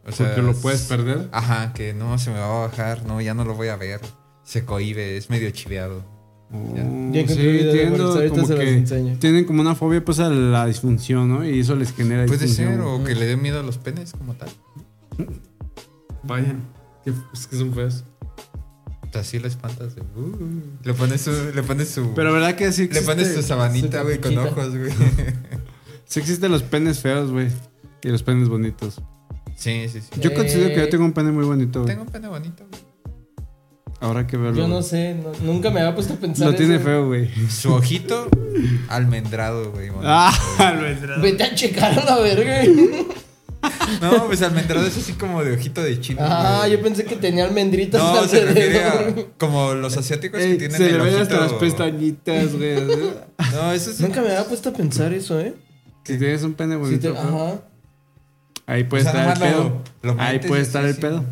Speaker 1: O sea,
Speaker 3: porque lo puedes perder.
Speaker 1: Ajá, que no, se me va a bajar, no, ya no lo voy a ver. Se cohibe, es medio chiveado.
Speaker 3: Oh,
Speaker 2: Ya
Speaker 3: sí,
Speaker 2: encontré videos de
Speaker 3: entiendo.
Speaker 2: Boris, ahorita
Speaker 3: como
Speaker 2: se los
Speaker 3: que
Speaker 2: enseño.
Speaker 3: tienen como una fobia pues a la disfunción, ¿no? Y eso les genera
Speaker 1: Puede ser,
Speaker 3: disfunción.
Speaker 1: o que le dé miedo a los penes como tal.
Speaker 3: Vaya. que- es que son feos.
Speaker 1: Así lo espantas. de, "Uh". le pones su... Le pones su
Speaker 3: Pero verdad que sí
Speaker 1: Le
Speaker 3: existe-
Speaker 1: pones tu sabanita,
Speaker 2: su
Speaker 1: güey, con
Speaker 2: capuchita.
Speaker 1: ojos, güey.
Speaker 3: sí existen los penes feos, güey. Y los penes bonitos.
Speaker 1: Sí, sí, sí.
Speaker 3: Yo
Speaker 2: Eh.
Speaker 3: considero que yo tengo un pene muy bonito, güey.
Speaker 1: Tengo un pene bonito, güey.
Speaker 3: Ahora que verlo.
Speaker 2: Yo no
Speaker 3: güey.
Speaker 2: sé, no- nunca me había puesto a pensar.
Speaker 3: Lo tiene
Speaker 2: eso.
Speaker 3: feo, güey.
Speaker 1: Su ojito almendrado, güey. bonito.
Speaker 3: Ah, lo entrado.
Speaker 2: Vete a checar a la verga.
Speaker 1: No, pues almendrado es así como de ojito de chino.
Speaker 2: Ah,
Speaker 1: güey.
Speaker 2: yo pensé que tenía almendritas
Speaker 1: No, se refiere a
Speaker 2: alrededor.
Speaker 1: como los asiáticos
Speaker 3: Ey,
Speaker 1: que tienen
Speaker 3: se le
Speaker 1: el
Speaker 3: ven hasta las
Speaker 1: ojito.
Speaker 3: pestañitas, güey. así.
Speaker 1: No, eso es
Speaker 2: Nunca me había puesto a pensar eso, ¿eh?
Speaker 3: si tienes un pene
Speaker 2: Sí
Speaker 3: bonito,
Speaker 2: te-
Speaker 3: feo,
Speaker 2: ajá.
Speaker 3: ahí puede
Speaker 1: O sea,
Speaker 3: estar el
Speaker 1: nomás lo-
Speaker 3: pedo.
Speaker 1: lo
Speaker 3: ahí
Speaker 1: metes,
Speaker 3: puede
Speaker 1: sí,
Speaker 3: estar
Speaker 1: sí,
Speaker 3: el
Speaker 1: sí.
Speaker 3: pedo.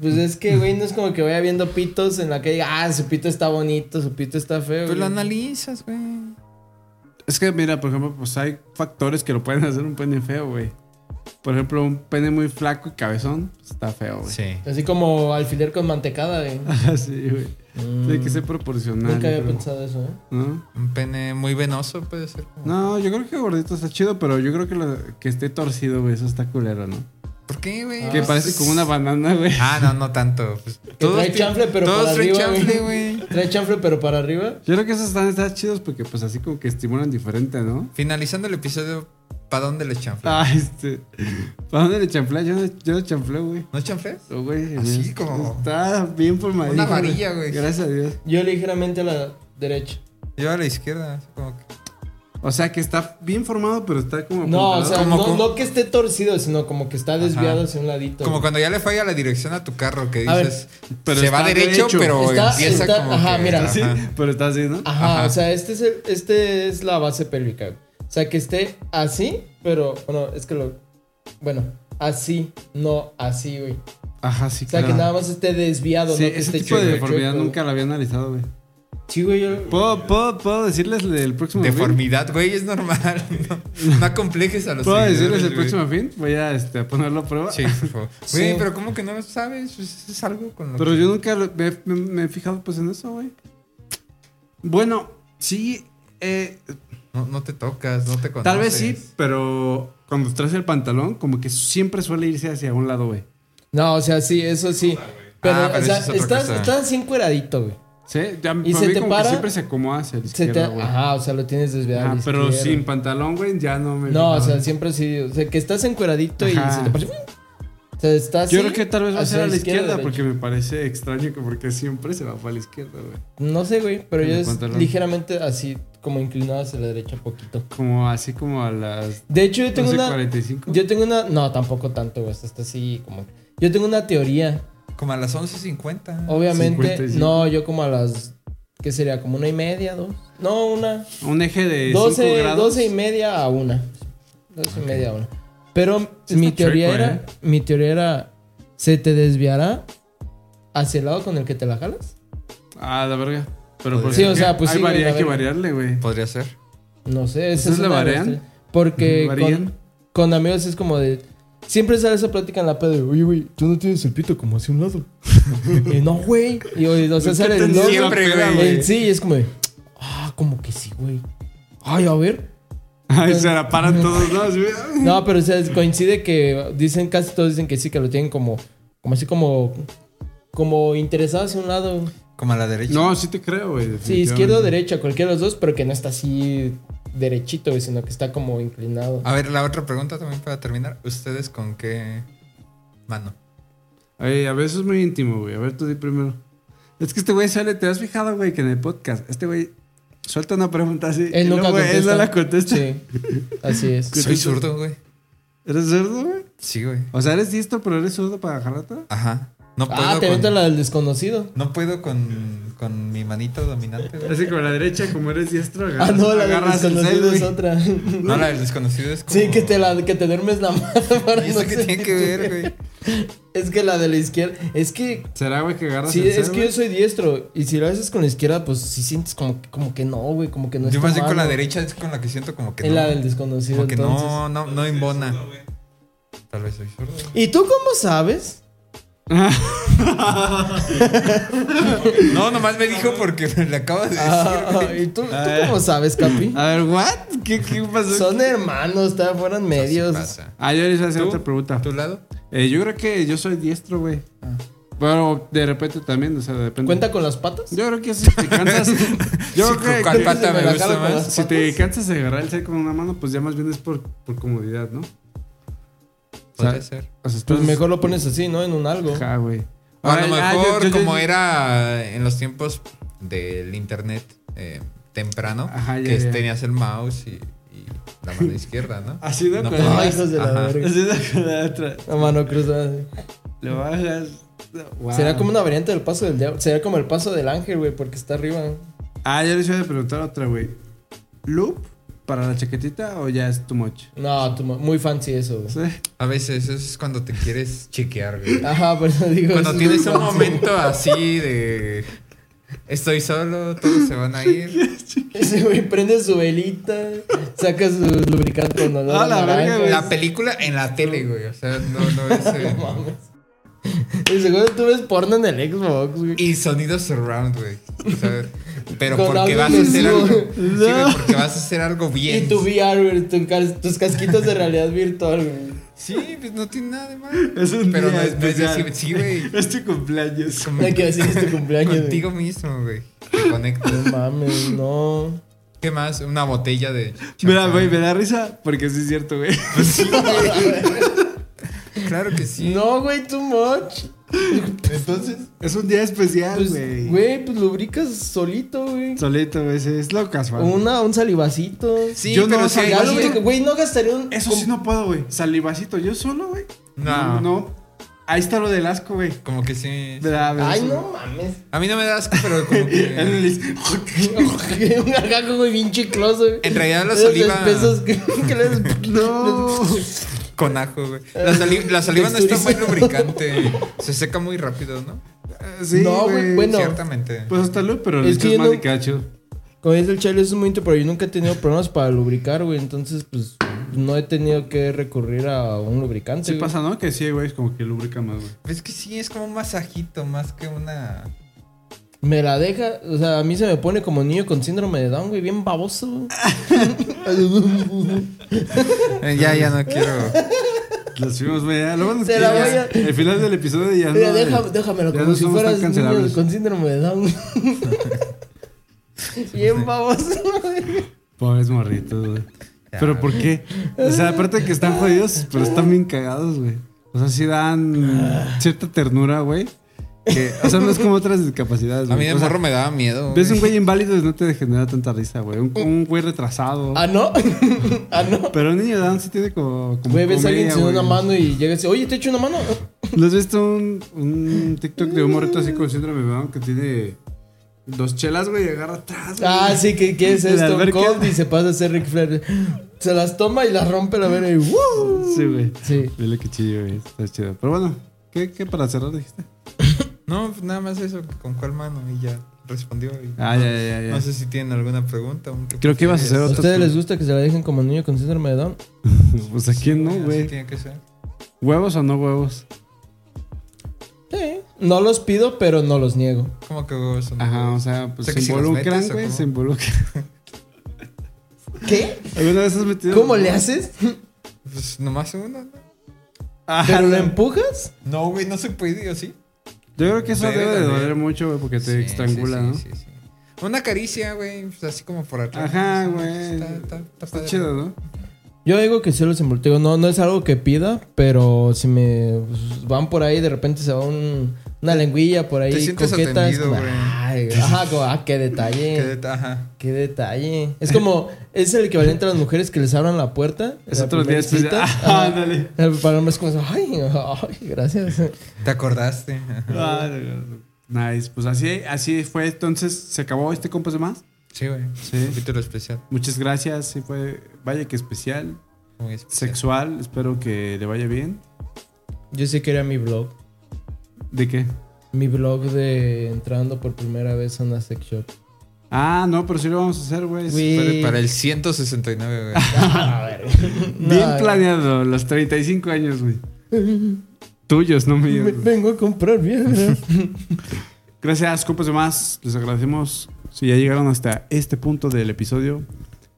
Speaker 2: Pues es que, güey, no es como que vaya viendo pitos en la que diga, ah, su pito está bonito, su pito está feo.
Speaker 1: Pues lo
Speaker 2: güey.
Speaker 1: analizas, güey.
Speaker 3: Es que mira, por ejemplo, pues hay factores que lo pueden hacer un pene feo, güey. Por ejemplo, un pene muy flaco y cabezón pues, está feo, güey.
Speaker 1: Sí.
Speaker 2: Así como alfiler con mantecada, güey. Mm,
Speaker 3: sí, güey. Tiene
Speaker 1: Mm.
Speaker 3: que ser proporcional.
Speaker 2: Nunca
Speaker 3: yo
Speaker 2: había
Speaker 3: creo.
Speaker 2: pensado eso, ¿eh?
Speaker 3: ¿No?
Speaker 1: Un pene muy venoso puede ser. como-
Speaker 3: No, yo creo que gordito está chido, pero yo creo que lo- que esté torcido, güey, eso está culero, ¿no?
Speaker 1: ¿Por qué, güey?
Speaker 2: Ah,
Speaker 3: Que parece como una banana, güey.
Speaker 1: Ah, no, no tanto. Pues,
Speaker 2: trae
Speaker 1: ti-
Speaker 2: chanfle, pero
Speaker 1: todos
Speaker 2: para
Speaker 1: traen
Speaker 2: arriba, güey.
Speaker 1: chanfle, güey.
Speaker 2: Trae chanfle, pero para arriba.
Speaker 3: Yo creo que esos están, están chidos porque pues así como que estimulan diferente, ¿no?
Speaker 1: Finalizando el episodio, ¿para dónde les chanfle?
Speaker 3: Ah, este. ¿Para dónde le chanflea? Yo, no- yo no chanfleo, güey.
Speaker 1: ¿No chanfles?
Speaker 3: No, güey.
Speaker 1: Así
Speaker 3: mira,
Speaker 1: como-
Speaker 3: Está bien formadito.
Speaker 1: Una varilla, güey.
Speaker 3: Gracias a Dios.
Speaker 2: Yo ligeramente a la derecha.
Speaker 1: Yo a la izquierda, así como que.
Speaker 3: O sea que está bien formado, pero está como.
Speaker 2: No, o
Speaker 3: apuntado.
Speaker 2: sea,
Speaker 1: Como
Speaker 2: no,
Speaker 1: con-
Speaker 2: no que esté torcido, sino como que está desviado hacia un ladito.
Speaker 1: Como cuando ya le falla la dirección a tu carro, que
Speaker 2: A ver,
Speaker 1: dices,
Speaker 3: pero
Speaker 1: se
Speaker 3: está
Speaker 1: va derecho,
Speaker 3: derecho.
Speaker 1: pero
Speaker 2: Está-
Speaker 1: empieza
Speaker 2: está-
Speaker 1: como
Speaker 2: ajá,
Speaker 1: que-
Speaker 2: mira.
Speaker 1: ajá.
Speaker 3: Sí, pero está así, ¿no?
Speaker 2: Ajá,
Speaker 1: Ajá.
Speaker 2: o sea, este es, el- este es la base pélvica. güey. O sea, que esté así, pero bueno, es que lo. Bueno, así, no así, güey.
Speaker 3: Ajá, sí,
Speaker 2: O sea, que
Speaker 3: claro.
Speaker 2: nada más esté desviado,
Speaker 3: Sí,
Speaker 2: no que
Speaker 3: ese
Speaker 2: esté
Speaker 3: tipo de
Speaker 2: chueco,
Speaker 3: deformidad
Speaker 2: chueco.
Speaker 3: nunca la había analizado, güey.
Speaker 2: Sí, güey, yo.
Speaker 3: ¿Puedo, puedo, puedo decirles el próximo fin?
Speaker 1: Deformidad, güey, es normal. No, no acomplejes a los
Speaker 3: ¿Puedo decirles
Speaker 1: seguidores,
Speaker 3: el
Speaker 1: güey.
Speaker 3: próximo fin? Voy a, este, a ponerlo a prueba.
Speaker 1: Sí, por favor.
Speaker 2: Sí.
Speaker 1: Güey, pero ¿cómo que no lo sabes? Pues, es algo con lo
Speaker 3: Pero
Speaker 1: que-
Speaker 3: yo nunca lo- me, me- me he fijado pues en eso, güey. Bueno, sí. eh,
Speaker 1: no, no te tocas, Pues no te conoces.
Speaker 3: tal vez sí, pero cuando traes el pantalón, como que siempre suele irse hacia un lado, güey.
Speaker 2: No, o sea, sí, eso sí. Pero,
Speaker 1: Ah, pero
Speaker 2: o sea,
Speaker 1: eso es otra
Speaker 2: estás,
Speaker 1: cosa.
Speaker 2: estás así encueradito, güey.
Speaker 3: ¿Sí? Ya,
Speaker 2: ¿Y
Speaker 3: para
Speaker 2: se
Speaker 3: mí
Speaker 2: te
Speaker 3: como que
Speaker 2: para?
Speaker 3: siempre se acomoda hacia la
Speaker 2: Se te-
Speaker 3: izquierda, güey.
Speaker 2: Ajá, o sea, lo tienes desviado. a
Speaker 3: Ajá,
Speaker 2: la
Speaker 3: pero
Speaker 2: izquierda.
Speaker 3: sin pantalón, güey, ya no me.
Speaker 2: No, o sea,
Speaker 3: fijaba.
Speaker 2: siempre así. O sea, que estás encueradito
Speaker 3: Ajá.
Speaker 2: y se te parece. O sea, estás.
Speaker 3: Yo creo que tal vez va a ser a la izquierda,
Speaker 2: porque
Speaker 3: porque me parece extraño que porque siempre se va para la izquierda, güey.
Speaker 2: No sé, güey, pero
Speaker 3: En
Speaker 2: yo
Speaker 3: el
Speaker 2: es
Speaker 3: pantalón.
Speaker 2: ligeramente así, como inclinado hacia la derecha poquito.
Speaker 3: Como así como a las
Speaker 2: De hecho, yo tengo una.
Speaker 3: 45.
Speaker 2: Yo tengo una. No, tampoco tanto, güey. Hasta así como. Yo tengo una teoría.
Speaker 1: Como a las 11.50.
Speaker 2: Obviamente.
Speaker 3: 55.
Speaker 2: No, yo como a las. ¿Qué sería? Como una y media, dos. No, una.
Speaker 3: Un eje de 5
Speaker 2: 12,
Speaker 3: grados.
Speaker 2: 12 y media a una. 12 y media a una. Pero
Speaker 3: Sí
Speaker 2: mi
Speaker 3: está
Speaker 2: teoría
Speaker 3: chueco,
Speaker 2: era.
Speaker 3: ¿eh?
Speaker 2: Mi teoría era. ¿Se te desviará hacia el lado con el que te la jalas?
Speaker 3: Ah, la verga. Pero
Speaker 1: Podría.
Speaker 3: por
Speaker 1: Sí,
Speaker 3: eso
Speaker 2: o sea, pues
Speaker 3: hay
Speaker 2: sí, güey, la
Speaker 3: varia- hay que
Speaker 2: verga.
Speaker 3: variarle, güey.
Speaker 1: Podría ser.
Speaker 2: No sé, esa
Speaker 3: ¿Ustedes
Speaker 2: es
Speaker 3: la
Speaker 2: una de
Speaker 3: varían?
Speaker 2: las tres. Porque
Speaker 3: ¿Varían?
Speaker 2: con, con amigos es como de. Siempre sale esa plática en la pedo. de, Oye, güey, tú no tienes el pito como hacia un lado. Y, no, güey. Y oye, o sea,
Speaker 3: Es que
Speaker 2: sale
Speaker 3: te
Speaker 2: el no.
Speaker 3: encierra,
Speaker 1: Siempre,
Speaker 3: peda,
Speaker 1: güey.
Speaker 2: el sí, y es como de. Ah, como que sí, güey. Ay, a ver. Pues
Speaker 3: Ay, se la paran todos lados, güey.
Speaker 2: No, pero o sea, coincide que dicen, casi todos dicen que sí, que lo tienen como. Como así como. Como interesado hacia un lado.
Speaker 1: Como a la derecha.
Speaker 3: No, sí te creo, güey.
Speaker 2: Sí, izquierdo o
Speaker 3: definitivamente.
Speaker 2: derecha, cualquiera de los dos, pero que no está así derechito, güey, sino que está como inclinado.
Speaker 1: A ver, la otra pregunta también para terminar. ¿Ustedes con qué mano?
Speaker 3: Ay, a veces es muy íntimo, güey. A ver, tú di primero. Es que este güey sale, ¿te has fijado, güey, que en el podcast este güey suelta una pregunta así? y
Speaker 2: Él nunca
Speaker 3: luego, güey,
Speaker 2: contesta.
Speaker 3: Él no la contesta.
Speaker 2: Sí. Así es.
Speaker 3: ¿Qué
Speaker 1: Soy
Speaker 3: tú-
Speaker 1: zurdo, güey.
Speaker 3: ¿Eres cerdo, güey?
Speaker 1: Sí, güey.
Speaker 3: O sea, eres diestro, pero eres zurdo para jarrata.
Speaker 1: Ajá. No puedo,
Speaker 2: Ah, te
Speaker 1: con,
Speaker 2: avientan la del desconocido.
Speaker 1: no puedo con, con mi manita dominante, güey.
Speaker 3: Así como la derecha, como eres diestro,
Speaker 2: Ah,
Speaker 3: agarras,
Speaker 2: no, la del
Speaker 3: agarras el cel,
Speaker 2: desconocido es
Speaker 3: güey.
Speaker 2: otra.
Speaker 1: No, la del desconocido es como...
Speaker 2: Sí, que te, la, que te duermes la mano para
Speaker 1: ¿Y eso
Speaker 2: no
Speaker 1: qué
Speaker 2: sentir
Speaker 1: tiene que
Speaker 2: tu-
Speaker 1: ver, güey?
Speaker 2: Es que la de la izquierda. Es que.
Speaker 3: ¿Será, güey, que agarras
Speaker 2: Sí,
Speaker 3: el cel,
Speaker 2: es que
Speaker 3: güey?
Speaker 2: yo soy diestro. Y si lo haces con la izquierda, pues si sientes como, como que no, güey. Como que no es
Speaker 1: Yo
Speaker 2: tu
Speaker 1: más bien con la
Speaker 2: mano.
Speaker 1: derecha es con la que siento como que
Speaker 2: Es
Speaker 1: no.
Speaker 2: la del desconocido,
Speaker 1: Como que
Speaker 2: entonces.
Speaker 1: no, no, no imbona. Tal vez soy sordo.
Speaker 2: ¿Y tú cómo sabes?
Speaker 1: güey. No, nomás me dijo porque le acabo de decir.
Speaker 2: Ah,
Speaker 1: güey.
Speaker 2: ¿Y tú, tú
Speaker 3: Ah.
Speaker 2: cómo sabes, Capi?
Speaker 3: A ver, ¿what? ¿Qué, qué pasó?
Speaker 2: Son hermanos, está fueran
Speaker 1: Así
Speaker 2: medios.
Speaker 1: pasa.
Speaker 3: Ah, yo les voy a hacer
Speaker 1: ¿Tú?
Speaker 3: otra pregunta.
Speaker 1: ¿A tu lado?
Speaker 3: Eh, yo creo que yo soy diestro, güey. Pero de repente también, o sea, de repente.
Speaker 2: ¿Cuenta con las patas?
Speaker 3: Yo creo que si te cansas. yo
Speaker 1: Sí,
Speaker 3: creo
Speaker 1: ¿Cuál
Speaker 3: que.
Speaker 1: pata
Speaker 2: me
Speaker 1: me
Speaker 2: la
Speaker 1: gusta
Speaker 2: acabo con
Speaker 1: más?
Speaker 2: las-
Speaker 3: Si te cansas de agarrar el cel con una mano, pues ya más bien es por, por comodidad, ¿no?
Speaker 1: Podría ser.
Speaker 3: O sea, estás-
Speaker 2: Pues mejor lo pones así, ¿no? En un algo.
Speaker 3: Ajá, güey.
Speaker 1: O a lo
Speaker 3: Ahora, ah, yo-
Speaker 1: mejor,
Speaker 3: yo- yo-
Speaker 1: como era en los tiempos del internet eh, temprano,
Speaker 3: Ajá, ya,
Speaker 1: que
Speaker 3: ya.
Speaker 1: tenías el mouse y, y la mano izquierda, ¿no?
Speaker 3: Así no,
Speaker 1: No
Speaker 3: con la-
Speaker 1: podías.
Speaker 2: Ay, hijos de la
Speaker 1: Ajá.
Speaker 2: verga.
Speaker 3: Así no, con la otra.
Speaker 2: La mano cruzada.
Speaker 3: Le bajas. Wow.
Speaker 2: Será como una variante del paso del diablo. Será como el paso del ángel, güey, porque está arriba.
Speaker 3: Ah, yo les voy a preguntar otra, güey. ¿Loop para la chaquetita o ya es too much?
Speaker 2: No, tú ma- muy fancy eso, güey.
Speaker 3: Sí.
Speaker 1: A veces eso es cuando te quieres chequear, güey.
Speaker 3: Ah,
Speaker 2: Ajá, por eso digo.
Speaker 1: Cuando
Speaker 2: eso es
Speaker 1: tienes
Speaker 2: muy
Speaker 1: un
Speaker 2: fancy.
Speaker 1: momento así de estoy solo, todos se van a ir.
Speaker 2: Ese güey prende su velita, saca su lubricante con olor
Speaker 3: Ah,
Speaker 2: a
Speaker 3: la verga,
Speaker 2: naranja.
Speaker 3: güey.
Speaker 1: La película en la tele, güey. O sea, no, no es. eh,
Speaker 2: No mames. Y seguro tú ves porno en el Xbox, güey.
Speaker 1: y sonido surround, güey. O sea, pero
Speaker 2: Con
Speaker 1: porque
Speaker 2: audio
Speaker 1: vas a hacer
Speaker 2: inmersivo.
Speaker 1: algo. sí, güey, porque vas a hacer algo bien.
Speaker 2: Y tu VR, güey, tu cas- tus casquitos de realidad virtual, güey.
Speaker 1: Sí, pues no tiene nada de malo.
Speaker 3: Es un
Speaker 1: Pero
Speaker 3: día
Speaker 1: no es, no es
Speaker 3: especial.
Speaker 1: así, sí, güey.
Speaker 3: Es tu cumpleaños.
Speaker 1: Como
Speaker 2: Hay que decir es tu cumpleaños, güey.
Speaker 1: Contigo mismo, güey. Te conectas.
Speaker 2: No mames, no.
Speaker 1: ¿Qué más? Una botella de.
Speaker 3: Mira,
Speaker 1: champán.
Speaker 3: güey, me da risa porque sí es cierto, güey.
Speaker 1: Claro que sí.
Speaker 2: No, güey, too much.
Speaker 1: Entonces.
Speaker 3: Es un día especial,
Speaker 2: Pues,
Speaker 3: güey.
Speaker 2: güey, pues lubricas solito, güey.
Speaker 3: Solito, güey. sí, Es lo casual.
Speaker 2: Una, un salivacito.
Speaker 1: Sí,
Speaker 3: Yo no
Speaker 1: pero sí hay-
Speaker 2: Ya lo
Speaker 3: güey.
Speaker 2: único- güey, no gastaría un.
Speaker 3: Eso
Speaker 2: com-
Speaker 3: sí no puedo, güey. Salivacito, yo solo, güey.
Speaker 1: No.
Speaker 3: No. Ahí está lo del asco, güey.
Speaker 1: Como que sí.
Speaker 3: Me da- me da
Speaker 2: Ay,
Speaker 3: eso,
Speaker 2: no
Speaker 3: güey.
Speaker 2: mames.
Speaker 1: A mí no me da asco, pero como
Speaker 3: En
Speaker 1: que.
Speaker 3: el-
Speaker 2: un gargajo, güey, bien chicloso, güey.
Speaker 1: En realidad la
Speaker 2: Esos
Speaker 1: saliva-
Speaker 2: espesos que, que les.
Speaker 3: No.
Speaker 1: Con ajo, güey. La, sali- la saliva no está muy
Speaker 2: Texturizado.
Speaker 1: lubricante. Se seca muy rápido, ¿no?
Speaker 3: Sí,
Speaker 2: No, güey, bueno.
Speaker 1: Ciertamente.
Speaker 3: Pues hasta lo, pero
Speaker 2: Es que
Speaker 3: le echas
Speaker 2: yo
Speaker 3: más
Speaker 2: no-
Speaker 3: de cacho.
Speaker 2: Como dice el chale, es un momento, pero yo nunca he tenido problemas para lubricar, güey. Entonces, pues, no he tenido que recurrir a un lubricante.
Speaker 3: Sí
Speaker 2: güey.
Speaker 3: pasa, ¿no? Que sí, güey, es como que lubrica más, güey.
Speaker 1: Es que sí, es como un masajito más que una.
Speaker 2: Me la deja, o sea, a mí se me pone como niño con síndrome de Down, güey, bien baboso. güey.
Speaker 1: Eh, ya, ya no quiero.
Speaker 3: Las subimos, güey. ya. Luego nos
Speaker 2: Se la
Speaker 3: quedas-
Speaker 2: voy a-
Speaker 3: El final del episodio ya
Speaker 2: Mira,
Speaker 3: no.
Speaker 2: deja-
Speaker 3: eh,
Speaker 2: déjamelo
Speaker 3: ya
Speaker 2: como
Speaker 3: no
Speaker 2: si
Speaker 3: somos tan
Speaker 2: fueras niño
Speaker 3: cancelables.
Speaker 2: con síndrome de Down. bien baboso. güey.
Speaker 3: Pobres morritos, güey. Pero ¿por qué? O sea, aparte de que están jodidos, pero están bien cagados, güey. O sea, sí dan cierta ternura, güey. Que, o sea, no es como otras discapacidades,
Speaker 1: A mí
Speaker 3: güey.
Speaker 1: de
Speaker 3: O sea,
Speaker 1: morro me daba miedo.
Speaker 3: Ves un
Speaker 1: güey.
Speaker 3: güey inválido y no te genera tanta risa, güey. Un, un güey retrasado.
Speaker 2: Ah, no. ah, no.
Speaker 3: Pero un niño de Down sí tiene como. como
Speaker 2: Güey, ves a alguien
Speaker 3: comedia,
Speaker 2: sin
Speaker 3: güey.
Speaker 2: una mano y llega y dice, oye, te echo una mano.
Speaker 3: ¿No has visto un, un TikTok de un morrito así con síndrome de Down que tiene dos chelas, güey, y agarra atrás, güey?
Speaker 2: ah, sí, ¿qué, qué es
Speaker 3: En la
Speaker 2: esto?
Speaker 3: alberca.
Speaker 2: Cold y se pasa a hacer Ric Flair. Se las toma y las rompe la vera y ¡wow!
Speaker 3: Sí, güey.
Speaker 2: Sí.
Speaker 3: Dile que chillo, güey. Está chido. Pero bueno, ¿qué, qué para cerrar dijiste?
Speaker 1: No, pues nada más eso, con cuál mano. Y ya respondió. y-
Speaker 3: Ah, ya, ya, ya.
Speaker 1: No sé si tienen alguna pregunta. aunque
Speaker 3: Creo que ibas a hacer
Speaker 2: ¿A
Speaker 3: otra.
Speaker 2: ustedes les gusta que se la dejen como niño con síndrome de Down?
Speaker 3: Pues a quién no,
Speaker 1: Así
Speaker 3: güey.
Speaker 1: Ah, tiene que ser.
Speaker 3: ¿Huevos o no huevos?
Speaker 2: Sí. No los pido, pero no los niego.
Speaker 1: ¿Cómo que huevos son?
Speaker 3: Ajá, o
Speaker 1: huevos?
Speaker 3: sea, pues
Speaker 1: O sea, que
Speaker 3: se
Speaker 1: si los
Speaker 3: involucran,
Speaker 1: metes, ¿o
Speaker 3: güey.
Speaker 1: cómo?
Speaker 3: Se involucran.
Speaker 2: ¿Qué?
Speaker 3: ¿Alguna vez has metido?
Speaker 2: ¿Cómo le haces?
Speaker 1: Pues nomás uno, ¿no?
Speaker 3: Ah,
Speaker 2: ¿Pero lo
Speaker 3: no.
Speaker 2: empujas?
Speaker 1: No, güey, no se puede, ¿o sí?
Speaker 3: Yo creo que eso
Speaker 1: Debe
Speaker 3: debe de
Speaker 1: de
Speaker 3: doler
Speaker 1: haber.
Speaker 3: mucho, güey, porque te
Speaker 1: Sí,
Speaker 3: estrangula,
Speaker 1: sí,
Speaker 3: ¿no?
Speaker 1: sí, sí, sí. Una caricia, güey, pues así como por atrás.
Speaker 3: Ajá,
Speaker 1: Sí,
Speaker 3: güey.
Speaker 1: Está, está, está
Speaker 3: Está
Speaker 1: padre.
Speaker 3: chido, ¿no?
Speaker 2: Yo digo que sí los envolteo. No, no es algo que pida, pero si me pues, van por ahí, de repente se va un- Una lengüilla por ahí.
Speaker 1: Te sientes
Speaker 2: coqueta, es
Speaker 1: atendido,
Speaker 2: como,
Speaker 1: güey.
Speaker 2: Ay, güey, ajá, como, ah, qué detalle.
Speaker 1: Qué deta- ajá.
Speaker 2: Qué detalle. Es como, es el equivalente a las mujeres que les abran la puerta.
Speaker 3: Es
Speaker 2: en la
Speaker 3: otro
Speaker 2: primera
Speaker 3: día después de-
Speaker 2: cita. Ajá.
Speaker 3: Ah, ándale.
Speaker 2: Para hombres como, ay, ay, gracias.
Speaker 1: Te acordaste. Ajá.
Speaker 3: Nice. Pues así, así fue. Entonces, ¿se acabó este compas de más?
Speaker 1: Sí, güey.
Speaker 3: Sí.
Speaker 1: Un capítulo especial.
Speaker 3: Muchas gracias. Sí fue, vaya que especial.
Speaker 1: Muy especial.
Speaker 3: Sexual. Espero que le vaya bien.
Speaker 2: Yo sí quería mi blog.
Speaker 3: ¿De qué?
Speaker 2: Mi blog de entrando por primera vez a una sex shop.
Speaker 3: Ah, no, pero sí lo vamos a hacer, güey.
Speaker 1: Para, para el 169, güey.
Speaker 3: Bien
Speaker 2: No,
Speaker 3: planeado, los 35 años, güey. Tuyos, no míos.
Speaker 2: me- vengo a comprar Viagra.
Speaker 3: Gracias, compas de más. Les agradecemos. Si ya llegaron hasta este punto del episodio,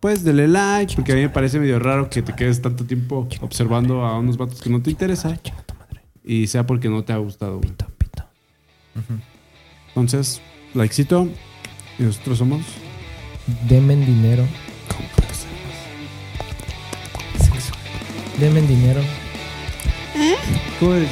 Speaker 3: pues denle like, porque a mí me parece medio raro que te quedes tanto tiempo observando a unos vatos que no te interesan y sea porque no te ha gustado. güey. Entonces, likecito. Y nosotros somos.
Speaker 2: Denme dinero. Sexo. Denme dinero.
Speaker 3: ¿Cómo es?